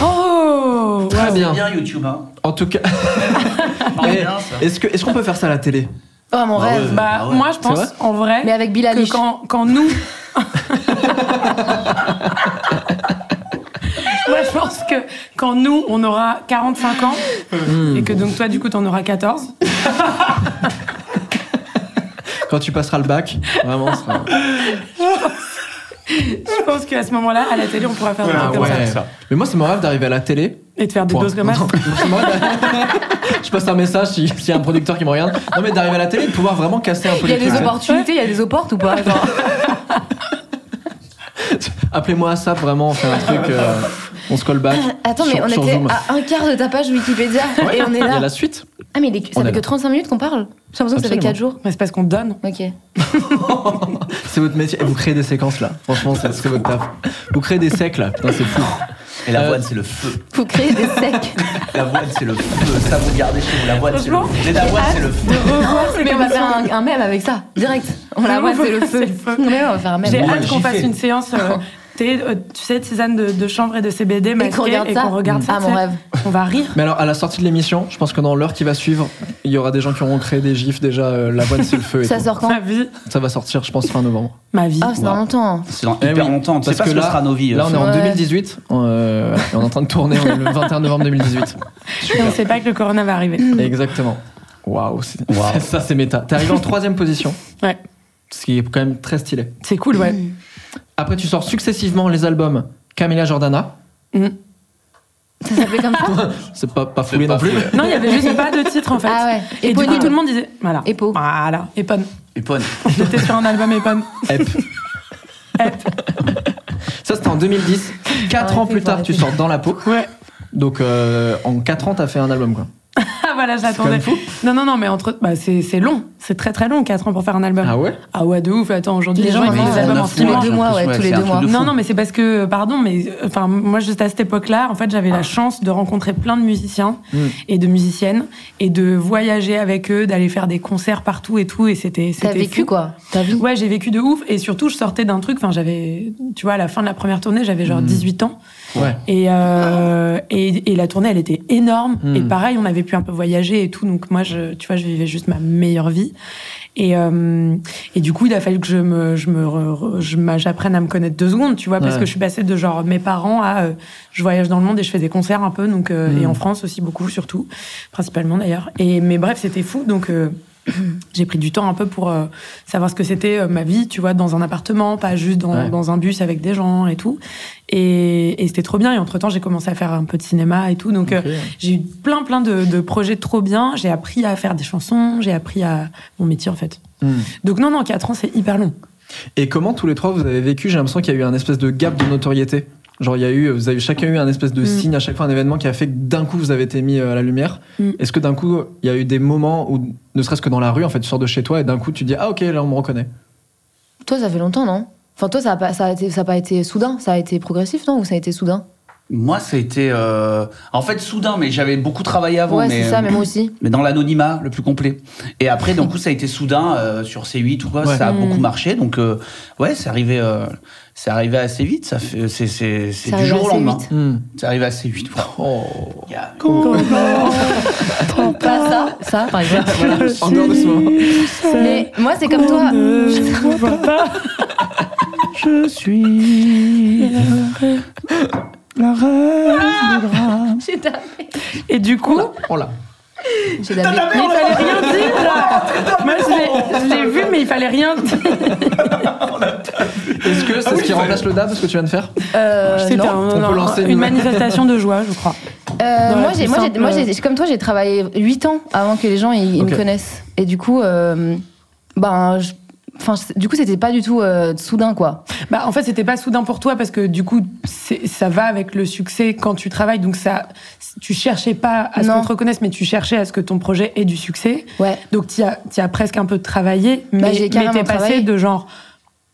Speaker 3: Oh
Speaker 1: Très
Speaker 4: C'est
Speaker 1: bien.
Speaker 4: bien YouTube. Hein.
Speaker 1: En tout cas,
Speaker 4: Parle
Speaker 1: eh,
Speaker 4: Ah, bien, ça.
Speaker 1: est-ce que- est-ce qu'on peut faire ça à la télé
Speaker 5: Oh mon
Speaker 4: Ah ouais.
Speaker 5: rêve
Speaker 3: Bah,
Speaker 4: Ah ouais.
Speaker 3: moi, je pense,
Speaker 1: vrai
Speaker 3: en vrai,
Speaker 5: Mais avec Bilal
Speaker 3: que quand, quand
Speaker 5: <laughs>
Speaker 3: nous. Moi, je pense que quand nous, on aura 45 ans, et que donc toi, du coup, t'en auras 14,
Speaker 1: Quand tu passeras le bac, vraiment. ça sera-
Speaker 3: je pense qu'à ce moment-là, à la télé, on pourra faire des
Speaker 6: Ouais,
Speaker 4: Ah,
Speaker 3: trucs comme
Speaker 6: ouais.
Speaker 3: ça.
Speaker 6: ça.
Speaker 1: Mais moi, c'est mon rêve d'arriver à la télé.
Speaker 3: Et de faire des
Speaker 1: Ah Point.
Speaker 3: doses comme ça.
Speaker 1: Non, c'est mon rêve. <laughs> Je passe un message si- s'il y a un producteur qui me regarde. Non, mais d'arriver à la télé et de pouvoir vraiment casser un peu
Speaker 5: Il y a
Speaker 1: les
Speaker 5: des
Speaker 1: trucs.
Speaker 5: opportunités, il y a des opportes ou pas Genre,
Speaker 1: Appelez-moi à ça, vraiment, on fait un truc. euh, on se colle back.
Speaker 5: Ah, Attends, mais
Speaker 1: Sur-
Speaker 5: on
Speaker 1: sur
Speaker 5: était
Speaker 1: Zoom.
Speaker 5: à un quart de ta page
Speaker 1: <laughs>
Speaker 5: Wikipédia et on
Speaker 1: Il
Speaker 5: est
Speaker 1: y a
Speaker 5: là.
Speaker 1: la suite.
Speaker 5: Ah, mais il est- ça
Speaker 1: On est
Speaker 5: fait que
Speaker 1: là.
Speaker 5: 35 minutes qu'on parle J'ai l'impression que ça fait
Speaker 1: Absolument.
Speaker 5: 4 jours.
Speaker 3: Mais c'est parce qu'on donne.
Speaker 5: Ok.
Speaker 1: C'est votre métier. Et vous créez des séquences là. Franchement, c'est c'est votre taf. Vous créez des secs là. Putain, c'est fou.
Speaker 4: Et l'avoine, c'est le feu.
Speaker 5: Faut créer des secs. <laughs>
Speaker 4: L'avoine, c'est le feu. Ça, vous le gardez chez vous. L'avoine, c'est le
Speaker 3: Franchement,
Speaker 4: feu. Mais l'avoine, c'est le feu.
Speaker 3: Revoir ces
Speaker 5: Mais on va faire
Speaker 3: conditions.
Speaker 5: un, un mème avec ça, direct. On la voit, c'est le feu. Ouais, on va faire un
Speaker 3: J'ai
Speaker 5: mème.
Speaker 4: Moi,
Speaker 3: hâte qu'on
Speaker 4: j'y
Speaker 3: fasse
Speaker 4: fais.
Speaker 3: une séance. euh, thé, euh, tu sais, de tisane de, de chanvre et de CBD
Speaker 5: Et
Speaker 3: masquée,
Speaker 5: qu'on regarde
Speaker 3: et
Speaker 5: ça.
Speaker 3: qu'on regarde ça.
Speaker 5: Ah,
Speaker 3: tu
Speaker 5: mon
Speaker 3: sais.
Speaker 5: rêve.
Speaker 3: On va rire.
Speaker 1: Mais alors, à la sortie de l'émission, je pense que dans l'heure qui va suivre, il y aura des gens qui auront créé des gifs déjà, euh, l'avoine c'est le feu. Et
Speaker 5: Ça
Speaker 1: tout.
Speaker 5: sort quand
Speaker 3: Ma vie,
Speaker 1: Ça va sortir, je pense, fin novembre.
Speaker 3: ma vie.
Speaker 5: Ah, c'est dans longtemps.
Speaker 4: C'est dans
Speaker 1: Eh
Speaker 4: hyper
Speaker 1: oui,
Speaker 4: longtemps. Tu sais
Speaker 1: parce
Speaker 4: pas
Speaker 1: que
Speaker 4: ce que
Speaker 1: là-
Speaker 4: sera nos vies. euh,
Speaker 1: Là, on est en
Speaker 5: Ouais.
Speaker 1: 2018, on, euh, et on est en train de tourner, on est le 21 novembre 2018.
Speaker 3: Et on sait pas que le corona va arriver.
Speaker 5: Mmh.
Speaker 1: Exactement. Waouh, c'est- <laughs>
Speaker 4: Waouh.
Speaker 1: ça c'est méta. T'es arrivé en troisième position,
Speaker 3: Ouais,
Speaker 1: ce qui est quand même très stylé.
Speaker 3: c'est cool, ouais.
Speaker 1: Après, tu sors successivement les albums Camilla Jordana,
Speaker 5: Ça s'appelait comme ça
Speaker 1: c'est pas, pas fouillé non plus.
Speaker 3: Non, il y avait juste pas de titre en fait.
Speaker 5: Ah ouais.
Speaker 3: Et du
Speaker 5: Éponyme.
Speaker 3: coup, tout le monde disait. Voilà.
Speaker 5: Épo.
Speaker 3: Voilà. Épone.
Speaker 4: Épone.
Speaker 3: J'étais sur un album Épone.
Speaker 1: Hep. <laughs> Ça c'était en 2010. 4
Speaker 5: Arrêtez,
Speaker 1: ans plus tard,
Speaker 5: arrêtez.
Speaker 1: tu sors Dans la peau.
Speaker 3: Ouais.
Speaker 1: Donc euh, en 4 ans, t'as fait un album quoi.
Speaker 3: <laughs> Ah voilà,
Speaker 1: quand
Speaker 3: j'attendais.
Speaker 1: même fou.
Speaker 3: Non, non, non, mais entre. Bah, c'est c'est long. C'est très très long, 4 ans pour faire un album.
Speaker 1: Ah ouais
Speaker 3: Ah ouais, de ouf. Attends, aujourd'hui,
Speaker 5: <laughs> Les
Speaker 3: les gens
Speaker 5: gens,
Speaker 3: ils
Speaker 5: ils
Speaker 3: font
Speaker 5: font
Speaker 3: des albums
Speaker 5: neuf
Speaker 3: en
Speaker 5: tous les
Speaker 3: 6 mois.
Speaker 5: deux mois, ouais, tous les deux mois.
Speaker 3: Non, non, mais c'est parce que, euh, pardon, mais enfin, moi, juste à cette époque-là, en fait, j'avais
Speaker 5: Ah.
Speaker 3: la chance de rencontrer plein de musiciens
Speaker 1: Hmm.
Speaker 3: et de musiciennes et de voyager avec eux, d'aller faire des concerts partout et tout. Et c'était.
Speaker 5: T'as
Speaker 3: c'était
Speaker 5: vécu
Speaker 3: fou.
Speaker 5: quoi Ta vie
Speaker 3: Ouais, j'ai vécu de ouf et surtout, je sortais d'un truc. Enfin, j'avais, tu vois, à la fin de la première tournée, j'avais genre 18 ans.
Speaker 1: Ouais.
Speaker 3: Et, euh, et, et la tournée, elle était énorme.
Speaker 1: Hmm.
Speaker 3: Et pareil, on avait pu un peu voyager et tout. Donc moi, je, tu vois, je vivais juste ma meilleure vie. Et, euh, et du coup, il a fallu que je me, je me, re- re- je m'a- j'apprenne à me connaître deux secondes, tu vois, parce
Speaker 1: Ouais.
Speaker 3: que je suis passée de genre mes parents à euh, je voyage dans le monde et je fais des concerts un peu, donc euh,
Speaker 1: Hmm.
Speaker 3: et en France aussi beaucoup, surtout, principalement d'ailleurs. Et mais bref, c'était fou. Donc euh, j'ai pris du temps un peu pour euh, savoir ce que c'était euh, ma vie, tu vois, dans un appartement, pas juste dans,
Speaker 1: Ouais.
Speaker 3: dans un bus avec des gens et tout. Et, et c'était trop bien. Et entre-temps, j'ai commencé à faire un peu de cinéma et tout. Donc, euh, j'ai eu plein, plein de, de projets trop bien. J'ai appris à faire des chansons, j'ai appris à mon métier, en fait.
Speaker 1: Hmm.
Speaker 3: Donc, non, non, 4 ans, c'est hyper long.
Speaker 1: Et comment tous les trois vous avez vécu J'ai l'impression qu'il y a eu un espèce de gap de notoriété. Genre, il y a eu, vous avez chacun eu un espèce
Speaker 5: Mm.
Speaker 1: de signe à chaque fois, un événement qui a fait que d'un coup vous avez été mis euh, à la lumière.
Speaker 3: Mm.
Speaker 1: Est-ce que d'un coup il y a eu des moments où, ne serait-ce que dans la rue, en fait, tu sors de chez toi et d'un coup tu dis Ah ok, là on me reconnaît.
Speaker 5: Toi, ça fait longtemps, non Enfin, toi, ça a pas, ça a été, ça a pas été soudain, ça a été progressif, non Ou ça a été soudain
Speaker 4: Moi, ça a été. euh, En fait, soudain, mais j'avais beaucoup travaillé avant.
Speaker 5: Ouais,
Speaker 4: mais...
Speaker 1: euh,
Speaker 4: euh,
Speaker 5: c'est ça, mais moi aussi.
Speaker 4: mais dans l'anonymat le plus complet. Et après, d'un coup, ça a été soudain euh, sur C8 ou quoi,
Speaker 1: Ouais.
Speaker 4: ça a
Speaker 5: Hmm.
Speaker 4: beaucoup marché. Donc, euh, ouais, c'est arrivé, euh, c'est arrivé assez vite. Ça fait, c'est, c'est, c'est
Speaker 5: Ça
Speaker 4: du
Speaker 5: arrive
Speaker 4: jour au
Speaker 5: assez
Speaker 4: lemain.
Speaker 5: vite.
Speaker 1: Hmm.
Speaker 4: C'est arrivé assez vite.
Speaker 1: Oh.
Speaker 4: Il y a-
Speaker 5: Pas ça, ça,
Speaker 1: <laughs>
Speaker 5: par exemple.
Speaker 1: En dehors de ce moment.
Speaker 5: Mais moi, c'est comme toi.
Speaker 7: Je suis la reine des draps.
Speaker 5: <laughs> J'ai tapé.
Speaker 3: Et du coup,
Speaker 1: Oh là.
Speaker 5: J'ai tapé.
Speaker 3: mais il fallait rien dire, là Moi, je l'ai- je l'ai vu, mais il fallait rien dire.
Speaker 1: Est-ce que c'est ce qui remplace le DAB, ce que tu viens de faire
Speaker 5: Euh,
Speaker 3: C'était
Speaker 5: non.
Speaker 3: un-
Speaker 1: On
Speaker 3: non,
Speaker 1: peut
Speaker 3: non,
Speaker 1: lancer une-
Speaker 3: une manifestation de joie, je crois.
Speaker 5: Euh,
Speaker 3: Dans la
Speaker 5: moi,
Speaker 3: plus
Speaker 5: j'ai, moi, j'ai,
Speaker 3: simple-
Speaker 5: moi j'ai- j'ai- comme toi, j'ai travaillé 8 ans avant que les gens ils, ils
Speaker 1: Ok.
Speaker 5: me connaissent. Et du coup, euh, ben, je- enfin, je- du coup, c'était pas du tout euh, soudain, quoi.
Speaker 3: Bah, en fait, c'était pas soudain pour toi parce que du coup, c'est- ça va avec le succès quand tu travailles. Donc, ça, tu cherchais pas à ce
Speaker 5: Non.
Speaker 3: qu'on te reconnaisse, mais tu cherchais à ce que ton projet ait du succès.
Speaker 5: Ouais. Bah,
Speaker 3: Donc, tu as, t'y as presque un peu travaillé, mais,
Speaker 5: j'ai
Speaker 3: mais
Speaker 5: carrément
Speaker 3: t'es passé
Speaker 5: travaillé.
Speaker 3: de genre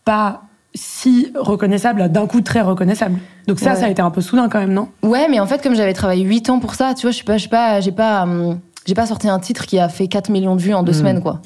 Speaker 3: pas si reconnaissable à d'un coup très reconnaissable. Donc, ça,
Speaker 5: Ouais.
Speaker 3: ça a été un peu soudain quand même, non
Speaker 5: Ouais, mais en fait, comme j'avais travaillé 8 ans pour ça, tu vois, je suis pas, je suis pas, j'ai pas, hum, j'ai pas sorti un titre qui a fait 4 millions de vues en deux
Speaker 7: Hmm.
Speaker 1: Mm.
Speaker 5: semaines, quoi.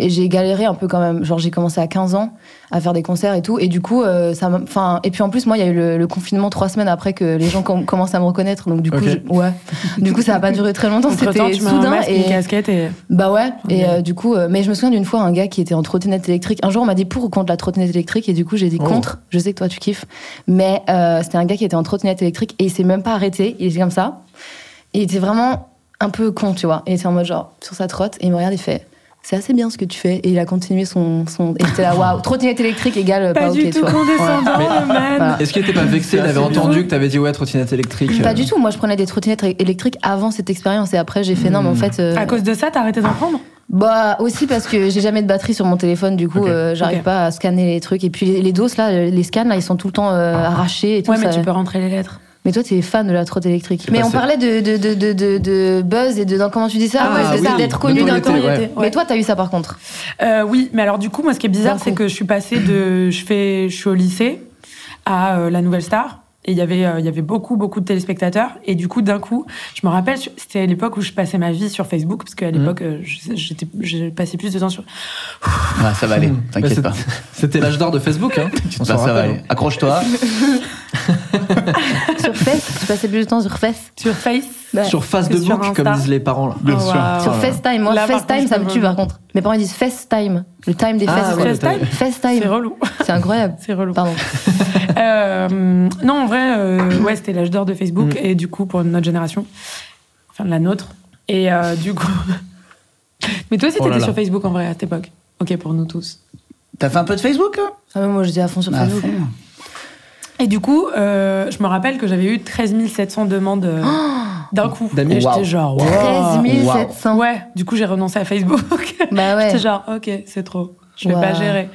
Speaker 5: Et j'ai galéré un peu quand même. Genre, j'ai commencé à 15 ans à faire des concerts et tout. Et du coup, euh, ça m'a- enfin, et puis en plus, moi, il y a eu le, le confinement trois semaines après que les gens com- commencent à me reconnaître. Donc, du coup,
Speaker 1: Ok.
Speaker 5: je- ouais. Du coup, ça a pas duré très longtemps.
Speaker 3: Entre temps,
Speaker 5: C'était
Speaker 3: tu mets un
Speaker 5: soudain.
Speaker 3: masque, une
Speaker 5: Et,
Speaker 3: casquette et.
Speaker 5: Bah ouais, et
Speaker 3: Ok.
Speaker 5: euh, du coup, euh, mais je me souviens d'une fois un gars qui était en trottinette électrique. Un jour, on m'a dit pour ou contre la trottinette électrique, et du coup, j'ai dit
Speaker 1: Oh.
Speaker 5: contre. Je sais que toi, tu kiffes, mais euh, c'était un gars qui était en trottinette électrique et il s'est même pas arrêté. Il était comme ça. Et il était vraiment un peu con, tu vois. Il était en mode genre sur sa trotte et il me regarde, il fait. C'est assez bien ce que tu fais. Et il a continué son. son... Et j'étais là, waouh, trottinette électrique égale euh, pas,
Speaker 3: Pas
Speaker 5: ok,
Speaker 3: du
Speaker 5: tu
Speaker 3: tout
Speaker 5: vois.
Speaker 3: condescendant,
Speaker 1: Ouais.
Speaker 3: le man.
Speaker 5: Voilà.
Speaker 1: Est-ce qu'il était pas vexé Il
Speaker 3: Ah. C'est
Speaker 1: avait
Speaker 3: assez
Speaker 1: entendu
Speaker 3: bien.
Speaker 1: que t'avais dit ouais, trottinette électrique.
Speaker 5: Pas
Speaker 1: euh,
Speaker 5: du tout. Moi, je prenais des trottinettes électriques avant cette expérience. Et après, j'ai fait non, mais en fait. euh,
Speaker 3: À cause de ça, t'as arrêté d'en prendre
Speaker 5: Bah aussi parce que j'ai jamais de batterie sur mon téléphone, du coup
Speaker 1: Ok.
Speaker 5: euh, j'arrive
Speaker 3: Ok.
Speaker 5: pas à scanner les trucs. Et puis les, les doses là, les scans là, ils sont tout le temps euh, arrachés et tout
Speaker 3: Ah. Ouais, mais
Speaker 5: ça.
Speaker 3: tu peux rentrer les lettres.
Speaker 5: Mais toi t'es fan de la trotte électrique.
Speaker 1: C'est
Speaker 5: Mais
Speaker 1: pas
Speaker 5: on
Speaker 1: ça.
Speaker 5: parlait de, de, de, de, de- de buzz et de dans- comment tu dis ça,
Speaker 3: Ah,
Speaker 5: ouais,
Speaker 3: oui,
Speaker 5: de- de-
Speaker 3: de
Speaker 5: d'être connu d'un
Speaker 1: notoriété,
Speaker 5: temps.
Speaker 1: ouais.
Speaker 5: Mais toi t'as eu ça
Speaker 3: <laughs>
Speaker 5: par contre.
Speaker 3: Euh, oui, mais alors du coup, moi, ce qui est bizarre,
Speaker 5: D'un
Speaker 3: c'est
Speaker 5: coup.
Speaker 3: que je suis passée de, je fais, je suis au lycée à euh, la Nouvelle Star. Et il y avait, euh, il y avait beaucoup, beaucoup de téléspectateurs. Et du coup, d'un coup, je me rappelle, sur- c'était à l'époque où je passais ma vie sur Facebook, parce qu'à l'époque, euh, je- j'étais, j'ai passé plus de temps sur.
Speaker 4: Ah, ça va aller, t'inquiète
Speaker 1: Bah,
Speaker 4: pas.
Speaker 1: c'est- <laughs> C'était l'âge d'or de Facebook, hein. On s'en
Speaker 4: Bah, ça va
Speaker 1: rappelle,
Speaker 4: aller.
Speaker 5: <laughs>
Speaker 4: Accroche-toi.
Speaker 5: Sur Face, tu passais plus de temps sur Face.
Speaker 3: Sur Face.
Speaker 1: hein. Sur
Speaker 3: Bah, sur
Speaker 1: Facebook,
Speaker 3: Insta. Oh,
Speaker 1: comme disent les parents, là.
Speaker 5: Oh,
Speaker 7: Bien sûr.
Speaker 5: Sur FaceTime. Moi,
Speaker 3: Ah. Là, par
Speaker 5: FaceTime,
Speaker 3: contre,
Speaker 5: ça
Speaker 3: je
Speaker 5: me
Speaker 3: peux
Speaker 5: tue
Speaker 3: pas.
Speaker 5: par contre. Mes parents, ils disent FaceTime. Le time des
Speaker 1: Ah,
Speaker 5: faces.
Speaker 1: ouais,
Speaker 3: FaceTime, C'est
Speaker 5: FaceTime.
Speaker 3: relou. <laughs>
Speaker 5: C'est incroyable.
Speaker 3: C'est relou.
Speaker 5: Pardon.
Speaker 3: Euh, non, en vrai, euh, ouais, c'était l'âge d'or de Facebook
Speaker 1: Mm.
Speaker 3: et du coup pour notre génération, enfin de la nôtre. Et euh, du coup, <laughs> mais toi aussi
Speaker 1: Oh là
Speaker 3: t'étais
Speaker 1: là.
Speaker 3: sur Facebook en vrai à cette époque. Ok pour nous tous.
Speaker 4: T'as fait un peu de Facebook hein là
Speaker 5: Ah, mais moi, je dis à fond sur
Speaker 4: Ah,
Speaker 5: Facebook.
Speaker 4: fou.
Speaker 3: Et du coup, euh, je me rappelle que j'avais eu 13 700 demandes
Speaker 5: <gasps>
Speaker 3: euh, d'un coup.
Speaker 1: D'amis.
Speaker 3: Et
Speaker 1: Wow.
Speaker 3: j'étais genre, wow.
Speaker 5: 13
Speaker 4: Wow.
Speaker 5: 700.
Speaker 3: ouais. Du coup, j'ai renoncé à Facebook. <laughs>
Speaker 5: Bah ouais.
Speaker 3: J'étais genre, ok, c'est trop. Je vais
Speaker 5: Wow.
Speaker 3: pas gérer.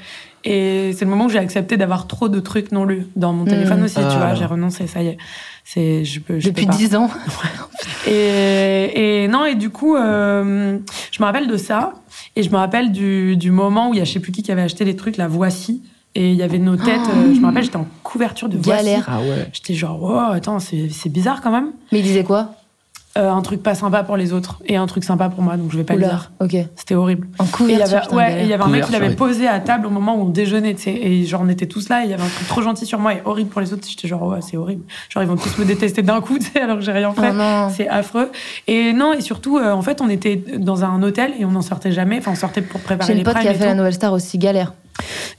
Speaker 3: Et c'est le moment où j'ai accepté d'avoir trop de trucs non lus dans mon téléphone aussi,
Speaker 1: Ah
Speaker 3: tu vois.
Speaker 1: là.
Speaker 3: J'ai renoncé, ça y est. C'est, je peux, je
Speaker 5: Mm. Depuis
Speaker 3: peux pas.
Speaker 5: 10 ans.
Speaker 3: Et, et non, et du coup, euh, je me rappelle de ça. Et je me rappelle du, du moment où il y a je sais plus qui qui avait acheté les trucs, la voici. Et il y avait nos têtes. euh, je me rappelle, j'étais en couverture de voici.
Speaker 5: Galère.
Speaker 1: Ah ouais.
Speaker 3: J'étais genre, wow, attends, c'est c'est bizarre quand même.
Speaker 5: Mais il disait quoi
Speaker 3: Euh, un truc pas sympa pour les autres et un truc sympa pour moi, donc je vais pas le
Speaker 5: Oula.
Speaker 3: dire.
Speaker 5: Ok.
Speaker 3: C'était horrible.
Speaker 5: En
Speaker 3: Et il y
Speaker 5: couverture.
Speaker 3: avait,
Speaker 5: putain,
Speaker 3: ouais, et
Speaker 5: galère.
Speaker 3: il y avait un mec qui
Speaker 4: Couverture,
Speaker 3: l'avait
Speaker 4: oui.
Speaker 3: posé à table au moment où on déjeunait, tu sais. Et genre, on était tous là, et il y avait un truc trop gentil sur moi et horrible pour les autres. J'étais genre, ouais, c'est horrible. Genre, ils vont tous me détester d'un coup, <laughs> tu sais, alors que j'ai rien fait.
Speaker 5: Oh non.
Speaker 3: C'est affreux. Et non, et surtout, euh, en fait, on était dans un hôtel et on n'en sortait jamais. Enfin, on sortait pour préparer
Speaker 5: J'ai
Speaker 3: les
Speaker 5: une pote qui
Speaker 3: primes
Speaker 5: a
Speaker 3: et
Speaker 5: fait la
Speaker 3: tout.
Speaker 5: nouvelle star aussi. Galère.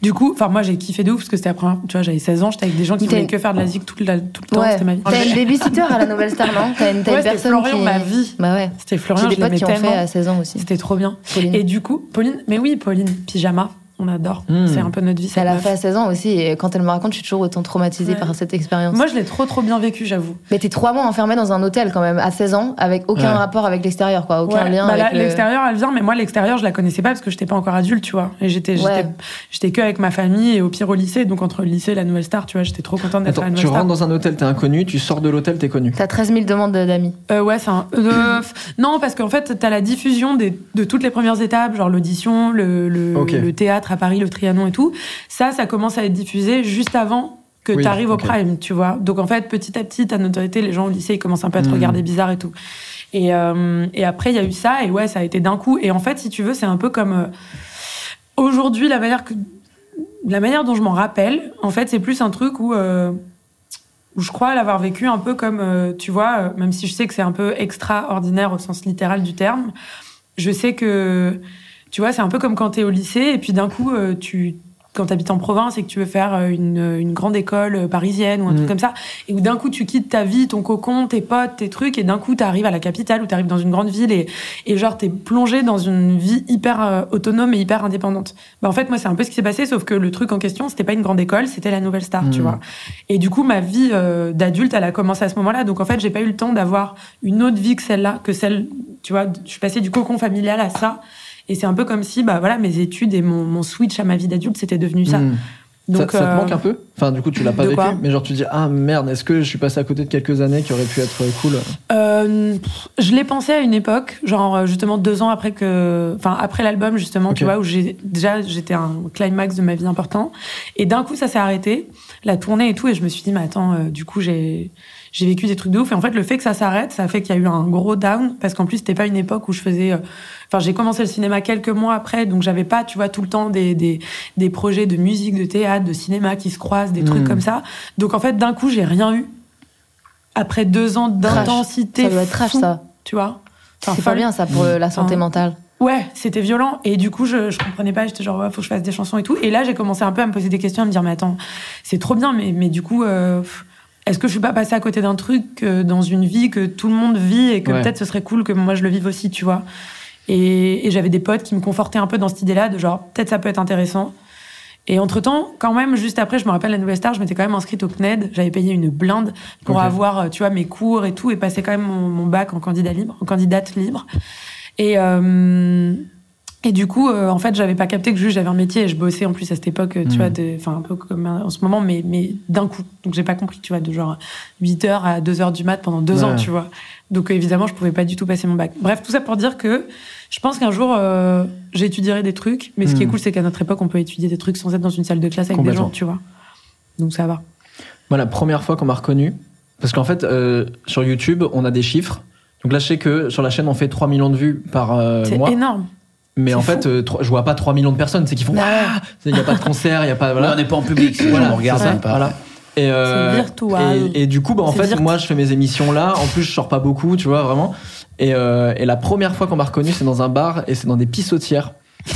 Speaker 3: Du coup, enfin, moi, j'ai kiffé de ouf parce que c'était la première. Tu vois, j'avais 16 ans, j'étais avec des gens qui
Speaker 5: Mais t'as
Speaker 3: voulaient
Speaker 5: une-
Speaker 3: que faire de la zik tout, la- tout le temps.
Speaker 5: Ouais.
Speaker 3: C'était ma vie.
Speaker 5: T'as une babysitter à la nouvelle star, non T'as une, t'as
Speaker 3: Ouais, c'était
Speaker 5: une personne
Speaker 3: Florian,
Speaker 5: qui.
Speaker 3: ma vie.
Speaker 5: Bah ouais.
Speaker 3: C'était
Speaker 5: J'ai
Speaker 3: Florian,
Speaker 5: des
Speaker 3: je
Speaker 5: potes
Speaker 3: l'aimais
Speaker 5: qui ont fait
Speaker 3: tellement.
Speaker 5: à 16 ans aussi.
Speaker 3: C'était trop bien.
Speaker 5: Pauline.
Speaker 3: Et du coup, Pauline, mais oui, Pauline, pyjama, on adore.
Speaker 1: Hmm.
Speaker 3: C'est un peu notre vie.
Speaker 5: Elle
Speaker 3: cette
Speaker 5: l'a
Speaker 3: meuf.
Speaker 5: fait à 16 ans aussi, et quand elle me raconte, je suis toujours autant traumatisée
Speaker 3: Ouais.
Speaker 5: par cette expérience.
Speaker 3: Moi, je l'ai trop, trop bien vécu, j'avoue.
Speaker 5: Mais t'es trois mois enfermée dans un hôtel quand même, à 16 ans, avec aucun
Speaker 1: Ouais.
Speaker 5: rapport avec l'extérieur, quoi, aucun
Speaker 3: Ouais.
Speaker 5: lien
Speaker 3: Bah, la-
Speaker 5: avec le-
Speaker 3: L'extérieur, elle vient, mais moi, l'extérieur, je la connaissais pas parce que j'étais pas encore adulte, tu vois. Et j'étais, j'étais-
Speaker 5: Ouais.
Speaker 3: j'étais que avec ma famille et au pire au lycée. Donc, entre le lycée et la nouvelle star, tu vois, j'étais trop contente d'être à la
Speaker 1: Attends,
Speaker 3: nouvelle
Speaker 1: tu
Speaker 3: star.
Speaker 1: rentres dans un hôtel, t'es inconnu, tu sors de l'hôtel, t'es connu.
Speaker 5: T'as 13 000 demandes de- d'amis.
Speaker 3: Euh, ouais, c'est un. euh, f- non, parce qu'en fait, t'as la diffusion des, de toutes les premières étapes, genre l'audition, le, le,
Speaker 1: Ok.
Speaker 3: le théâtre à Paris, le Trianon et tout. Ça, ça commence à être diffusé juste avant que
Speaker 1: Oui,
Speaker 3: t'arrives
Speaker 1: ok.
Speaker 3: au prime, tu vois. Donc en fait, petit à petit, ta notoriété, les gens au lycée, ils commencent un peu à te
Speaker 1: Hmm.
Speaker 3: regarder bizarre et tout. Et, euh, et après, il y a eu ça, et ouais, ça a été d'un coup. Et en fait, si tu veux, c'est un peu comme. euh, Aujourd'hui, la manière que la manière dont je m'en rappelle, en fait, c'est plus un truc où, euh, où je crois l'avoir vécu un peu comme, euh, tu vois, euh, même si je sais que c'est un peu extraordinaire au sens littéral du terme, je sais que, tu vois, c'est un peu comme quand t'es au lycée et puis d'un coup, euh, tu quand t'habites en province et que tu veux faire euh, une, une grande école euh, parisienne ou un
Speaker 1: Mm.
Speaker 3: truc comme ça, et où d'un coup tu quittes ta vie, ton cocon, tes potes, tes trucs, et d'un coup t'arrives à la capitale ou t'arrives dans une grande ville et, et genre t'es plongé dans une vie hyper euh, autonome et hyper indépendante. Bah en fait moi c'est un peu ce qui s'est passé, sauf que le truc en question c'était pas une grande école, c'était la nouvelle star, tu
Speaker 1: Mm.
Speaker 3: vois. Et du coup ma vie euh, d'adulte elle a commencé à ce moment-là, donc en fait j'ai pas eu le temps d'avoir une autre vie que celle-là, que celle, tu vois, je suis passée du cocon familial à ça. Et c'est un peu comme si, bah voilà, mes études et mon, mon switch à ma vie d'adulte, c'était devenu ça.
Speaker 1: Hmm.
Speaker 3: Donc,
Speaker 1: ça, ça
Speaker 3: euh,
Speaker 1: te manque un peu Enfin, du coup, tu l'as pas
Speaker 3: de
Speaker 1: vécu,
Speaker 3: quoi
Speaker 1: mais genre tu dis ah merde, est-ce que je suis passé à côté de quelques années qui auraient pu être cool
Speaker 3: Euh, pff, je l'ai pensé à une époque, genre euh, justement deux ans après que, enfin après l'album justement, tu
Speaker 1: Ok.
Speaker 3: vois où j'ai déjà j'étais à un climax de ma vie important et d'un coup ça s'est arrêté, la tournée et tout et je me suis dit mais attends euh, du coup j'ai j'ai vécu des trucs de ouf et en fait le fait que ça s'arrête ça fait qu'il y a eu un gros down parce qu'en plus c'était pas une époque où je faisais, euh, enfin j'ai commencé le cinéma quelques mois après donc j'avais pas tu vois tout le temps des des des projets de musique, de théâtre, de cinéma qui se croisent, des trucs
Speaker 1: Mm.
Speaker 3: comme ça donc en fait d'un coup j'ai rien eu. Après deux ans d'intensité,
Speaker 5: Ça doit être trash,
Speaker 3: fou,
Speaker 5: ça.
Speaker 3: tu vois. Enfin,
Speaker 5: C'est pas
Speaker 3: folle.
Speaker 5: bien, ça, pour euh, la santé
Speaker 3: Hein.
Speaker 5: mentale.
Speaker 3: Ouais, c'était violent. Et du coup, je, je comprenais pas. J'étais genre, ouais, faut que je fasse des chansons et tout. Et là, j'ai commencé un peu à me poser des questions, à me dire, mais attends, c'est trop bien, mais, mais du coup, euh, pff, est-ce que je suis pas passée à côté d'un truc euh, dans une vie que tout le monde vit et que
Speaker 1: Ouais.
Speaker 3: peut-être ce serait cool que moi je le vive aussi, tu vois. Et, et j'avais des potes qui me confortaient un peu dans cette idée-là, de genre, peut-être ça peut être intéressant. Et entre-temps, quand même, juste après, je me rappelle la Nouvelle Star, je m'étais quand même inscrite au CNED, j'avais payé une blinde pour
Speaker 1: Ok.
Speaker 3: avoir, euh, tu vois, mes cours et tout, et passer quand même mon, mon bac en candidat libre, en candidate libre. Et, euh, et du coup, euh, en fait, j'avais pas capté que juste j'avais un métier et je bossais en plus à cette époque, euh, tu
Speaker 1: Mhm.
Speaker 3: vois, de- enfin un peu comme en ce moment, mais, mais d'un coup. Donc j'ai pas compris, tu vois, de genre 8h à 2h du mat pendant
Speaker 1: Ouais.
Speaker 3: deux ans, tu vois. Donc euh, évidemment, je pouvais pas du tout passer mon bac. Bref, tout ça pour dire que je pense qu'un jour, euh, j'étudierai des trucs, mais ce qui est
Speaker 1: Mhm.
Speaker 3: cool, c'est qu'à notre époque, on peut étudier des trucs sans être dans une salle de classe avec des
Speaker 1: Complètement.
Speaker 3: gens, tu vois. Donc ça va.
Speaker 1: Moi, la première fois qu'on m'a reconnu, parce qu'en fait, euh, sur YouTube, on a des chiffres. Donc là, je sais que sur la chaîne, on fait 3 millions de vues par euh,
Speaker 3: C'est
Speaker 1: mois.
Speaker 3: énorme.
Speaker 1: Mais en
Speaker 3: c'est
Speaker 1: fait, euh, trois- je vois pas 3 millions de personnes. C'est qu'ils font. Ah Il n'y a pas de concert, il n'y a
Speaker 4: <laughs>
Speaker 1: pas. Voilà.
Speaker 4: On n'est pas en public, si
Speaker 1: Voilà,
Speaker 4: on regarde.
Speaker 1: c'est ça,
Speaker 4: on est pas-
Speaker 1: voilà. Et, euh,
Speaker 3: C'est virtuel.
Speaker 1: Et, et du coup, bah, en
Speaker 3: C'est
Speaker 1: fait,
Speaker 3: virt-
Speaker 1: moi, je fais mes émissions là. En plus, je sors pas beaucoup, tu vois, vraiment. Et, euh, et la première fois qu'on m'a reconnu, c'est dans un bar et c'est dans des pissotières.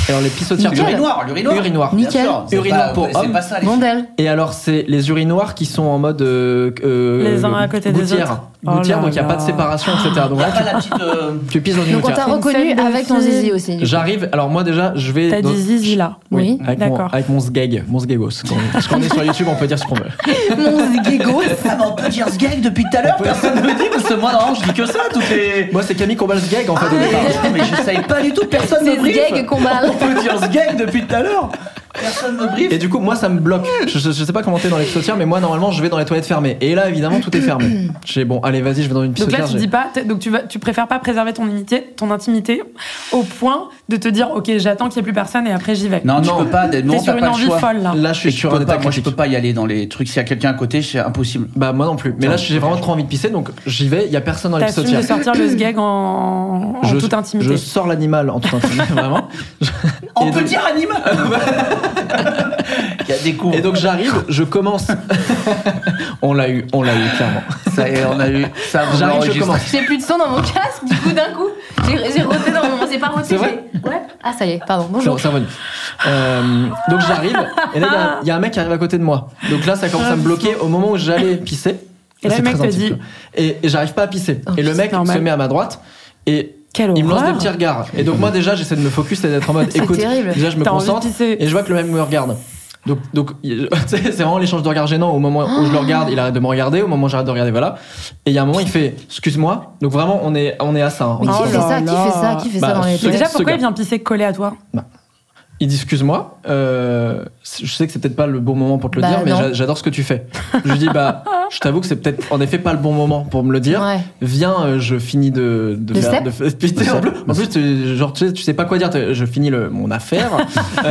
Speaker 1: Et Alors, les pissotières.
Speaker 5: Nickel.
Speaker 4: L'urinoir, l'urinoir.
Speaker 1: Urinoir.
Speaker 4: bien
Speaker 5: Nickel.
Speaker 4: sûr, c'est
Speaker 1: Urinoir
Speaker 4: pas-
Speaker 1: pour
Speaker 4: C'est
Speaker 1: homme.
Speaker 4: pas ça, les
Speaker 5: Mondel.
Speaker 1: Et alors, c'est les urinoirs qui sont en mode. euh, euh,
Speaker 3: Les uns à côté des
Speaker 1: gouttière.
Speaker 3: autres. Oh
Speaker 1: Gouttière,
Speaker 3: là
Speaker 1: donc il n'y a
Speaker 3: là.
Speaker 1: pas de séparation, etc. Donc
Speaker 4: Y a
Speaker 1: là,
Speaker 4: pas la petite. euh, <laughs>
Speaker 1: tu, tu pisses dans une
Speaker 5: Donc on t'a
Speaker 1: gouttière.
Speaker 3: Une
Speaker 5: reconnu
Speaker 3: scène de
Speaker 5: avec ton
Speaker 3: filles.
Speaker 5: zizi aussi. du coup.
Speaker 1: J'arrive, alors moi déjà, je vais.
Speaker 3: T'as
Speaker 1: dans-
Speaker 3: dit zizi là.
Speaker 1: Oui,
Speaker 5: Oui,
Speaker 1: avec, mon,
Speaker 3: d'accord.
Speaker 1: avec mon sgeg, mon sgegos. Quand- Parce qu'on est sur YouTube, on peut dire ce qu'on veut.
Speaker 5: Mon zigégo.
Speaker 4: <laughs> Ah, mais on peut dire ce gag depuis tout à l'heure, personne ne me dit, parce que moi, non, je dis que ça, toutes les.
Speaker 1: Moi, c'est Camille Combal sgeg en fait.
Speaker 3: Ah
Speaker 1: au départ.
Speaker 4: Mais, mais je savais pas du tout, personne
Speaker 5: C'est
Speaker 4: me briefe.
Speaker 5: Zgeg qu'on parle.
Speaker 4: On peut dire ce gag depuis tout à l'heure. Personne me briefe.
Speaker 1: Et du coup, moi, ça me bloque. Je, je- je sais pas comment t'es dans les pissotières, mais moi, normalement, je vais dans les toilettes fermées. Et là, évidemment, tout est fermé. J'ai bon, allez, vas-y, je vais dans une
Speaker 3: Donc là,
Speaker 1: pissotière.
Speaker 3: tu dis
Speaker 1: j'ai-
Speaker 3: pas, t'es- donc tu, vas, tu préfères pas préserver ton intimité, ton intimité au point de te dire, ok, j'attends qu'il n'y ait plus personne et après j'y vais.
Speaker 4: Non, tu
Speaker 1: Non.
Speaker 4: peux pas,
Speaker 3: T'es
Speaker 4: Edmond,
Speaker 3: sur
Speaker 4: t'as
Speaker 3: une
Speaker 4: pas le
Speaker 3: envie
Speaker 4: choix.
Speaker 3: folle là.
Speaker 1: là. je suis
Speaker 4: Et tu
Speaker 1: sur un
Speaker 4: peux
Speaker 1: état
Speaker 4: pas, moi, je
Speaker 1: critique.
Speaker 4: peux pas y aller dans les trucs. S'il y a quelqu'un à côté, c'est impossible.
Speaker 1: Bah, moi non plus. Mais là, j'ai vraiment trop envie de pisser, donc j'y vais. Il y a personne dans les
Speaker 3: T'assumes de
Speaker 1: pissotières.
Speaker 3: sortir le sgeg en, en toute intimité.
Speaker 1: je sors l'animal en toute intimité, <laughs> vraiment.
Speaker 4: On
Speaker 1: Et
Speaker 4: peut
Speaker 1: donc-
Speaker 4: dire animal Il y a des coups.
Speaker 1: Et donc j'arrive, je commence. <laughs> on l'a eu, on l'a eu clairement.
Speaker 4: ça y est, on a <laughs> eu. Ça, on l'a
Speaker 1: J'arrive, je
Speaker 4: enregistré.
Speaker 1: commence.
Speaker 5: <laughs> J'ai plus de son dans mon casque, du coup, d'un coup, j'ai j'ai roté dans mon. C'est pas roté,
Speaker 1: C'est vrai
Speaker 5: j'ai- Ouais. Ah, ça y est, pardon, bonjour.
Speaker 1: Non, c'est revenu. Euh, donc j'arrive, et là il y a- il y, a un mec qui arrive à côté de moi. Donc là ça commence à me bloquer au moment où j'allais pisser.
Speaker 3: Ah, Et là,
Speaker 1: C'est
Speaker 3: le mec
Speaker 1: très
Speaker 3: te dit-
Speaker 1: intime, quoi. Et, et j'arrive pas à pisser.
Speaker 5: Oh,
Speaker 1: et le
Speaker 5: c'est
Speaker 1: mec
Speaker 3: normal.
Speaker 1: se met à ma droite. Et
Speaker 3: Quelle
Speaker 1: il me lance des
Speaker 3: horreur.
Speaker 1: petits regards. Et donc moi déjà j'essaie de me focus et d'être en
Speaker 3: <laughs>
Speaker 1: mode
Speaker 5: C'est
Speaker 1: écoute,
Speaker 5: terrible.
Speaker 1: déjà je me
Speaker 3: T'as envie de
Speaker 1: concentre
Speaker 3: pisser.
Speaker 1: et je vois que le mec me regarde. Donc, donc il- <laughs> tu sais, c'est vraiment l'échange de regards gênant au moment où je le regarde, il arrête de me regarder, au moment où j'arrête de regarder, voilà. Et il y a un moment, il fait excuse-moi. Donc vraiment, on est, on est à ça. hein.
Speaker 5: Mais Ah, qui
Speaker 3: Oh
Speaker 5: fait
Speaker 3: là
Speaker 5: ça Qui
Speaker 3: là.
Speaker 5: fait ça Qui fait
Speaker 1: Bah,
Speaker 5: ça dans les
Speaker 1: ce-
Speaker 3: Mais
Speaker 5: toilettes
Speaker 3: déjà,
Speaker 1: ce
Speaker 3: pourquoi
Speaker 1: gars.
Speaker 3: il vient pisser collé à toi
Speaker 1: Il dit excuse-moi, euh, je sais que c'est peut-être pas le bon moment pour te le
Speaker 5: Bah,
Speaker 1: dire, mais
Speaker 5: non.
Speaker 1: j'a- j'adore ce que tu fais. je lui dis
Speaker 5: <laughs>
Speaker 1: bah, je t'avoue que c'est peut-être en effet pas le bon moment pour me le dire.
Speaker 5: Ouais.
Speaker 1: Viens, euh, je finis de, de
Speaker 5: Le
Speaker 1: faire.
Speaker 5: step
Speaker 1: De, fa- puis t'es en, plus, en plus, tu, genre tu sais, tu sais pas quoi dire. t'es- Je finis le, mon
Speaker 5: <laughs>
Speaker 1: affaire. <laughs>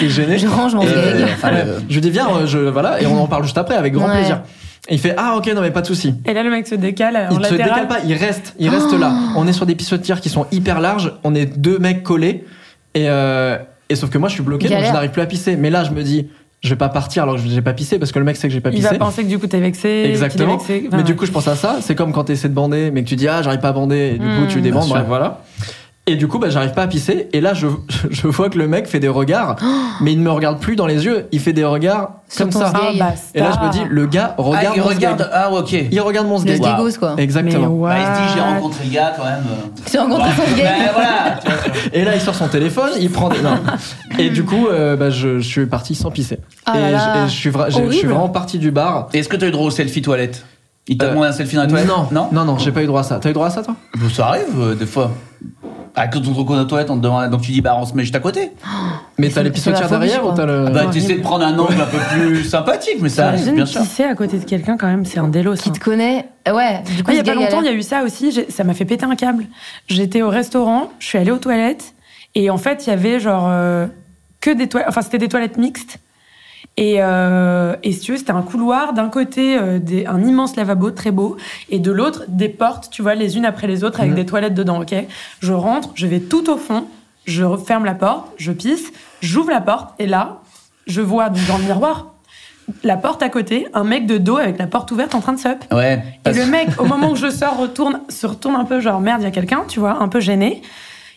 Speaker 1: T'es gêné.
Speaker 5: Je range mon
Speaker 1: Et,
Speaker 5: zigzag.
Speaker 1: euh, enfin, le- je lui dis viens, euh, je voilà, et on en parle juste après avec grand
Speaker 5: Ouais.
Speaker 1: plaisir. Et il fait ah ok non mais pas de souci.
Speaker 3: Et là, le mec se décale en
Speaker 1: Il se
Speaker 3: latéral. Oh.
Speaker 1: décale pas, il reste, il reste là. On est sur des pissotières qui sont hyper larges, on est deux mecs collés, et, euh, et sauf que moi je suis bloqué, donc
Speaker 5: Galère.
Speaker 1: je n'arrive plus à pisser. Mais là je me dis, je vais pas partir alors que j'ai pas pissé parce que le mec sait que j'ai pas
Speaker 3: Il
Speaker 1: pissé.
Speaker 3: va penser que du coup, t'es vexé. qu'il est
Speaker 1: Exactement.
Speaker 3: vexé. Enfin,
Speaker 1: mais du
Speaker 3: ouais.
Speaker 1: coup je pense à ça, c'est comme quand tu essaies de bander, mais que tu dis ah j'arrive pas à bander, et du coup
Speaker 3: Hmm.
Speaker 1: tu
Speaker 4: Bien
Speaker 1: débandes,
Speaker 4: sûr.
Speaker 1: bref voilà. Et du coup, bah, j'arrive pas à pisser. Et là, je, <laughs> je vois que le mec fait des regards,
Speaker 3: Oh.
Speaker 1: mais il ne me regarde plus dans les yeux. Il fait des regards
Speaker 5: Sur
Speaker 1: comme
Speaker 5: ton
Speaker 1: ça.
Speaker 5: sgeg.
Speaker 3: Ah, bah,
Speaker 1: Et là, je me
Speaker 3: star.
Speaker 1: dis, le gars
Speaker 4: Ah,
Speaker 1: regarde
Speaker 4: il
Speaker 1: mon
Speaker 4: regarde.
Speaker 1: sgeg.
Speaker 4: Ah, ok.
Speaker 1: Il regarde mon
Speaker 5: Le
Speaker 1: sgeg.
Speaker 4: Wow.
Speaker 5: zgégos, quoi.
Speaker 3: Mais
Speaker 1: Exactement.
Speaker 3: what
Speaker 4: Bah, il se dit, j'ai rencontré le gars quand même. euh.
Speaker 5: Tu rencontres ton
Speaker 4: Ouais,
Speaker 5: zgeg.
Speaker 3: <laughs>
Speaker 4: voilà.
Speaker 1: Et là, il sort son téléphone, il prend des. non. Et du coup, euh, bah, je, je suis parti sans pisser.
Speaker 5: Ah
Speaker 1: et
Speaker 5: là là.
Speaker 1: je- et je, suis vra- j'ai- je suis
Speaker 3: Horrible.
Speaker 1: vraiment parti du bar.
Speaker 4: Et Est-ce que t'as eu droit au selfie toilette Il t'a
Speaker 1: Euh,
Speaker 4: demandé un selfie dans la toilette
Speaker 1: Non,
Speaker 4: Ah, Non
Speaker 1: non, non, j'ai pas eu droit à ça. T'as eu droit à ça, toi
Speaker 4: Bon, Ça arrive euh, des fois. Ah, quand on te reconnaît dans la toilette, on te demande. Donc tu dis, bah on se met juste à côté.
Speaker 3: Ah,
Speaker 1: Mais
Speaker 5: Mais
Speaker 1: t'as les
Speaker 5: c'est- c'est la
Speaker 1: pissotières
Speaker 5: phobie,
Speaker 1: derrière
Speaker 5: je
Speaker 1: ou t'as le.
Speaker 4: Bah
Speaker 5: horrible.
Speaker 4: tu essaies de prendre un angle un peu plus sympathique, mais ça arrive,
Speaker 3: T'imagines
Speaker 4: bien sûr.
Speaker 3: pisser à côté de quelqu'un quand même, c'est un délo. ça.
Speaker 5: Qui te connaît Ouais, du coup,
Speaker 3: Ouais, il y a
Speaker 5: ce
Speaker 3: pas longtemps,
Speaker 5: gars,
Speaker 3: il y
Speaker 5: galère.
Speaker 3: a eu ça aussi. j'ai- Ça m'a fait péter un câble. J'étais au restaurant, je suis allée aux toilettes et en fait, il y avait genre euh, que des toilettes. Enfin, c'était des toilettes mixtes. Et, euh, et si tu veux, c'était un couloir d'un côté euh, des- un immense lavabo très beau et de l'autre des portes, tu vois, les unes après les autres avec
Speaker 1: Mhm.
Speaker 3: des toilettes dedans. Ok, je rentre, je vais tout au fond, je ferme la porte, je pisse, j'ouvre la porte et là, je vois donc, dans le miroir la porte à côté, un mec de dos avec la porte ouverte en train de se up.
Speaker 4: Ouais.
Speaker 3: Et
Speaker 4: Parce-
Speaker 3: le mec, au moment où je sors, retourne, se retourne un peu, genre merde, il y a quelqu'un, tu vois, un peu gêné.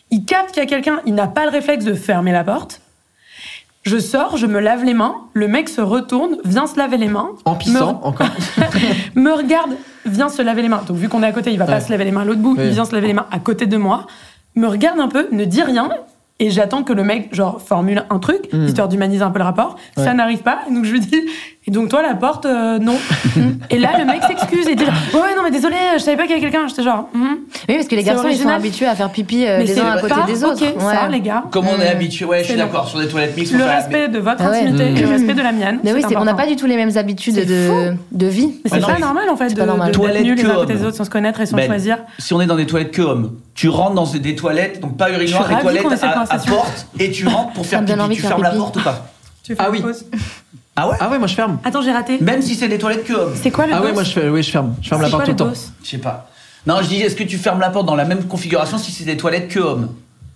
Speaker 3: Il capte qu'il y a quelqu'un, il n'a pas le réflexe de fermer la porte. Je sors, je me lave les mains, le mec se retourne, vient se laver les mains.
Speaker 1: En pissant, encore.
Speaker 3: Me, me regarde, vient se laver les mains. Donc, vu qu'on est à côté, il va
Speaker 1: Ouais.
Speaker 3: pas se laver les mains à l'autre bout,
Speaker 1: Oui.
Speaker 3: il vient se laver les mains à côté de moi. Me regarde un peu, ne dit rien. Et j'attends que le mec, genre, formule un truc,
Speaker 1: Mm.
Speaker 3: histoire d'humaniser un peu le rapport.
Speaker 1: Ouais.
Speaker 3: Ça n'arrive pas. Donc, je lui dis, et donc, toi, la porte, euh, non. et là, le mec s'excuse et dit, genre, ouais, ouais, non, mais désolé, je savais pas qu'il y avait quelqu'un. J'étais genre, hum.
Speaker 5: Oui, parce que les
Speaker 3: C'est
Speaker 5: garçons, ils sont
Speaker 3: original.
Speaker 5: habitués à faire pipi euh,
Speaker 3: mais
Speaker 5: les
Speaker 3: c'est
Speaker 5: uns à côté
Speaker 3: pas
Speaker 5: des autres.
Speaker 3: ok, ça, les gars.
Speaker 4: Comme on est habitué, ouais, je suis
Speaker 3: euh, C'est
Speaker 4: d'accord, sur des toilettes mixtes,
Speaker 3: Le
Speaker 4: on fait-
Speaker 3: respect de votre
Speaker 5: Ah ouais.
Speaker 3: intimité,
Speaker 1: Mm.
Speaker 3: le respect de la mienne.
Speaker 5: Mais oui,
Speaker 3: c'est
Speaker 5: c'est- on n'a
Speaker 3: important.
Speaker 5: pas du tout les mêmes habitudes
Speaker 3: C'est
Speaker 5: de, de
Speaker 3: Mais
Speaker 5: vie.
Speaker 4: Ouais,
Speaker 3: c'est
Speaker 4: non,
Speaker 3: pas
Speaker 4: mais-
Speaker 3: normal, en fait,
Speaker 5: c'est
Speaker 3: de
Speaker 5: pas normal.
Speaker 3: de
Speaker 4: Toilette
Speaker 3: d'être nus les
Speaker 4: que
Speaker 3: uns à côté
Speaker 4: homme.
Speaker 3: des autres sans se connaître et sans
Speaker 4: Ben,
Speaker 3: choisir.
Speaker 4: Si on est dans des toilettes que hommes, tu rentres dans des toilettes, donc pas
Speaker 3: Je
Speaker 4: urinoir,
Speaker 3: suis
Speaker 4: des
Speaker 3: ravie qu'on ait
Speaker 4: toilettes
Speaker 3: cette
Speaker 4: à, à
Speaker 3: conversation.
Speaker 4: porte, et tu rentres pour faire
Speaker 5: me donne
Speaker 4: pipi.
Speaker 5: envie
Speaker 4: Tu
Speaker 5: de faire
Speaker 4: fermes la
Speaker 5: pipi.
Speaker 4: porte ou pas
Speaker 3: Tu fais
Speaker 1: Ah
Speaker 3: une
Speaker 1: oui.
Speaker 3: pause.
Speaker 4: Ah ouais
Speaker 1: Ah ouais, moi je ferme.
Speaker 3: Attends, j'ai raté.
Speaker 4: Même si c'est des toilettes que hommes.
Speaker 3: C'est quoi le
Speaker 1: Ah ouais,
Speaker 3: boss
Speaker 1: moi je, fais- oui, je ferme. Je ferme
Speaker 3: C'est
Speaker 1: la porte
Speaker 3: quoi
Speaker 1: tout le
Speaker 3: le
Speaker 1: temps.
Speaker 3: boss
Speaker 4: Je sais pas. Non, je dis, est-ce que tu fermes la porte dans la même configuration si c'est des toilettes que hommes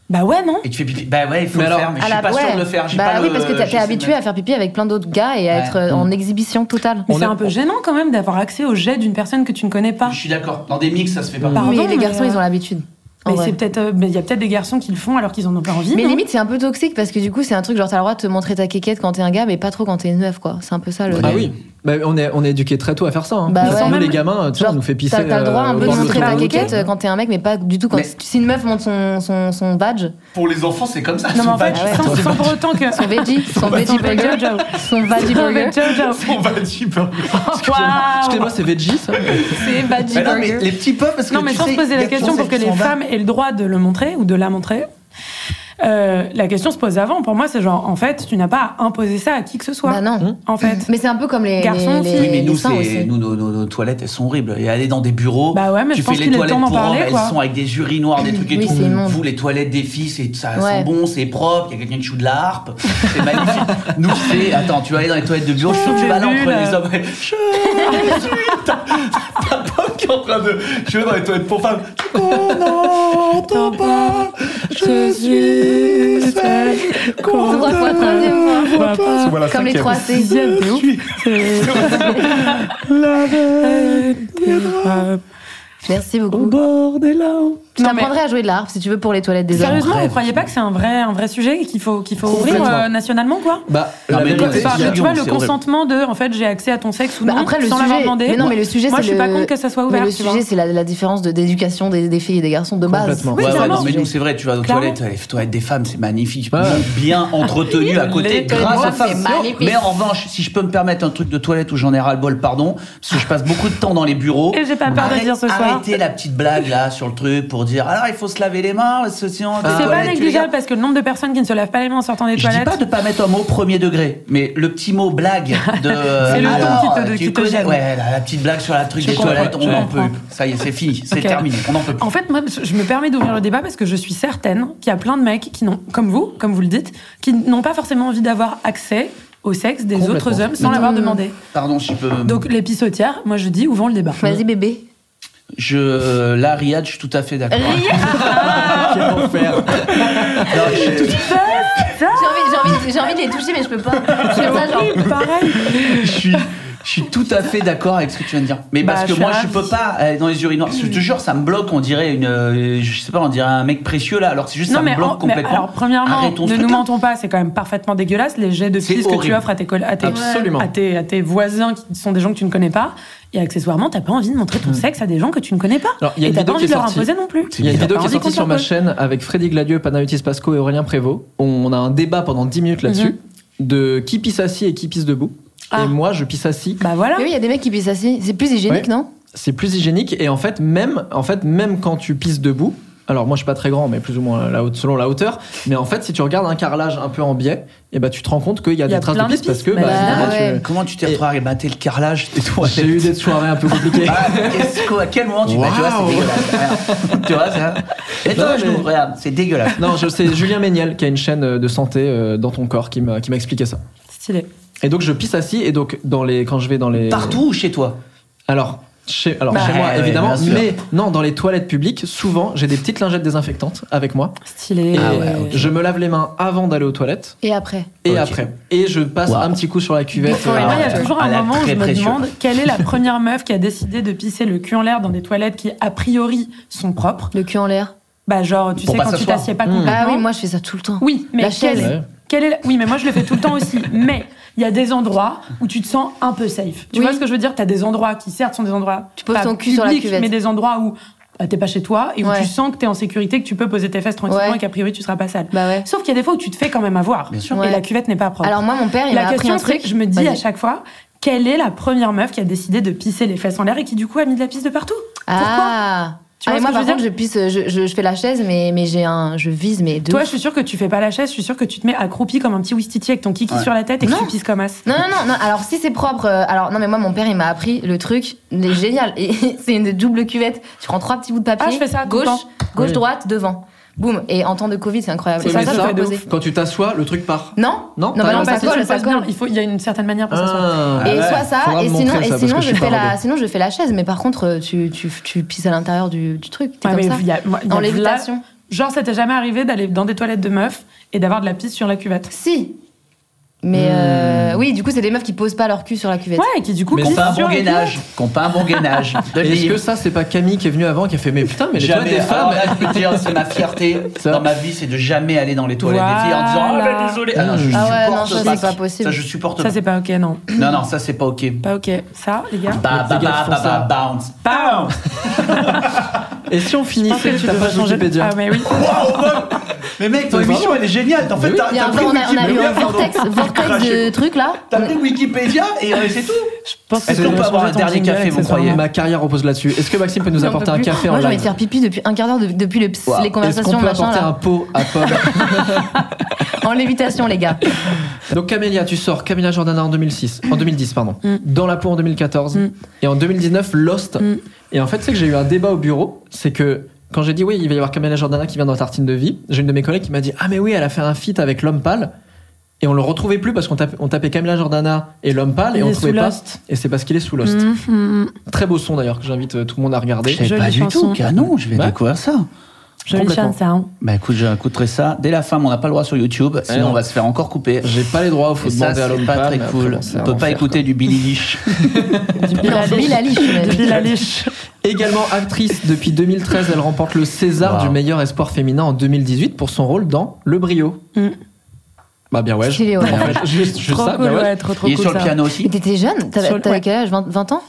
Speaker 3: Bah ouais, non
Speaker 4: Et tu fais pipi. Bah ouais, il faut
Speaker 1: Mais
Speaker 4: le
Speaker 1: alors-
Speaker 4: faire, mais je
Speaker 5: À
Speaker 4: suis
Speaker 5: la-
Speaker 4: pas
Speaker 5: ouais.
Speaker 4: sûr de le faire. j'ai
Speaker 5: Bah
Speaker 4: pas
Speaker 5: oui,
Speaker 4: le-
Speaker 5: parce que t'as-
Speaker 4: je
Speaker 5: t'es
Speaker 4: sais
Speaker 5: habitué
Speaker 4: même.
Speaker 5: à faire pipi avec plein d'autres gars et à
Speaker 4: Ouais.
Speaker 5: être euh, en exhibition totale.
Speaker 3: Mais
Speaker 1: On
Speaker 3: c'est
Speaker 1: a-
Speaker 3: un peu gênant quand même d'avoir accès aux jets d'une personne que tu ne connais pas.
Speaker 4: Je suis d'accord. Dans des mix, ça se fait pas.
Speaker 3: Pardon,
Speaker 5: oui, les
Speaker 3: mais,
Speaker 5: garçons,
Speaker 3: euh,
Speaker 5: ils ont l'habitude. en
Speaker 3: Mais
Speaker 5: vrai.
Speaker 3: c'est peut-être, euh, mais il y a peut-être des garçons qui le font alors qu'ils en ont pas envie.
Speaker 5: Mais
Speaker 3: non
Speaker 5: limite, c'est un peu toxique parce que du coup, c'est un truc genre, t'as le droit de te montrer ta quéquette quand t'es un gars, mais pas trop quand t'es une meuf, quoi. C'est un peu ça le.
Speaker 1: Ah oui. Bah, on est on est éduqué très tôt à faire ça. Hein.
Speaker 5: Bah
Speaker 1: Mais sans
Speaker 5: ouais.
Speaker 1: nous les gamins, tu vois,
Speaker 5: Genre,
Speaker 1: on nous fait pisser.
Speaker 5: T'as t'as le droit
Speaker 1: euh,
Speaker 5: un
Speaker 1: au
Speaker 5: peu de
Speaker 1: bord
Speaker 5: montrer
Speaker 1: l'autoroute.
Speaker 5: ta quéquette euh, quand t'es un mec, mais pas du tout quand.
Speaker 4: Mais-
Speaker 5: Si une meuf monte son, son, son badge,
Speaker 4: Pour les enfants, c'est comme ça.
Speaker 3: Non, mais en
Speaker 4: c'est
Speaker 3: fait,
Speaker 4: pas-
Speaker 5: badge.
Speaker 3: sans, sans pour autant que.
Speaker 5: son veggie, son veggie burger,
Speaker 3: Jojo.
Speaker 5: son veggie burger.
Speaker 4: <laughs>
Speaker 6: On va dire, bah,
Speaker 3: Ah.
Speaker 1: Excusez-moi, c'est veggie ça
Speaker 5: C'est veggie
Speaker 4: Mais Bah non, mais
Speaker 5: burger.
Speaker 4: les petits peuples, parce que
Speaker 3: Non, mais
Speaker 4: tu
Speaker 3: sans
Speaker 4: sais,
Speaker 3: se poser
Speaker 4: y a
Speaker 3: la
Speaker 4: toujours
Speaker 3: question pour
Speaker 4: celles
Speaker 3: que
Speaker 4: qui
Speaker 3: les
Speaker 4: s'en
Speaker 3: femmes aient le droit de le montrer ou de la montrer. euh, la question se pose avant. Pour moi, c'est genre, en fait, tu n'as pas à imposer ça à qui que ce soit.
Speaker 5: Bah non.
Speaker 3: En fait.
Speaker 5: Mais c'est un peu comme les.
Speaker 3: Garçons,
Speaker 5: les,
Speaker 3: filles.
Speaker 5: les,
Speaker 4: Oui, mais
Speaker 5: les
Speaker 4: nous,
Speaker 5: seins
Speaker 4: c'est-
Speaker 5: aussi.
Speaker 4: nous, nos, nos- nos toilettes, elles sont horribles. Et aller dans des bureaux,
Speaker 3: Bah ouais, mais
Speaker 4: tu
Speaker 3: je pense
Speaker 4: fais les
Speaker 3: qu'il est
Speaker 4: toilettes
Speaker 3: temps d'en
Speaker 4: pour
Speaker 3: parler,
Speaker 4: hommes,
Speaker 3: quoi.
Speaker 4: elles sont avec des urinoirs, des trucs et
Speaker 5: Oui,
Speaker 4: tout.
Speaker 5: c'est immonde.
Speaker 4: Vous, les toilettes des filles, c'est- ça
Speaker 5: Ouais.
Speaker 4: sent bon, c'est propre, il y a quelqu'un qui joue de l'harpe, c'est magnifique. <laughs> nous, c'est... Attends, tu vas aller dans les toilettes de bureau, je suis sûr que tu vas là
Speaker 3: Oh, J'ai vu,
Speaker 4: entre
Speaker 3: là.
Speaker 4: les hommes. <laughs> Je
Speaker 6: T'as pas qui est en train de. Je vais dans les toilettes pour femmes. Oh non, t'en pas. Je
Speaker 5: <laughs>
Speaker 6: suis seule.
Speaker 5: Trois fois, troisième fois.
Speaker 3: Euh,
Speaker 6: Voilà,
Speaker 5: Comme les
Speaker 6: cinquième.
Speaker 5: trois C.
Speaker 6: Je suis-
Speaker 5: Merci beaucoup. Tu
Speaker 3: Non, mais-
Speaker 5: t'apprendrais à jouer de l'harpe si tu veux pour les toilettes des hommes.
Speaker 3: Sérieusement,
Speaker 4: Bref.
Speaker 3: vous croyez pas que c'est un vrai, un vrai sujet et qu'il faut, qu'il faut ouvrir
Speaker 4: Complètement.
Speaker 3: euh, nationalement, quoi
Speaker 1: Bah,
Speaker 4: Non,
Speaker 1: la
Speaker 4: mais
Speaker 1: vérité,
Speaker 4: nous,
Speaker 3: Enfin,
Speaker 4: c'est
Speaker 1: il y a-
Speaker 3: tu vois,
Speaker 4: c'est
Speaker 3: le
Speaker 4: horrible.
Speaker 3: consentement de, en fait, j'ai accès à ton sexe ou
Speaker 5: Bah
Speaker 3: non,
Speaker 5: après le
Speaker 3: sans l'avoir
Speaker 5: sujet,
Speaker 3: demandé.
Speaker 5: mais non, mais le sujet,
Speaker 3: Moi,
Speaker 5: c'est
Speaker 3: je suis pas
Speaker 5: le-
Speaker 3: contre que ça soit
Speaker 5: Mais
Speaker 3: ouvert.
Speaker 5: le
Speaker 3: tu vois.
Speaker 5: sujet, c'est la, la différence de d'éducation des, des filles et des garçons de base.
Speaker 1: Complètement.
Speaker 4: Ouais,
Speaker 1: Oui,
Speaker 4: ouais,
Speaker 3: clairement.
Speaker 4: non, mais nous, c'est vrai, tu vas aux
Speaker 3: Clairement.
Speaker 4: toilettes, les toilettes des femmes, c'est magnifique.
Speaker 1: Ouais.
Speaker 4: Bien entretenu à côté,
Speaker 5: Les
Speaker 4: grâce aux
Speaker 5: toilettes des
Speaker 4: femmes.
Speaker 5: femmes, c'est magnifique.
Speaker 4: Mais en revanche, si je peux me permettre un truc de toilette où j'en ai ras-le-bol, pardon, parce que je passe beaucoup de temps dans les bureaux.
Speaker 3: Et j'ai pas peur de
Speaker 4: Arrête-
Speaker 3: dire ce soir.
Speaker 4: Arrêtez la petite blague là sur le truc pour dire alors il faut se laver les mains, parce que sinon. des
Speaker 3: C'est pas
Speaker 4: toilettes, tu les
Speaker 3: négligeable
Speaker 4: gardes.
Speaker 3: parce que le nombre de personnes qui ne se lavent pas les mains en sortant des
Speaker 4: Ah, Je dis
Speaker 3: toilettes.
Speaker 4: pas de pas mettre un mot premier degré, mais le petit mot blague
Speaker 3: <laughs>
Speaker 4: de. euh,
Speaker 3: C'est le ton
Speaker 4: Alors,
Speaker 3: qui te-
Speaker 4: tu
Speaker 3: qui te
Speaker 4: connais-
Speaker 3: gêne.
Speaker 4: Ouais, la, la petite blague sur la truc
Speaker 3: Je
Speaker 4: des
Speaker 3: comprends,
Speaker 4: toilettes,
Speaker 3: je
Speaker 4: on en peut.
Speaker 3: comprends.
Speaker 4: Ça y est, c'est fini, c'est
Speaker 3: Ok.
Speaker 4: terminé, on en peut plus.
Speaker 3: En fait, moi, je me permets d'ouvrir le débat parce que je suis certaine qu'il y a plein de mecs qui n'ont, comme vous, comme vous le dites, qui n'ont pas forcément envie d'avoir accès au sexe des
Speaker 1: Complètement.
Speaker 3: autres hommes sans l'avoir demandé.
Speaker 4: Pardon, si je peux.
Speaker 1: Mm.
Speaker 3: Donc les pissotières, moi je dis, ouvrons le débat. <laughs>
Speaker 5: Vas-y bébé.
Speaker 4: Je, euh, là, Riyad, je suis tout à fait d'accord. Non, je-
Speaker 5: <laughs> J'ai envie, j'ai envie, j'ai envie de les toucher, mais
Speaker 3: <laughs>
Speaker 5: je peux pas. Je fais ça, genre.
Speaker 3: Oui, pareil.
Speaker 4: je suis, je suis tout à fait d'accord avec ce que tu viens de dire. Mais
Speaker 3: Bah,
Speaker 4: parce que
Speaker 3: je
Speaker 4: moi,
Speaker 3: suis
Speaker 4: je
Speaker 3: ravie.
Speaker 4: peux pas aller dans les urinoirs. Je te jure, ça me bloque. On dirait une, euh, je sais pas, on dirait un mec précieux là. Alors c'est juste,
Speaker 3: Non
Speaker 4: ça
Speaker 3: mais,
Speaker 4: me bloque
Speaker 3: en- mais
Speaker 4: complètement.
Speaker 3: alors premièrement,
Speaker 4: Arrêtons ce
Speaker 3: ne nous
Speaker 4: truc-là.
Speaker 3: mentons pas, c'est quand même parfaitement dégueulasse les jets de
Speaker 4: C'est
Speaker 3: fils que tu
Speaker 4: horrible.
Speaker 3: offres à tes, coll- à tes,
Speaker 1: Absolument.
Speaker 3: à tes, à tes voisins qui sont des gens que tu ne connais pas. Et accessoirement, t'as pas envie de montrer ton sexe à des gens que tu ne connais pas.
Speaker 1: Mm. Alors, il y a
Speaker 3: et
Speaker 1: une
Speaker 3: t'as pas
Speaker 1: vidéo
Speaker 3: envie
Speaker 1: qui
Speaker 3: de
Speaker 1: est
Speaker 3: leur
Speaker 1: sortie.
Speaker 3: imposer non plus.
Speaker 1: Il y a une vidéo
Speaker 3: T'as
Speaker 1: qui est
Speaker 3: envie
Speaker 1: sortie
Speaker 3: qu'on te
Speaker 1: sur ma
Speaker 3: l'impose.
Speaker 1: chaîne avec Freddy Gladieux, Panayoutis Pasco et Aurélien Prévost. On a un débat pendant 10 minutes là-dessus de qui pisse assis et qui pisse debout.
Speaker 3: Mhm. Ah.
Speaker 1: Et moi, je pisse assis.
Speaker 3: Bah voilà.
Speaker 5: Mais oui, il y a des mecs qui pissent assis. C'est plus hygiénique,
Speaker 1: Ouais.
Speaker 5: non
Speaker 1: C'est plus hygiénique. Et en fait, même, en fait, même quand tu pisses debout, alors moi, je suis pas très grand, mais plus ou moins la haute, selon la hauteur. Mais en fait, si tu regardes un carrelage un peu en biais, et bah, tu te rends compte qu'il y a
Speaker 3: Il y a
Speaker 1: des traces de
Speaker 3: plein de
Speaker 1: pisse parce que
Speaker 3: pistes.
Speaker 1: bah,
Speaker 5: Bah,
Speaker 1: évidemment,
Speaker 3: Ah
Speaker 5: ouais.
Speaker 1: tu-
Speaker 4: Comment tu t'es retrouvé à remater le carrelage des toilettes
Speaker 1: j'ai eu des soirées un peu
Speaker 4: <laughs>
Speaker 1: compliquées.
Speaker 4: Ah, qu'est-ce qu'au- à quel moment tu, bah, tu vois, c'est
Speaker 1: Waouh.
Speaker 4: dégueulasse. Regarde. tu vois, ça. Et
Speaker 1: Non,
Speaker 4: toi, je
Speaker 1: mais-
Speaker 4: nous regarde, c'est dégueulasse.
Speaker 1: Non, je- c'est Julien Méniel qui a une chaîne euh, de santé euh, dans ton corps qui m'a qui m'a expliqué ça.
Speaker 3: Stylé.
Speaker 1: Et donc je pisse assis et donc dans les quand je vais dans les
Speaker 4: Partout ou chez toi
Speaker 1: Alors, chez, alors
Speaker 4: Bah,
Speaker 1: chez moi,
Speaker 4: ouais,
Speaker 1: évidemment,
Speaker 4: bien sûr.
Speaker 1: mais non, dans les toilettes publiques, souvent, j'ai des petites lingettes désinfectantes avec moi. Et
Speaker 3: Stylé.
Speaker 4: Ah ouais, ok.
Speaker 1: je me lave les mains avant d'aller aux toilettes
Speaker 5: Et après
Speaker 1: et
Speaker 4: Ok.
Speaker 1: après. Et je passe
Speaker 4: Wow.
Speaker 1: un petit coup sur la cuvette.
Speaker 5: Before
Speaker 1: euh,
Speaker 5: and
Speaker 3: Moi, il y a
Speaker 4: Ouais.
Speaker 3: toujours
Speaker 4: Ah,
Speaker 3: un
Speaker 4: là,
Speaker 3: moment où je
Speaker 4: très
Speaker 3: me
Speaker 4: précieux.
Speaker 3: demande
Speaker 1: <laughs>
Speaker 3: quelle est la première meuf qui a décidé de pisser le cul en l'air dans des toilettes qui, a priori, sont propres.
Speaker 5: Le cul en l'air.
Speaker 3: Bah, genre, tu
Speaker 4: Pour
Speaker 3: sais,
Speaker 4: pas
Speaker 3: quand tu
Speaker 4: s'asseoir.
Speaker 3: t'assieds pas
Speaker 1: Mmh.
Speaker 3: complètement.
Speaker 5: Ah oui, moi je fais ça tout le temps.
Speaker 3: Oui, mais
Speaker 5: La
Speaker 3: quelle,
Speaker 5: chaise.
Speaker 1: Ouais.
Speaker 3: quelle est la- Oui, mais moi, je le fais tout le temps
Speaker 5: <laughs>
Speaker 3: aussi. Mais il y a des endroits où tu te sens un peu safe. Tu
Speaker 5: Oui.
Speaker 3: vois ce que je veux dire T'as des endroits qui, certes, sont des endroits.
Speaker 5: Tu poses
Speaker 3: pas
Speaker 5: ton cul sur la
Speaker 3: publics,
Speaker 5: cuvette.
Speaker 3: Mais des endroits où bah, t'es pas chez toi et où
Speaker 5: Ouais.
Speaker 3: tu sens que t'es en sécurité, que tu peux poser tes fesses tranquillement
Speaker 5: Ouais.
Speaker 3: et qu'a priori, tu seras pas sale.
Speaker 5: Bah ouais.
Speaker 3: Sauf qu'il y a des fois où tu te fais quand même avoir.
Speaker 4: Bien sûr.
Speaker 3: Et
Speaker 5: Ouais.
Speaker 3: la cuvette n'est pas propre.
Speaker 5: Alors moi, mon père, il
Speaker 3: Oh. La
Speaker 5: m'a appris
Speaker 3: question,
Speaker 5: un
Speaker 3: c'est
Speaker 5: truc.
Speaker 3: que je me dis
Speaker 5: Vas-y.
Speaker 3: à chaque fois, quelle est la première meuf qui a décidé de pisser les fesses en l'air et qui du coup a mis de la pisse de partout Pourquoi
Speaker 5: Ah.
Speaker 3: Tu
Speaker 5: Ah,
Speaker 3: vois
Speaker 5: et
Speaker 3: ce
Speaker 5: moi,
Speaker 3: que je
Speaker 5: par
Speaker 3: veux
Speaker 5: contre, je pisse, euh, je, je, je fais la chaise, mais, mais j'ai un, je vise, mais deux.
Speaker 3: Toi, je suis sûre que tu fais pas la chaise, je suis sûre que tu te mets accroupi comme un petit ouistiti avec ton kiki
Speaker 4: Ouais.
Speaker 3: sur la tête et que
Speaker 5: Non.
Speaker 3: tu pisses comme as.
Speaker 5: Non, non, non, non, alors si c'est propre, euh, alors non, mais moi, mon père, il m'a appris le truc, il est <laughs> génial. Et c'est une double cuvette. Tu prends trois petits bouts de papier.
Speaker 3: Ah, je fais ça tout le
Speaker 5: Gauche,
Speaker 3: temps.
Speaker 5: gauche,
Speaker 1: Oui.
Speaker 5: droite, devant. boum. Et en temps de Covid, c'est incroyable.
Speaker 1: Oui,
Speaker 5: C'est pas
Speaker 1: mais
Speaker 5: ça,
Speaker 1: ça,
Speaker 5: que je proposais.
Speaker 1: Quand tu t'assois, le truc part.
Speaker 5: Non
Speaker 1: Non,
Speaker 5: non,
Speaker 1: t'as
Speaker 5: bah non,
Speaker 1: raison.
Speaker 5: ça
Speaker 3: parce que
Speaker 5: colle,
Speaker 3: ça
Speaker 5: ça
Speaker 3: passe bien.
Speaker 5: colle.
Speaker 3: Il, faut, il y a une certaine manière pour que ça soit.
Speaker 1: Ah,
Speaker 5: Et
Speaker 1: ouais.
Speaker 5: soit ça,
Speaker 1: Faudra
Speaker 5: et
Speaker 1: me
Speaker 5: sinon,
Speaker 1: montrer
Speaker 5: et
Speaker 1: ça,
Speaker 5: sinon
Speaker 1: parce que
Speaker 5: je, fais la,
Speaker 1: bardé.
Speaker 5: sinon je fais la chaise, mais par contre euh, tu, tu, tu pisses à l'intérieur du, du truc, t'es
Speaker 3: Ouais,
Speaker 5: comme
Speaker 3: mais
Speaker 5: ça.
Speaker 3: il y a- moi, il y a
Speaker 5: en
Speaker 3: de la-
Speaker 5: lévitation.
Speaker 3: Genre, ça t'est jamais arrivé d'aller dans des toilettes de meufs et d'avoir de la pisse sur la cuvette.
Speaker 5: Si. Mais euh,
Speaker 1: Hmm.
Speaker 5: oui, du coup, c'est des meufs qui posent pas leur cul sur la cuvette.
Speaker 3: Ouais, et qui du coup.
Speaker 1: Mais
Speaker 4: Qu'on
Speaker 3: pisse
Speaker 4: pas un
Speaker 3: sur
Speaker 4: bon
Speaker 3: la
Speaker 4: gainage. Qu'on pas un bon gainage. De
Speaker 1: Et Est-ce
Speaker 4: livre.
Speaker 1: que ça, c'est pas Camille qui est venue avant qui a fait Mais putain, mais les toilettes des
Speaker 4: Jamais. Alors
Speaker 1: femmes
Speaker 4: là, je peux te dire, c'est ma fierté
Speaker 1: Ça.
Speaker 4: dans ma vie, c'est de jamais aller dans les toilettes des filles en disant
Speaker 3: Voilà.
Speaker 4: Ah, ben, désolé. Ah, non, je
Speaker 5: Ah ouais,
Speaker 4: supporte
Speaker 5: non, ça, c'est pas possible.
Speaker 4: Ça, je supporte
Speaker 3: cuvette. Ça,
Speaker 4: pas.
Speaker 3: c'est pas ok, non.
Speaker 4: Non, non, ça, c'est pas OK.
Speaker 3: Pas ok. Ça, les gars.
Speaker 4: Bah, bah,
Speaker 1: Les gars
Speaker 4: bah,
Speaker 1: font
Speaker 4: bah,
Speaker 1: ça.
Speaker 4: bah, bounce.
Speaker 3: Bam
Speaker 1: Et si on finissait, t'as pas
Speaker 3: devrais
Speaker 1: changé Wikipédia
Speaker 3: Ah, mais oui.
Speaker 4: Waouh, meuf Mais mec, ton
Speaker 1: Mais
Speaker 4: émission,
Speaker 1: pardon.
Speaker 4: elle est géniale. En fait,
Speaker 1: Mais
Speaker 4: t'as
Speaker 5: Et
Speaker 4: t'as
Speaker 5: après,
Speaker 4: pris
Speaker 5: on a, on a eu
Speaker 4: Wikipédia,
Speaker 5: un vortex,
Speaker 4: pardon.
Speaker 5: vortex
Speaker 3: <laughs>
Speaker 4: Craché.
Speaker 5: de trucs là.
Speaker 4: T'as pris Wikipédia et euh, c'est tout.
Speaker 3: Je pense
Speaker 4: Est-ce
Speaker 3: que
Speaker 4: qu'on
Speaker 3: je
Speaker 4: peut avoir
Speaker 3: changerai
Speaker 4: un
Speaker 3: ton
Speaker 4: dernier
Speaker 3: jingle,
Speaker 4: café, vous
Speaker 3: etc.
Speaker 4: croyez
Speaker 1: Ma carrière repose là-dessus. Est-ce que Maxime peut nous
Speaker 5: J'en
Speaker 1: apporter
Speaker 5: peux
Speaker 1: un
Speaker 5: plus.
Speaker 1: café
Speaker 5: Moi,
Speaker 1: en
Speaker 5: j'ai envie de
Speaker 1: live
Speaker 5: faire pipi depuis un quart d'heure, de- depuis le-
Speaker 1: Waouh.
Speaker 5: les
Speaker 1: Est-ce qu'on
Speaker 5: conversations,
Speaker 1: peut
Speaker 5: machin
Speaker 1: apporter un
Speaker 5: là.
Speaker 1: pot à Pomme
Speaker 3: <laughs>
Speaker 5: En lévitation, les gars.
Speaker 1: Donc Camélia, tu sors Camélia Jordana en 2006, en 2010 pardon,
Speaker 3: Mm.
Speaker 1: dans la peau en 2014
Speaker 3: Mm.
Speaker 1: et en 2019 Lost.
Speaker 3: Mm.
Speaker 1: Et en fait, c'est que j'ai eu un débat au bureau, c'est que quand j'ai dit oui, il va y avoir Camélia Jordana qui vient dans Tartine de vie, j'ai une de mes collègues qui m'a dit ah mais oui, elle a fait un feat avec l'homme pâle et on le retrouvait plus parce qu'on tapait, on tapait Camélia Jordana et l'homme pâle et
Speaker 3: Il
Speaker 1: on
Speaker 3: est
Speaker 1: le trouvait
Speaker 3: sous
Speaker 1: pas.
Speaker 3: Lost.
Speaker 1: Et c'est parce qu'il est sous Lost.
Speaker 3: Mmh, mmh, mmh.
Speaker 1: Très beau son d'ailleurs que j'invite euh, tout le monde à regarder.
Speaker 3: savais pas Jolie du tout, chanson.
Speaker 4: Canon, je vais
Speaker 1: Bah.
Speaker 4: découvrir ça.
Speaker 3: Jolie
Speaker 1: Complètement.
Speaker 3: chanson.
Speaker 4: Bah écoute, j'écouterai ça dès la fin, mais on n'a pas le droit sur YouTube, sinon
Speaker 1: non.
Speaker 4: on va se faire encore couper.
Speaker 1: J'ai pas les droits, faut
Speaker 4: Et ça,
Speaker 1: demander à
Speaker 4: c'est
Speaker 1: l'homme
Speaker 4: Eh pas
Speaker 1: pâle.
Speaker 4: très
Speaker 1: mais
Speaker 4: cool.
Speaker 1: après, c'est
Speaker 4: On
Speaker 1: un
Speaker 4: peut pas
Speaker 1: enfer,
Speaker 4: écouter du Billy
Speaker 5: <laughs>
Speaker 4: Lish.
Speaker 3: Du Bill
Speaker 5: Non,
Speaker 3: Eilish.
Speaker 5: Bill Eilish,
Speaker 4: <laughs>
Speaker 5: mais-
Speaker 3: Du Bill Eilish.
Speaker 1: Également actrice depuis 2013, elle remporte le César
Speaker 4: Wow.
Speaker 1: du meilleur espoir féminin en 2018 pour son rôle dans Le Brio.
Speaker 3: Mm.
Speaker 1: Bah bien <laughs> ouais. je-
Speaker 5: Stylé, ouais.
Speaker 1: en fait, juste, juste
Speaker 3: Trop
Speaker 1: ça.
Speaker 3: cool,
Speaker 1: bien ouais.
Speaker 3: ouais, trop trop
Speaker 4: Il est
Speaker 3: cool,
Speaker 4: sur le
Speaker 3: ça.
Speaker 4: piano
Speaker 5: Mais
Speaker 4: aussi.
Speaker 5: t'étais jeune T'avais
Speaker 3: Sur le-
Speaker 5: t'avais
Speaker 3: ouais.
Speaker 5: quel âge 20, 20 ans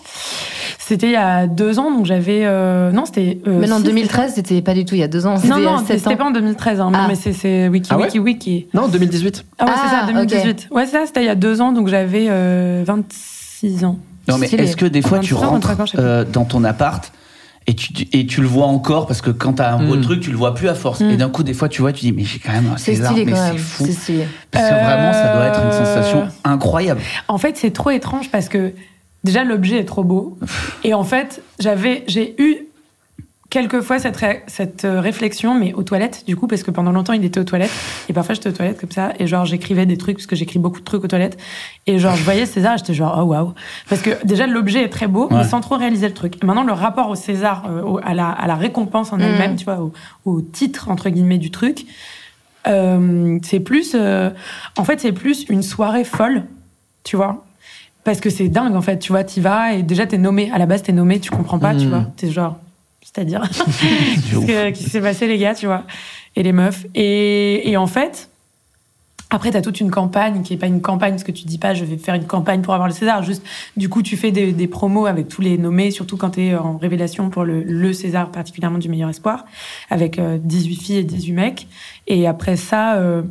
Speaker 3: C'était il y a deux ans, donc j'avais. euh, Non, c'était. euh,
Speaker 5: Mais non,
Speaker 3: six,
Speaker 5: 2013, c'était pas du tout il y a deux ans.
Speaker 3: Non, non,
Speaker 5: c'était
Speaker 3: c'était pas en 2013, hein,
Speaker 5: Ah.
Speaker 3: non, mais c'est- c'est Wiki,
Speaker 1: Ah ouais
Speaker 3: Wiki, Wiki.
Speaker 1: Non, 2018.
Speaker 3: Ah ouais,
Speaker 5: Ah,
Speaker 3: c'est ça,
Speaker 5: ok.
Speaker 3: 2018. Ouais, c'est ça, c'était il y a deux ans, donc j'avais euh, 26 ans.
Speaker 4: Non mais
Speaker 5: Stylé.
Speaker 4: est-ce que des fois tu
Speaker 3: 25,
Speaker 4: rentres
Speaker 3: 25, je sais pas.
Speaker 4: euh, dans ton appart et tu, tu- et tu le vois encore parce que quand t'as un beau
Speaker 1: Mm.
Speaker 4: truc, tu le vois plus à force.
Speaker 3: Mm.
Speaker 4: Et d'un coup, des fois, tu vois, tu dis mais j'ai quand même un
Speaker 5: C'est
Speaker 4: César,
Speaker 5: stylé
Speaker 4: mais
Speaker 5: quand
Speaker 4: c'est
Speaker 5: même.
Speaker 4: fou.
Speaker 5: C'est stylé.
Speaker 4: Parce que vraiment, ça doit être une
Speaker 3: Euh,
Speaker 4: sensation incroyable.
Speaker 3: En fait, c'est trop étrange parce que déjà l'objet est trop beau. Et en fait, j'avais, j'ai eu quelquefois cette, ré- cette euh, réflexion, mais aux toilettes, du coup, parce que pendant longtemps, il était aux toilettes. Et parfois, j'étais aux toilettes comme ça. Et genre, j'écrivais des trucs, parce que j'écris beaucoup de trucs aux toilettes. Et genre, je voyais César, et j'étais genre, oh waouh. Parce que déjà, l'objet est très beau,
Speaker 4: Ouais.
Speaker 3: mais sans trop réaliser le truc. Et maintenant, le rapport au César, euh, au- à, la, à la récompense en elle-même, tu vois, au, au titre, entre guillemets, du truc, euh, c'est plus. euh, en fait, c'est plus une soirée folle, tu vois. Parce que c'est dingue, en fait. Tu vois, t'y vas et déjà, t'es nommé. À la base, t'es nommé, tu comprends pas, tu
Speaker 1: Mm.
Speaker 3: vois. T'es genre. C'est-à-dire. <laughs> Qu'est-ce que- euh, qui s'est passé, les gars, tu vois. Et les meufs. Et, et en fait. Après, t'as toute une campagne qui est pas une campagne, parce que tu dis pas je vais faire une campagne pour avoir le César. Juste, du coup, tu fais des, des promos avec tous les nommés, surtout quand t'es euh, en révélation pour le, le César, particulièrement du meilleur espoir, avec euh, 18 filles et 18 mecs. Et après ça, euh,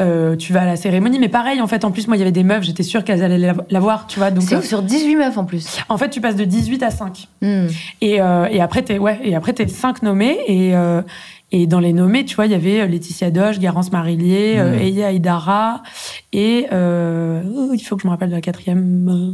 Speaker 3: euh, tu vas à la cérémonie. Mais pareil, en fait, en plus, moi, il y avait des meufs, j'étais sûre qu'elles allaient la, la voir, tu vois. Donc,
Speaker 5: C'est
Speaker 3: euh,
Speaker 5: ouf, sur 18 meufs en plus.
Speaker 3: en fait, tu passes de 18 à 5.
Speaker 5: Hmm.
Speaker 3: Et, euh, et après, t'es ouais, et après, t'es cinq nommés. Et, euh, et dans les nommés, tu vois, il y avait euh, Laetitia Doche, Garance Marillier, euh, Eya Aydara. Et euh, oh, il faut que je me rappelle de la quatrième. euh,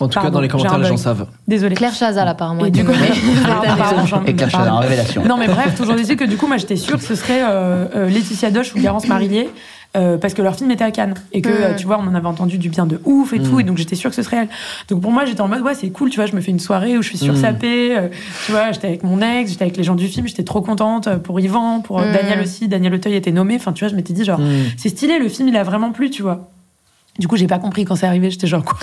Speaker 1: En tout cas,
Speaker 3: Pardon,
Speaker 1: dans les
Speaker 3: j'ai
Speaker 1: commentaires,
Speaker 3: un
Speaker 1: les gens
Speaker 3: bug.
Speaker 1: savent.
Speaker 3: Désolée.
Speaker 5: Claire Chazal apparemment.
Speaker 3: Et
Speaker 5: était
Speaker 3: du coup, <laughs>
Speaker 5: nommée.
Speaker 3: Pardon, pardon, j'en-
Speaker 4: Et Claire Chazal,
Speaker 3: Oh, pardon.
Speaker 4: révélation.
Speaker 3: Non, mais bref, toujours dit que du coup, moi, j'étais sûre que ce serait euh, euh, Laetitia Doche ou Garance Marillier. euh, parce que leur film était à Cannes et que
Speaker 5: Mm.
Speaker 3: euh, tu vois on en avait entendu du bien de ouf et tout et donc j'étais sûre que ce serait elle donc pour moi j'étais en mode ouais c'est cool tu vois je me fais une soirée où je suis sursapée euh, tu vois j'étais avec mon ex j'étais avec les gens du film j'étais trop contente euh, pour Yvan pour euh,
Speaker 5: Mm.
Speaker 3: Daniel aussi Daniel Auteuil était nommé enfin tu vois je m'étais dit genre c'est stylé le film il a vraiment plu tu vois du coup j'ai pas compris quand c'est arrivé j'étais genre quoi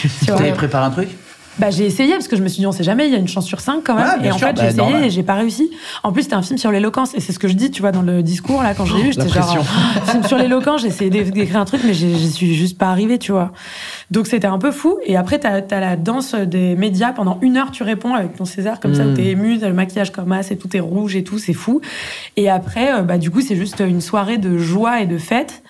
Speaker 3: tu vois
Speaker 4: T'avais préparé un truc
Speaker 3: bah, j'ai essayé parce que je me suis dit on sait jamais, il y a une chance sur cinq quand même.
Speaker 4: Ouais, bien
Speaker 3: et en
Speaker 4: sûr,
Speaker 3: fait
Speaker 4: bah,
Speaker 3: j'ai essayé
Speaker 4: normal.
Speaker 3: et j'ai pas réussi. En plus c'était un film sur l'éloquence et c'est ce que je dis tu vois dans le discours là quand j'ai lu, j'étais genre oh, <laughs> film sur l'éloquence, j'ai essayé d'é- d'écrire un truc mais j'ai- j'y suis juste pas arrivée tu vois. Donc c'était un peu fou et après t'as as la danse des médias pendant une heure tu réponds avec ton César comme ça
Speaker 4: Hmm.
Speaker 1: Mm.
Speaker 3: où t'es ému, t'as le maquillage comme as et tout est rouge et tout c'est fou. Et après euh, bah du coup c'est juste une soirée de joie et de fête.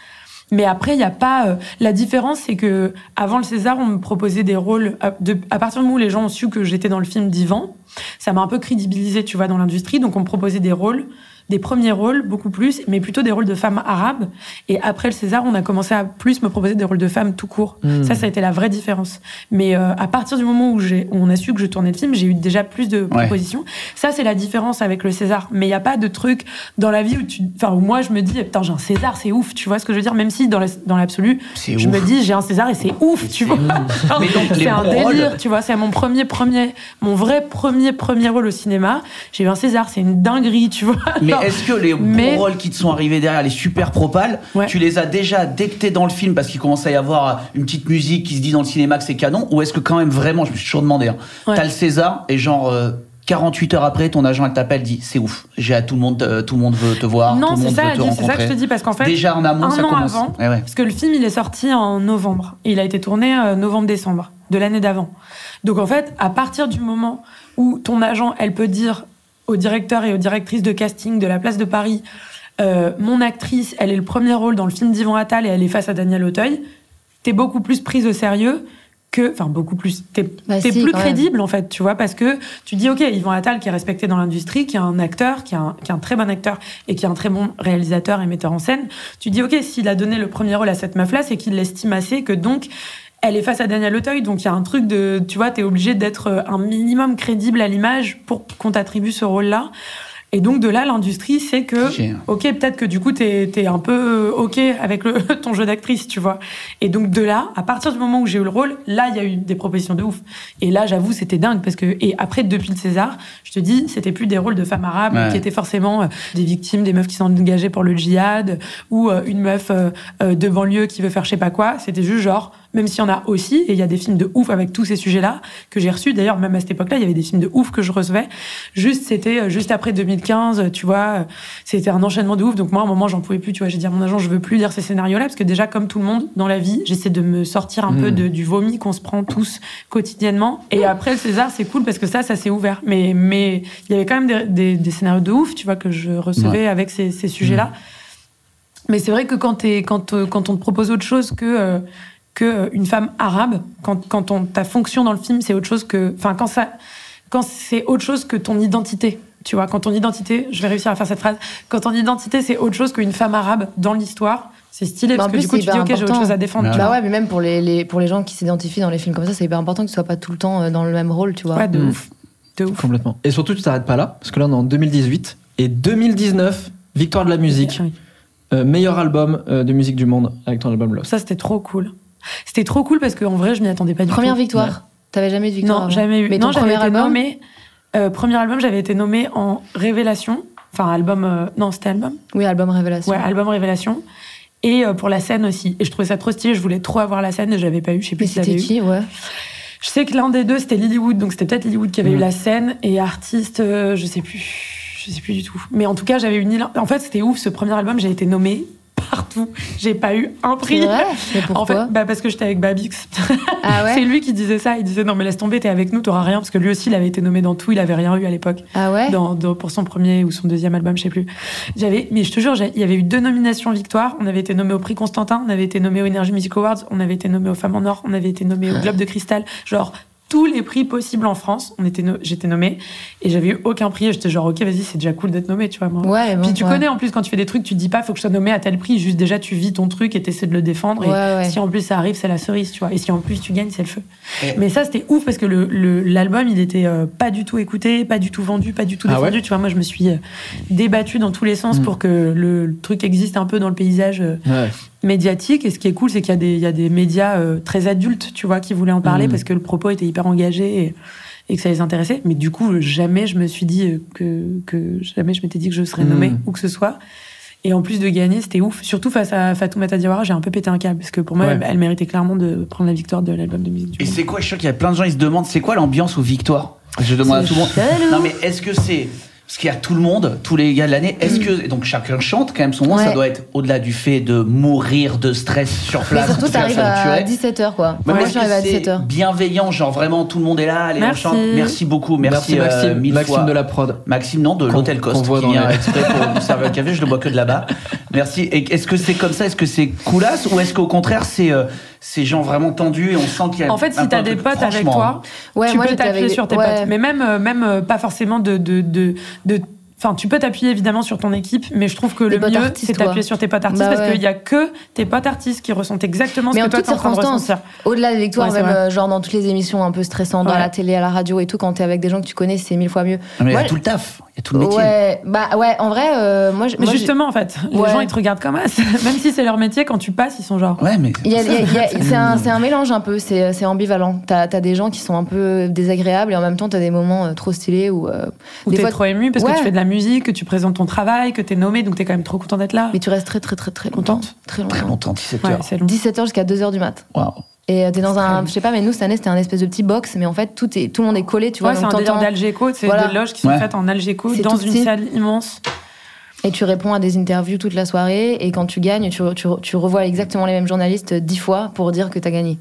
Speaker 3: Mais après, il n'y a pas. euh, la différence, c'est que avant le César, on me proposait des rôles. À, de- à partir du moment où les gens ont su que j'étais dans le film d'Ivan, ça m'a un peu crédibilisé, tu vois, dans l'industrie. Donc, on me proposait des rôles des premiers rôles, beaucoup plus, mais plutôt des rôles de femmes arabes. Et après le César, on a commencé à plus me proposer des rôles de femmes tout court.
Speaker 1: Hmm.
Speaker 3: Ça, ça a été la vraie différence. Mais euh, à partir du moment où, j'ai- où on a su que je tournais le film, j'ai eu déjà plus de propositions. Ça, c'est la différence avec le César. Mais il n'y a pas de truc dans la vie où tu, enfin, où moi, je me dis, eh, putain, j'ai un César, c'est ouf. Tu vois ce que je veux dire? Même si dans la- dans l'absolu,
Speaker 4: C'est
Speaker 3: je
Speaker 4: ouf.
Speaker 3: me dis, j'ai un César et c'est ouf, tu vois. <laughs>
Speaker 4: Mais donc, les
Speaker 3: c'est un
Speaker 4: bons
Speaker 3: délire,
Speaker 4: rôles-
Speaker 3: tu vois. C'est mon premier, premier, mon vrai premier, premier rôle au cinéma. J'ai eu un César, c'est une dinguerie, tu vois.
Speaker 4: Mais
Speaker 3: Non.
Speaker 4: est-ce que les bons
Speaker 3: Mais-
Speaker 4: rôles qui te sont arrivés derrière, les super propales,
Speaker 3: Ouais.
Speaker 4: tu les as déjà déctés dans le film parce qu'il commence à y avoir euh, une petite musique qui se dit dans le cinéma que c'est canon Ou est-ce que quand même vraiment, je me suis toujours demandé, hein,
Speaker 3: Ouais.
Speaker 4: t'as le César et genre euh, 48 heures après, ton agent elle t'appelle, dit c'est ouf, j'ai à tout le monde, euh, tout le monde veut te voir, tout
Speaker 3: Non,
Speaker 4: le
Speaker 3: c'est
Speaker 4: monde
Speaker 3: ça,
Speaker 4: veut te
Speaker 3: Adil, c'est ça que je te
Speaker 4: rencontrer.
Speaker 3: dis parce qu'en fait,
Speaker 4: Déjà en amont,
Speaker 3: un
Speaker 4: ça
Speaker 3: an
Speaker 4: commence.
Speaker 3: avant,
Speaker 4: Eh ouais.
Speaker 3: parce que le film il est sorti en novembre. Et il a été tourné euh, novembre-décembre de l'année d'avant. Donc en fait, à partir du moment où ton agent, elle peut dire au directeur et aux directrices de casting de la place de Paris, euh, mon actrice, elle est le premier rôle dans le film d'Yvan Attal et elle est face à Daniel Auteuil, t'es beaucoup plus prise au sérieux que, enfin beaucoup plus, t'es
Speaker 5: Bah
Speaker 3: t'es
Speaker 5: si,
Speaker 3: plus
Speaker 5: quand même.
Speaker 3: crédible en fait, tu vois, parce que tu dis ok, Yvan Attal qui est respecté dans l'industrie, qui est un acteur, qui est un, qui est un très bon acteur et qui est un très bon réalisateur et metteur en scène, tu dis ok, s'il a donné le premier rôle à cette meuf là, c'est qu'il l'estime assez que donc elle est face à Daniel Auteuil, donc il y a un truc de, tu vois, t'es obligé d'être euh, un minimum crédible à l'image pour qu'on t'attribue ce rôle là. Et donc de là, l'industrie sait que,
Speaker 4: Cliché, hein.
Speaker 3: ok, peut-être que du coup, t'es es un peu euh, ok avec le, <laughs> ton jeu d'actrice, tu vois. Et donc de là, à partir du moment où j'ai eu le rôle, là, il y a eu des propositions de ouf. Et là, j'avoue, c'était dingue parce que et après, depuis le César, je te dis, c'était plus des rôles de femmes arabes
Speaker 4: Ouais.
Speaker 3: qui étaient forcément euh, des victimes, des meufs qui sont engagées pour le djihad ou euh, une meuf euh, euh, de banlieue qui veut faire je sais pas quoi. C'était juste genre, même s'il y en a aussi, et il y a des films de ouf avec tous ces sujets-là que j'ai reçus. D'ailleurs, même à cette époque-là, il y avait des films de ouf que je recevais. Juste, c'était euh, juste après 2015, euh, tu vois, euh, c'était un enchaînement de ouf. Donc moi, à un moment, j'en pouvais plus. Tu vois, j'ai dit à mon agent, je veux plus lire ces scénarios-là parce que déjà, comme tout le monde dans la vie, j'essaie de me sortir un peu de- du vomi qu'on se prend tous quotidiennement. Et après le César, c'est cool parce que ça, ça s'est ouvert. Mais mais il y avait quand même des, des- des scénarios de ouf, tu vois, que je recevais avec ces, ces sujets-là. Mais c'est vrai que quand, t'es- quand, euh, quand on te propose autre chose que, euh, que euh, une femme arabe, quand, quand on, ta fonction dans le film, c'est autre chose que. Enfin, quand, ça- quand c'est autre chose que ton identité. Tu vois, quand ton identité, je vais réussir à faire cette phrase, quand ton identité, c'est autre chose qu'une femme arabe dans l'histoire, c'est stylé
Speaker 5: Bah, en
Speaker 3: parce que
Speaker 5: plus,
Speaker 3: du coup,
Speaker 5: c'est
Speaker 3: tu dis,
Speaker 5: hyper
Speaker 3: ok, j'ai autre
Speaker 5: important.
Speaker 3: chose à défendre. tu
Speaker 5: Bah
Speaker 3: vois.
Speaker 5: ouais, mais même pour les, les- pour les gens qui s'identifient dans les films comme ça, c'est hyper important que tu sois pas tout le temps euh, dans le même rôle, tu vois.
Speaker 3: Ouais, de
Speaker 1: Mm.
Speaker 3: ouf. De ouf.
Speaker 1: Complètement. Et surtout, tu t'arrêtes pas là, parce que là, on est en 2018. Et 2019, victoire de la musique, euh, meilleur album euh, de musique du monde avec ton album Lost.
Speaker 3: Ça, c'était trop cool. C'était trop cool parce qu'en vrai, je m'y attendais pas du
Speaker 5: Première
Speaker 3: tout.
Speaker 5: victoire. T'avais jamais eu de victoire
Speaker 3: Non,
Speaker 5: avant.
Speaker 3: jamais eu.
Speaker 5: Mais
Speaker 3: non,
Speaker 5: ton
Speaker 3: j'avais
Speaker 5: premier
Speaker 3: été
Speaker 5: album,
Speaker 3: nommée- euh, premier album, j'avais été nommée en Révélation. Enfin, album. euh, non, c'était album.
Speaker 5: Oui, album révélation.
Speaker 3: Ouais, album Révélation. Et euh, pour la scène aussi. Et je trouvais ça trop stylé. Je voulais trop avoir la scène et je l'avais pas eu. Je sais plus
Speaker 5: mais
Speaker 3: si je l'avais
Speaker 5: c'était
Speaker 3: eu.
Speaker 5: qui,
Speaker 3: <laughs>
Speaker 5: Mm. ouais.
Speaker 3: Je sais que l'un des deux, c'était Lilywood. Donc c'était peut-être Lilywood qui avait eu la scène. Et artiste, euh, je sais plus. Je sais plus du tout. Mais en tout cas, j'avais une. île- En fait, c'était ouf. Ce premier album, j'ai été nommée partout. J'ai pas eu un prix.
Speaker 5: C'est vrai Mais pourquoi
Speaker 3: En fait, bah parce que j'étais avec Babix. <laughs>
Speaker 5: Ah
Speaker 3: C'est
Speaker 5: ouais
Speaker 3: lui qui disait ça. Il disait non mais laisse tomber, t'es avec nous, t'auras rien parce que lui aussi il avait été nommé dans tout, il avait rien eu à l'époque.
Speaker 5: Ah ouais
Speaker 3: Dans, dans- pour son premier ou son deuxième album, je sais plus. J'avais, mais je te jure, j'ai- il y avait eu deux nominations victoires. On avait été nommé au Prix Constantin, on avait été nommé au Energy Music Awards, on avait été nommé aux Femmes en Or, on avait été nommé au Globe de Cristal. Genre tous les prix possibles en France, on était, no- j'étais nommée et j'avais eu aucun prix. Et J'étais genre ok, vas-y, c'est déjà cool d'être nommée, tu vois moi.
Speaker 5: Ouais, bon,
Speaker 3: Puis tu
Speaker 5: ouais.
Speaker 3: connais en plus quand tu fais des trucs, tu te dis pas faut que je sois nommée à tel prix. Juste déjà tu vis ton truc et t'essaies de le défendre. Et
Speaker 5: Ouais, ouais.
Speaker 3: si en plus ça arrive, c'est la cerise, tu vois. Et si en plus tu gagnes, c'est le feu.
Speaker 4: Et-
Speaker 3: Mais ça c'était ouf parce que le- le- l'album il était euh, pas du tout écouté, pas du tout vendu, pas du tout
Speaker 1: Ah
Speaker 3: défendu.
Speaker 1: ouais Hmm.
Speaker 3: tu vois, moi je me suis euh, débattue dans tous les sens pour que le, le truc existe un peu dans le paysage. euh,
Speaker 1: Ouais.
Speaker 3: médiatique. Et ce qui est cool, c'est qu'il y, a des- il y a des médias euh, très adultes, tu vois, qui voulaient en parler
Speaker 4: Mmh.
Speaker 1: Mhm.
Speaker 3: parce que le propos était hyper engagé et, et que ça les intéressait. Mais du coup, euh, jamais je me suis dit euh, que, que jamais je m'étais dit que je serais
Speaker 4: Mmh.
Speaker 1: Mhm.
Speaker 3: nommée ou que ce soit. Et en plus de gagner, c'était ouf. Surtout face à Fatoumata Diawara, j'ai un peu pété un câble parce que pour moi,
Speaker 1: Ouais.
Speaker 3: elle, elle méritait clairement de prendre la victoire de l'album de musique du
Speaker 4: Et
Speaker 3: monde.
Speaker 4: c'est quoi Je suis sûr qu'il y a plein de gens qui se demandent c'est quoi l'ambiance aux victoires Je demande à tout le monde.
Speaker 5: chelou.
Speaker 4: Non, mais est-ce que c'est. Parce qu'il y a tout le monde, tous les gars de l'année, est-ce que. et Donc chacun chante quand même son nom,
Speaker 5: Ouais.
Speaker 4: ça doit être au-delà du fait de mourir de stress sur
Speaker 5: Mais
Speaker 4: place. tout
Speaker 5: surtout,
Speaker 4: ça,
Speaker 5: t'arrives
Speaker 4: ça nous
Speaker 5: à
Speaker 4: tuerait.
Speaker 5: 17h, quoi.
Speaker 4: Mais
Speaker 5: Moi,
Speaker 4: est-ce que
Speaker 5: j'arrive à
Speaker 4: c'est
Speaker 5: 17h.
Speaker 4: Bienveillant, genre vraiment tout le monde est là, allez,
Speaker 3: Merci.
Speaker 4: on chante. Merci beaucoup, merci,
Speaker 1: Merci, Maxime,
Speaker 4: euh, mille
Speaker 1: Maxime
Speaker 4: fois.
Speaker 1: de la prod.
Speaker 4: Maxime, non, de
Speaker 1: Qu'on-
Speaker 4: l'hôtel
Speaker 1: qu'on
Speaker 4: Coste,
Speaker 1: voit
Speaker 4: qui
Speaker 1: dans
Speaker 4: vient
Speaker 1: les-
Speaker 4: exprès pour nous servir le café, je le bois que de là-bas. Merci. Et est-ce que c'est comme ça Est-ce que c'est coulasse Ou est-ce qu'au contraire, c'est euh, ces gens vraiment tendus et on sent qu'il y a
Speaker 3: En fait,
Speaker 4: un
Speaker 3: si
Speaker 4: peu
Speaker 3: t'as
Speaker 4: un
Speaker 3: des
Speaker 4: truc-
Speaker 3: potes avec
Speaker 4: franchement,
Speaker 3: toi,
Speaker 5: hein. Ouais,
Speaker 3: tu
Speaker 5: moi,
Speaker 3: peux
Speaker 5: j'étais
Speaker 3: t'appuyer
Speaker 5: avec-
Speaker 3: sur tes
Speaker 5: ouais.
Speaker 3: potes. Mais même, euh, même euh, pas forcément de, de, de, de Enfin, tu peux t'appuyer évidemment sur ton équipe, mais je trouve que
Speaker 5: Tes
Speaker 3: le
Speaker 5: potes
Speaker 3: mieux,
Speaker 5: artistes,
Speaker 3: c'est
Speaker 5: toi.
Speaker 3: t'appuyer sur tes potes artistes
Speaker 5: Bah
Speaker 3: parce
Speaker 5: ouais.
Speaker 3: qu'il n'y a que tes potes artistes qui ressentent exactement
Speaker 5: Mais
Speaker 3: ce
Speaker 5: en
Speaker 3: que toi
Speaker 5: toutes
Speaker 3: t'es en train de
Speaker 5: circonstances.
Speaker 3: ressentir.
Speaker 5: Au-delà de victoire,
Speaker 3: Ouais, c'est
Speaker 5: même
Speaker 3: vrai.
Speaker 5: euh, genre dans toutes les émissions un peu stressantes, dans
Speaker 3: Ouais.
Speaker 5: la télé, à la radio et tout, quand t'es avec des gens que tu connais, c'est mille fois mieux.
Speaker 4: hein. Ah, Mais il y a
Speaker 5: Moi,
Speaker 4: tout le taf, il y a tout le métier.
Speaker 5: Ouais, bah ouais, en vrai, euh, moi, je-
Speaker 3: Mais
Speaker 5: moi, j'ai-
Speaker 3: justement, en fait,
Speaker 5: Ouais.
Speaker 3: les gens ils te regardent comme as. <laughs> Même si c'est leur métier, quand tu passes, ils sont genre.
Speaker 4: Ouais, mais.
Speaker 5: Il y a- il y a- il y a- c'est un, c'est un mélange un peu, c'est c'est ambivalent. T'as as des gens qui sont un peu désagréables et en même temps t'as des moments euh, trop stylés où, euh,
Speaker 3: Ou
Speaker 5: des
Speaker 3: t'es
Speaker 5: fois-
Speaker 3: trop ému parce
Speaker 5: Ouais.
Speaker 3: que tu fais de la musique, que tu présentes ton travail, que t'es nommé, donc t'es quand même trop content d'être là.
Speaker 5: mais tu restes très très très très longtemps,
Speaker 3: Contente.
Speaker 5: très
Speaker 4: Très
Speaker 5: longtemps.
Speaker 4: longtemps, 17
Speaker 3: Ouais,
Speaker 4: heures.
Speaker 3: c'est long.
Speaker 5: 17h jusqu'à 2h du mat.
Speaker 4: Waouh.
Speaker 5: Et euh, t'es dans un, je sais pas, mais nous cette année c'était un espèce de petit box, mais en fait tout est, tout le monde est collé, tu vois,
Speaker 3: Ouais, c'est
Speaker 5: donc
Speaker 3: un délire
Speaker 5: t'entends-
Speaker 3: d'Algéco, c'est
Speaker 5: Voilà.
Speaker 3: des loges qui sont
Speaker 4: Ouais.
Speaker 3: faites en Algéco
Speaker 5: C'est
Speaker 3: dans
Speaker 5: tout
Speaker 3: une
Speaker 5: petit.
Speaker 3: salle immense.
Speaker 5: et tu réponds à des interviews toute la soirée et quand tu gagnes, tu, tu, tu revois exactement les mêmes journalistes dix fois pour dire que t'as gagné.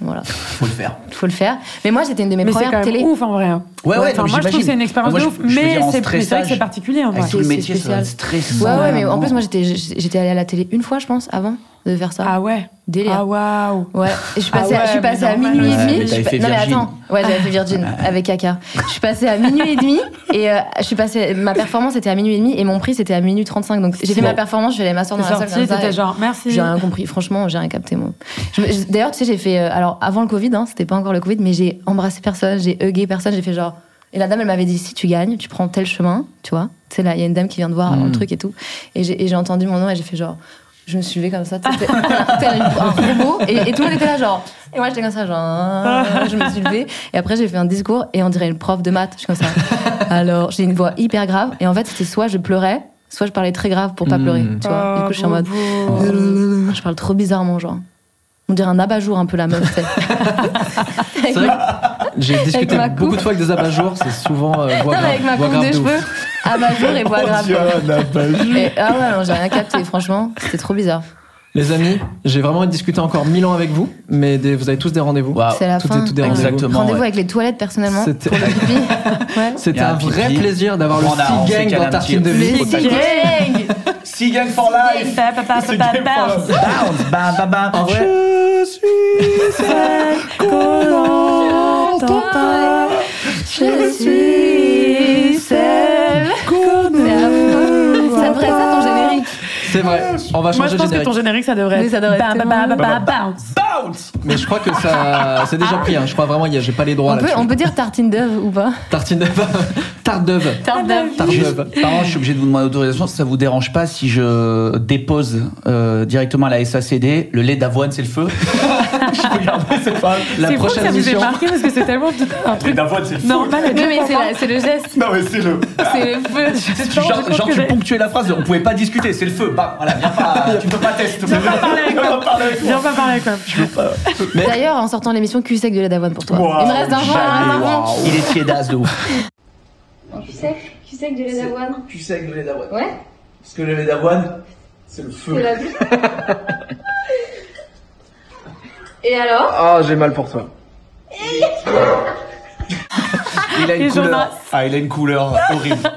Speaker 5: Voilà,
Speaker 4: Faut le faire.
Speaker 5: faut le faire. Mais moi c'était une de mes
Speaker 3: Mais c'est
Speaker 5: premières
Speaker 3: quand même
Speaker 5: télé.
Speaker 3: ouf en vrai.
Speaker 4: Ouais, ouais,
Speaker 3: Enfin,
Speaker 4: non, mais
Speaker 3: moi je trouve
Speaker 4: j'imagine.
Speaker 3: que c'est une expérience
Speaker 4: Moi,
Speaker 3: de
Speaker 4: je-
Speaker 3: ouf,
Speaker 4: je veux
Speaker 3: mais
Speaker 4: dire, en
Speaker 3: c'est mais c'est vrai que
Speaker 4: stressage,
Speaker 3: c'est particulier. en
Speaker 4: Avec
Speaker 3: vrai.
Speaker 4: tout le
Speaker 5: C'est-
Speaker 4: métier,
Speaker 5: c'est
Speaker 4: ça doit être
Speaker 5: Ouais,
Speaker 4: stressant.
Speaker 5: ouais, mais en plus,
Speaker 4: vraiment.
Speaker 5: moi, j'étais j'étais allée à la télé une fois, je pense, avant de faire ça.
Speaker 3: Ah ouais.
Speaker 5: Délire.
Speaker 3: Ah waouh.
Speaker 5: Ouais, et je suis
Speaker 3: Ah
Speaker 5: passée, à-
Speaker 3: ouais,
Speaker 5: je suis passée
Speaker 3: mais
Speaker 5: à
Speaker 3: normal.
Speaker 5: minuit
Speaker 3: Ouais,
Speaker 5: et
Speaker 4: mais
Speaker 5: demi. je
Speaker 4: t'avais
Speaker 5: suis pas-
Speaker 4: fait
Speaker 5: non mais
Speaker 4: Virgin. Ah.
Speaker 5: attends, ouais j'avais fait Virgin avec Kaka. Je suis passée à minuit et demi et euh, je suis passée, ma performance était à minuit et demi et mon prix c'était à minuit 35. Donc j'ai fait
Speaker 4: Wow.
Speaker 5: ma performance, je suis allée m'asseoir
Speaker 3: T'es
Speaker 5: dans la salle
Speaker 3: sorti,
Speaker 5: comme ça.
Speaker 3: t'étais
Speaker 5: et
Speaker 3: genre merci.
Speaker 5: J'ai rien compris, franchement, j'ai rien capté moi. Je me- je- D'ailleurs, tu sais, j'ai fait, euh, alors avant le Covid, hein, c'était pas encore le Covid, mais j'ai embrassé personne, j'ai hugué personne, j'ai fait genre. Et la dame, elle m'avait dit si tu gagnes, tu prends tel chemin, tu vois. Tu sais là, il y a une dame qui vient de voir avant le truc et tout. Et j'ai et j'ai entendu mon nom et j'ai fait genre. Je me suis levée comme ça, tu sais, tel- tel un robot, et, et tout le monde était là genre. Et moi j'étais comme ça genre. ah, Je me suis levée et après j'ai fait un discours et on dirait une prof de maths. Je suis comme ça. Alors j'ai une voix hyper grave et en fait c'était soit je pleurais, soit je parlais très grave pour pas pleurer, tu vois.
Speaker 3: Ah,
Speaker 5: du coup je suis en mode.
Speaker 3: bobo.
Speaker 5: Oh. Ah, Je parle trop bizarrement, genre. On dirait un abat-jour un peu la meuf, tu sais.
Speaker 4: C'est
Speaker 5: <laughs>
Speaker 4: vrai
Speaker 1: J'ai discuté
Speaker 5: ma
Speaker 1: beaucoup
Speaker 5: coupe.
Speaker 1: de fois avec des abat-jours, c'est souvent euh, voix
Speaker 5: Non,
Speaker 1: grave,
Speaker 5: mais avec ma
Speaker 1: voix
Speaker 5: coupe
Speaker 1: grave
Speaker 5: de
Speaker 1: de ouf.
Speaker 5: cheveux, abat-jour et voix grave. quoi. Et- ah ouais, non, j'ai rien capté, franchement, c'était trop bizarre.
Speaker 1: Les amis, j'ai vraiment envie de discuter encore mille ans avec vous, mais des- vous avez tous des rendez-vous.
Speaker 4: Waouh.
Speaker 5: C'est la
Speaker 1: tout
Speaker 5: fin.
Speaker 1: est- tout est
Speaker 5: Ouais.
Speaker 1: rendez-vous.
Speaker 4: Exactement.
Speaker 5: Rendez-vous
Speaker 4: ouais.
Speaker 5: avec les toilettes, personnellement.
Speaker 1: C'était-
Speaker 5: Pour le pipi. Ouais.
Speaker 1: C'était
Speaker 4: Il y a
Speaker 1: un
Speaker 4: un
Speaker 1: vrai
Speaker 4: pipi.
Speaker 1: plaisir d'avoir le
Speaker 4: On a- on
Speaker 1: Sea
Speaker 4: s'est
Speaker 1: Gang
Speaker 4: calé
Speaker 1: dans
Speaker 4: un
Speaker 1: Tartine de
Speaker 4: petit-
Speaker 1: Vie.
Speaker 4: Le
Speaker 5: C'est gang
Speaker 4: Sea Gang for Life
Speaker 3: Pa, pa, pa, pa, pa, pa.
Speaker 4: Bounce, ba, ba, ba.
Speaker 1: En vrai,
Speaker 5: Je suis celle qu'on aime. Ça devrait être ça ton générique.
Speaker 1: c'est vrai, on va
Speaker 3: Moi
Speaker 1: changer
Speaker 3: je
Speaker 1: de
Speaker 3: pense que
Speaker 1: générique.
Speaker 3: ton générique ça devrait
Speaker 5: Oui,
Speaker 3: être.
Speaker 5: ça devrait être
Speaker 3: Ba, ba, ba, ba, ba, bounce.
Speaker 4: Bounce
Speaker 1: Mais je crois que ça, c'est déjà pris. hein. Je crois vraiment, il y a- j'ai pas les droits
Speaker 5: On peut,
Speaker 1: là-dessus.
Speaker 5: on peut dire tartine d'œuf ou pas
Speaker 1: Tartine d'œuf, tarte d'œuf,
Speaker 5: Tarte d'œuf.
Speaker 1: tarte
Speaker 4: Juste,
Speaker 1: d'œuf.
Speaker 4: Par an, je suis obligé de vous demander l'autorisation. Ça vous dérange pas si je dépose euh, directement à la SACD le lait d'avoine, c'est le feu <laughs> Je regardais, c'est pas.
Speaker 1: La
Speaker 3: C'est fou que
Speaker 1: prochaine
Speaker 3: ça vous ait
Speaker 1: émission.
Speaker 3: marqué parce que c'est tellement un
Speaker 6: Et
Speaker 3: truc
Speaker 6: d'avoine, c'est le feu.
Speaker 3: normal. à
Speaker 5: Oui,
Speaker 3: dire
Speaker 5: mais
Speaker 3: pour
Speaker 5: c'est
Speaker 3: moi.
Speaker 5: la- c'est le geste,
Speaker 6: Non, mais c'est le.
Speaker 5: c'est le feu.
Speaker 3: Je me suis
Speaker 4: Genre,
Speaker 3: rendu compte
Speaker 4: genre,
Speaker 3: que
Speaker 4: tu
Speaker 3: j'ai-
Speaker 4: ponctuais la phrase, on pouvait pas discuter, c'est le feu. Bah, voilà, viens pas, tu peux pas tester.
Speaker 3: Viens pas parler avec moi. Viens pas parler avec moi.
Speaker 5: D'ailleurs, en sortant l'émission, cul sec de lait d'avoine pour toi.
Speaker 6: Waouh,
Speaker 5: Il me reste un joint,
Speaker 1: Bah,
Speaker 5: il me reste un
Speaker 4: Ah,
Speaker 5: joint.
Speaker 4: oh. Il est tiédasse de ouf.
Speaker 8: Tu sais, tu sais que de lait d'avoine.
Speaker 4: Tu sais que le lait d'avoine.
Speaker 8: Ouais.
Speaker 4: Parce que le lait d'avoine, c'est le
Speaker 8: c'est
Speaker 4: feu.
Speaker 8: la plus. Et alors
Speaker 1: Ah, j'ai mal pour toi.
Speaker 4: Il a une
Speaker 3: Et
Speaker 4: couleur.
Speaker 3: j'embrasse.
Speaker 4: Ah, il a une couleur horrible.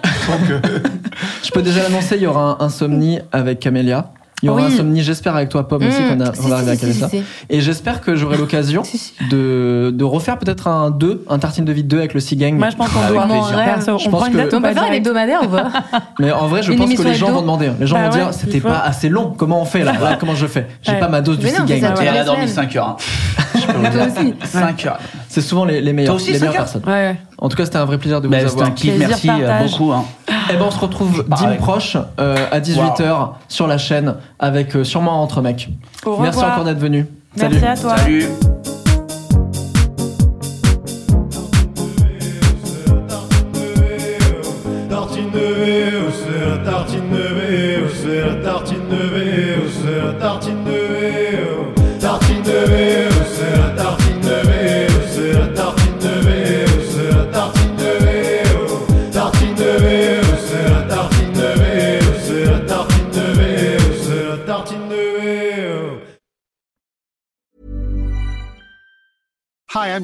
Speaker 1: Je peux déjà l'annoncer, il y aura un insomnie avec Camélia. Il y aura un
Speaker 5: Oui.
Speaker 1: insomnie, j'espère, avec toi, Pomme,
Speaker 5: Mmh,
Speaker 1: aussi, qu'on a-
Speaker 5: si,
Speaker 1: on va arriver à
Speaker 5: si, si,
Speaker 1: caler
Speaker 5: si,
Speaker 1: ça.
Speaker 5: si.
Speaker 1: Et j'espère que j'aurai l'occasion
Speaker 5: <laughs> Si, si.
Speaker 1: de, de refaire peut-être un 2, un tartine de vie 2 avec le Sea Gang.
Speaker 3: Moi je pense qu'on
Speaker 4: Avec
Speaker 3: doit.
Speaker 4: plaisir.
Speaker 3: Perso,
Speaker 1: Je
Speaker 3: on
Speaker 1: pense
Speaker 3: prend une
Speaker 1: que-
Speaker 3: date.
Speaker 5: On
Speaker 3: va
Speaker 5: peut faire un
Speaker 3: direct.
Speaker 5: hebdomadaire
Speaker 1: <laughs>
Speaker 5: ou pas
Speaker 1: Mais en vrai, je
Speaker 5: Une
Speaker 1: pense que
Speaker 5: émission
Speaker 1: les
Speaker 5: hebdo.
Speaker 1: gens vont demander. Les gens vont
Speaker 3: Bah
Speaker 1: dire,
Speaker 3: ouais,
Speaker 1: c'était
Speaker 3: il faut.
Speaker 1: pas assez long. Comment on fait là, Là, Comment je fais J'ai
Speaker 3: Ouais.
Speaker 1: pas ma dose du
Speaker 5: Mais non,
Speaker 1: Sea
Speaker 5: on fait
Speaker 1: Gang.
Speaker 5: ça
Speaker 4: Et
Speaker 5: tous
Speaker 4: elle a
Speaker 5: les
Speaker 4: dormi
Speaker 5: semaines.
Speaker 4: 5 heures.
Speaker 5: Toi aussi.
Speaker 4: 5 heures.
Speaker 1: C'est souvent les, les meilleurs.
Speaker 4: Toi aussi,
Speaker 1: les
Speaker 4: cinq
Speaker 1: meilleures
Speaker 4: heures
Speaker 1: personnes.
Speaker 3: Ouais, ouais.
Speaker 1: En tout cas, c'était un vrai plaisir de vous
Speaker 4: Bah, C'était
Speaker 1: avoir.
Speaker 4: un kiff,
Speaker 3: Plaisir,
Speaker 4: merci
Speaker 3: partage.
Speaker 4: beaucoup. hein.
Speaker 1: Eh ben, on se retrouve
Speaker 4: Pareil.
Speaker 1: dîme proche euh, à 18h sur la chaîne avec euh, sûrement entre mecs.
Speaker 3: Au
Speaker 1: Merci
Speaker 3: revoir.
Speaker 1: encore d'être venu.
Speaker 3: Merci à toi.
Speaker 4: Salut.
Speaker 2: Tartine de veau, c'est la tartine de veau, c'est la tartine de veau, c'est la tartine de veau. Tartine de veau, c'est la tartine de veau, c'est la tartine de veau, c'est la tartine de veau. Tartine de veau, c'est la tartine de veau, c'est la tartine de veau, c'est la tartine de veau.
Speaker 9: Hi, I'm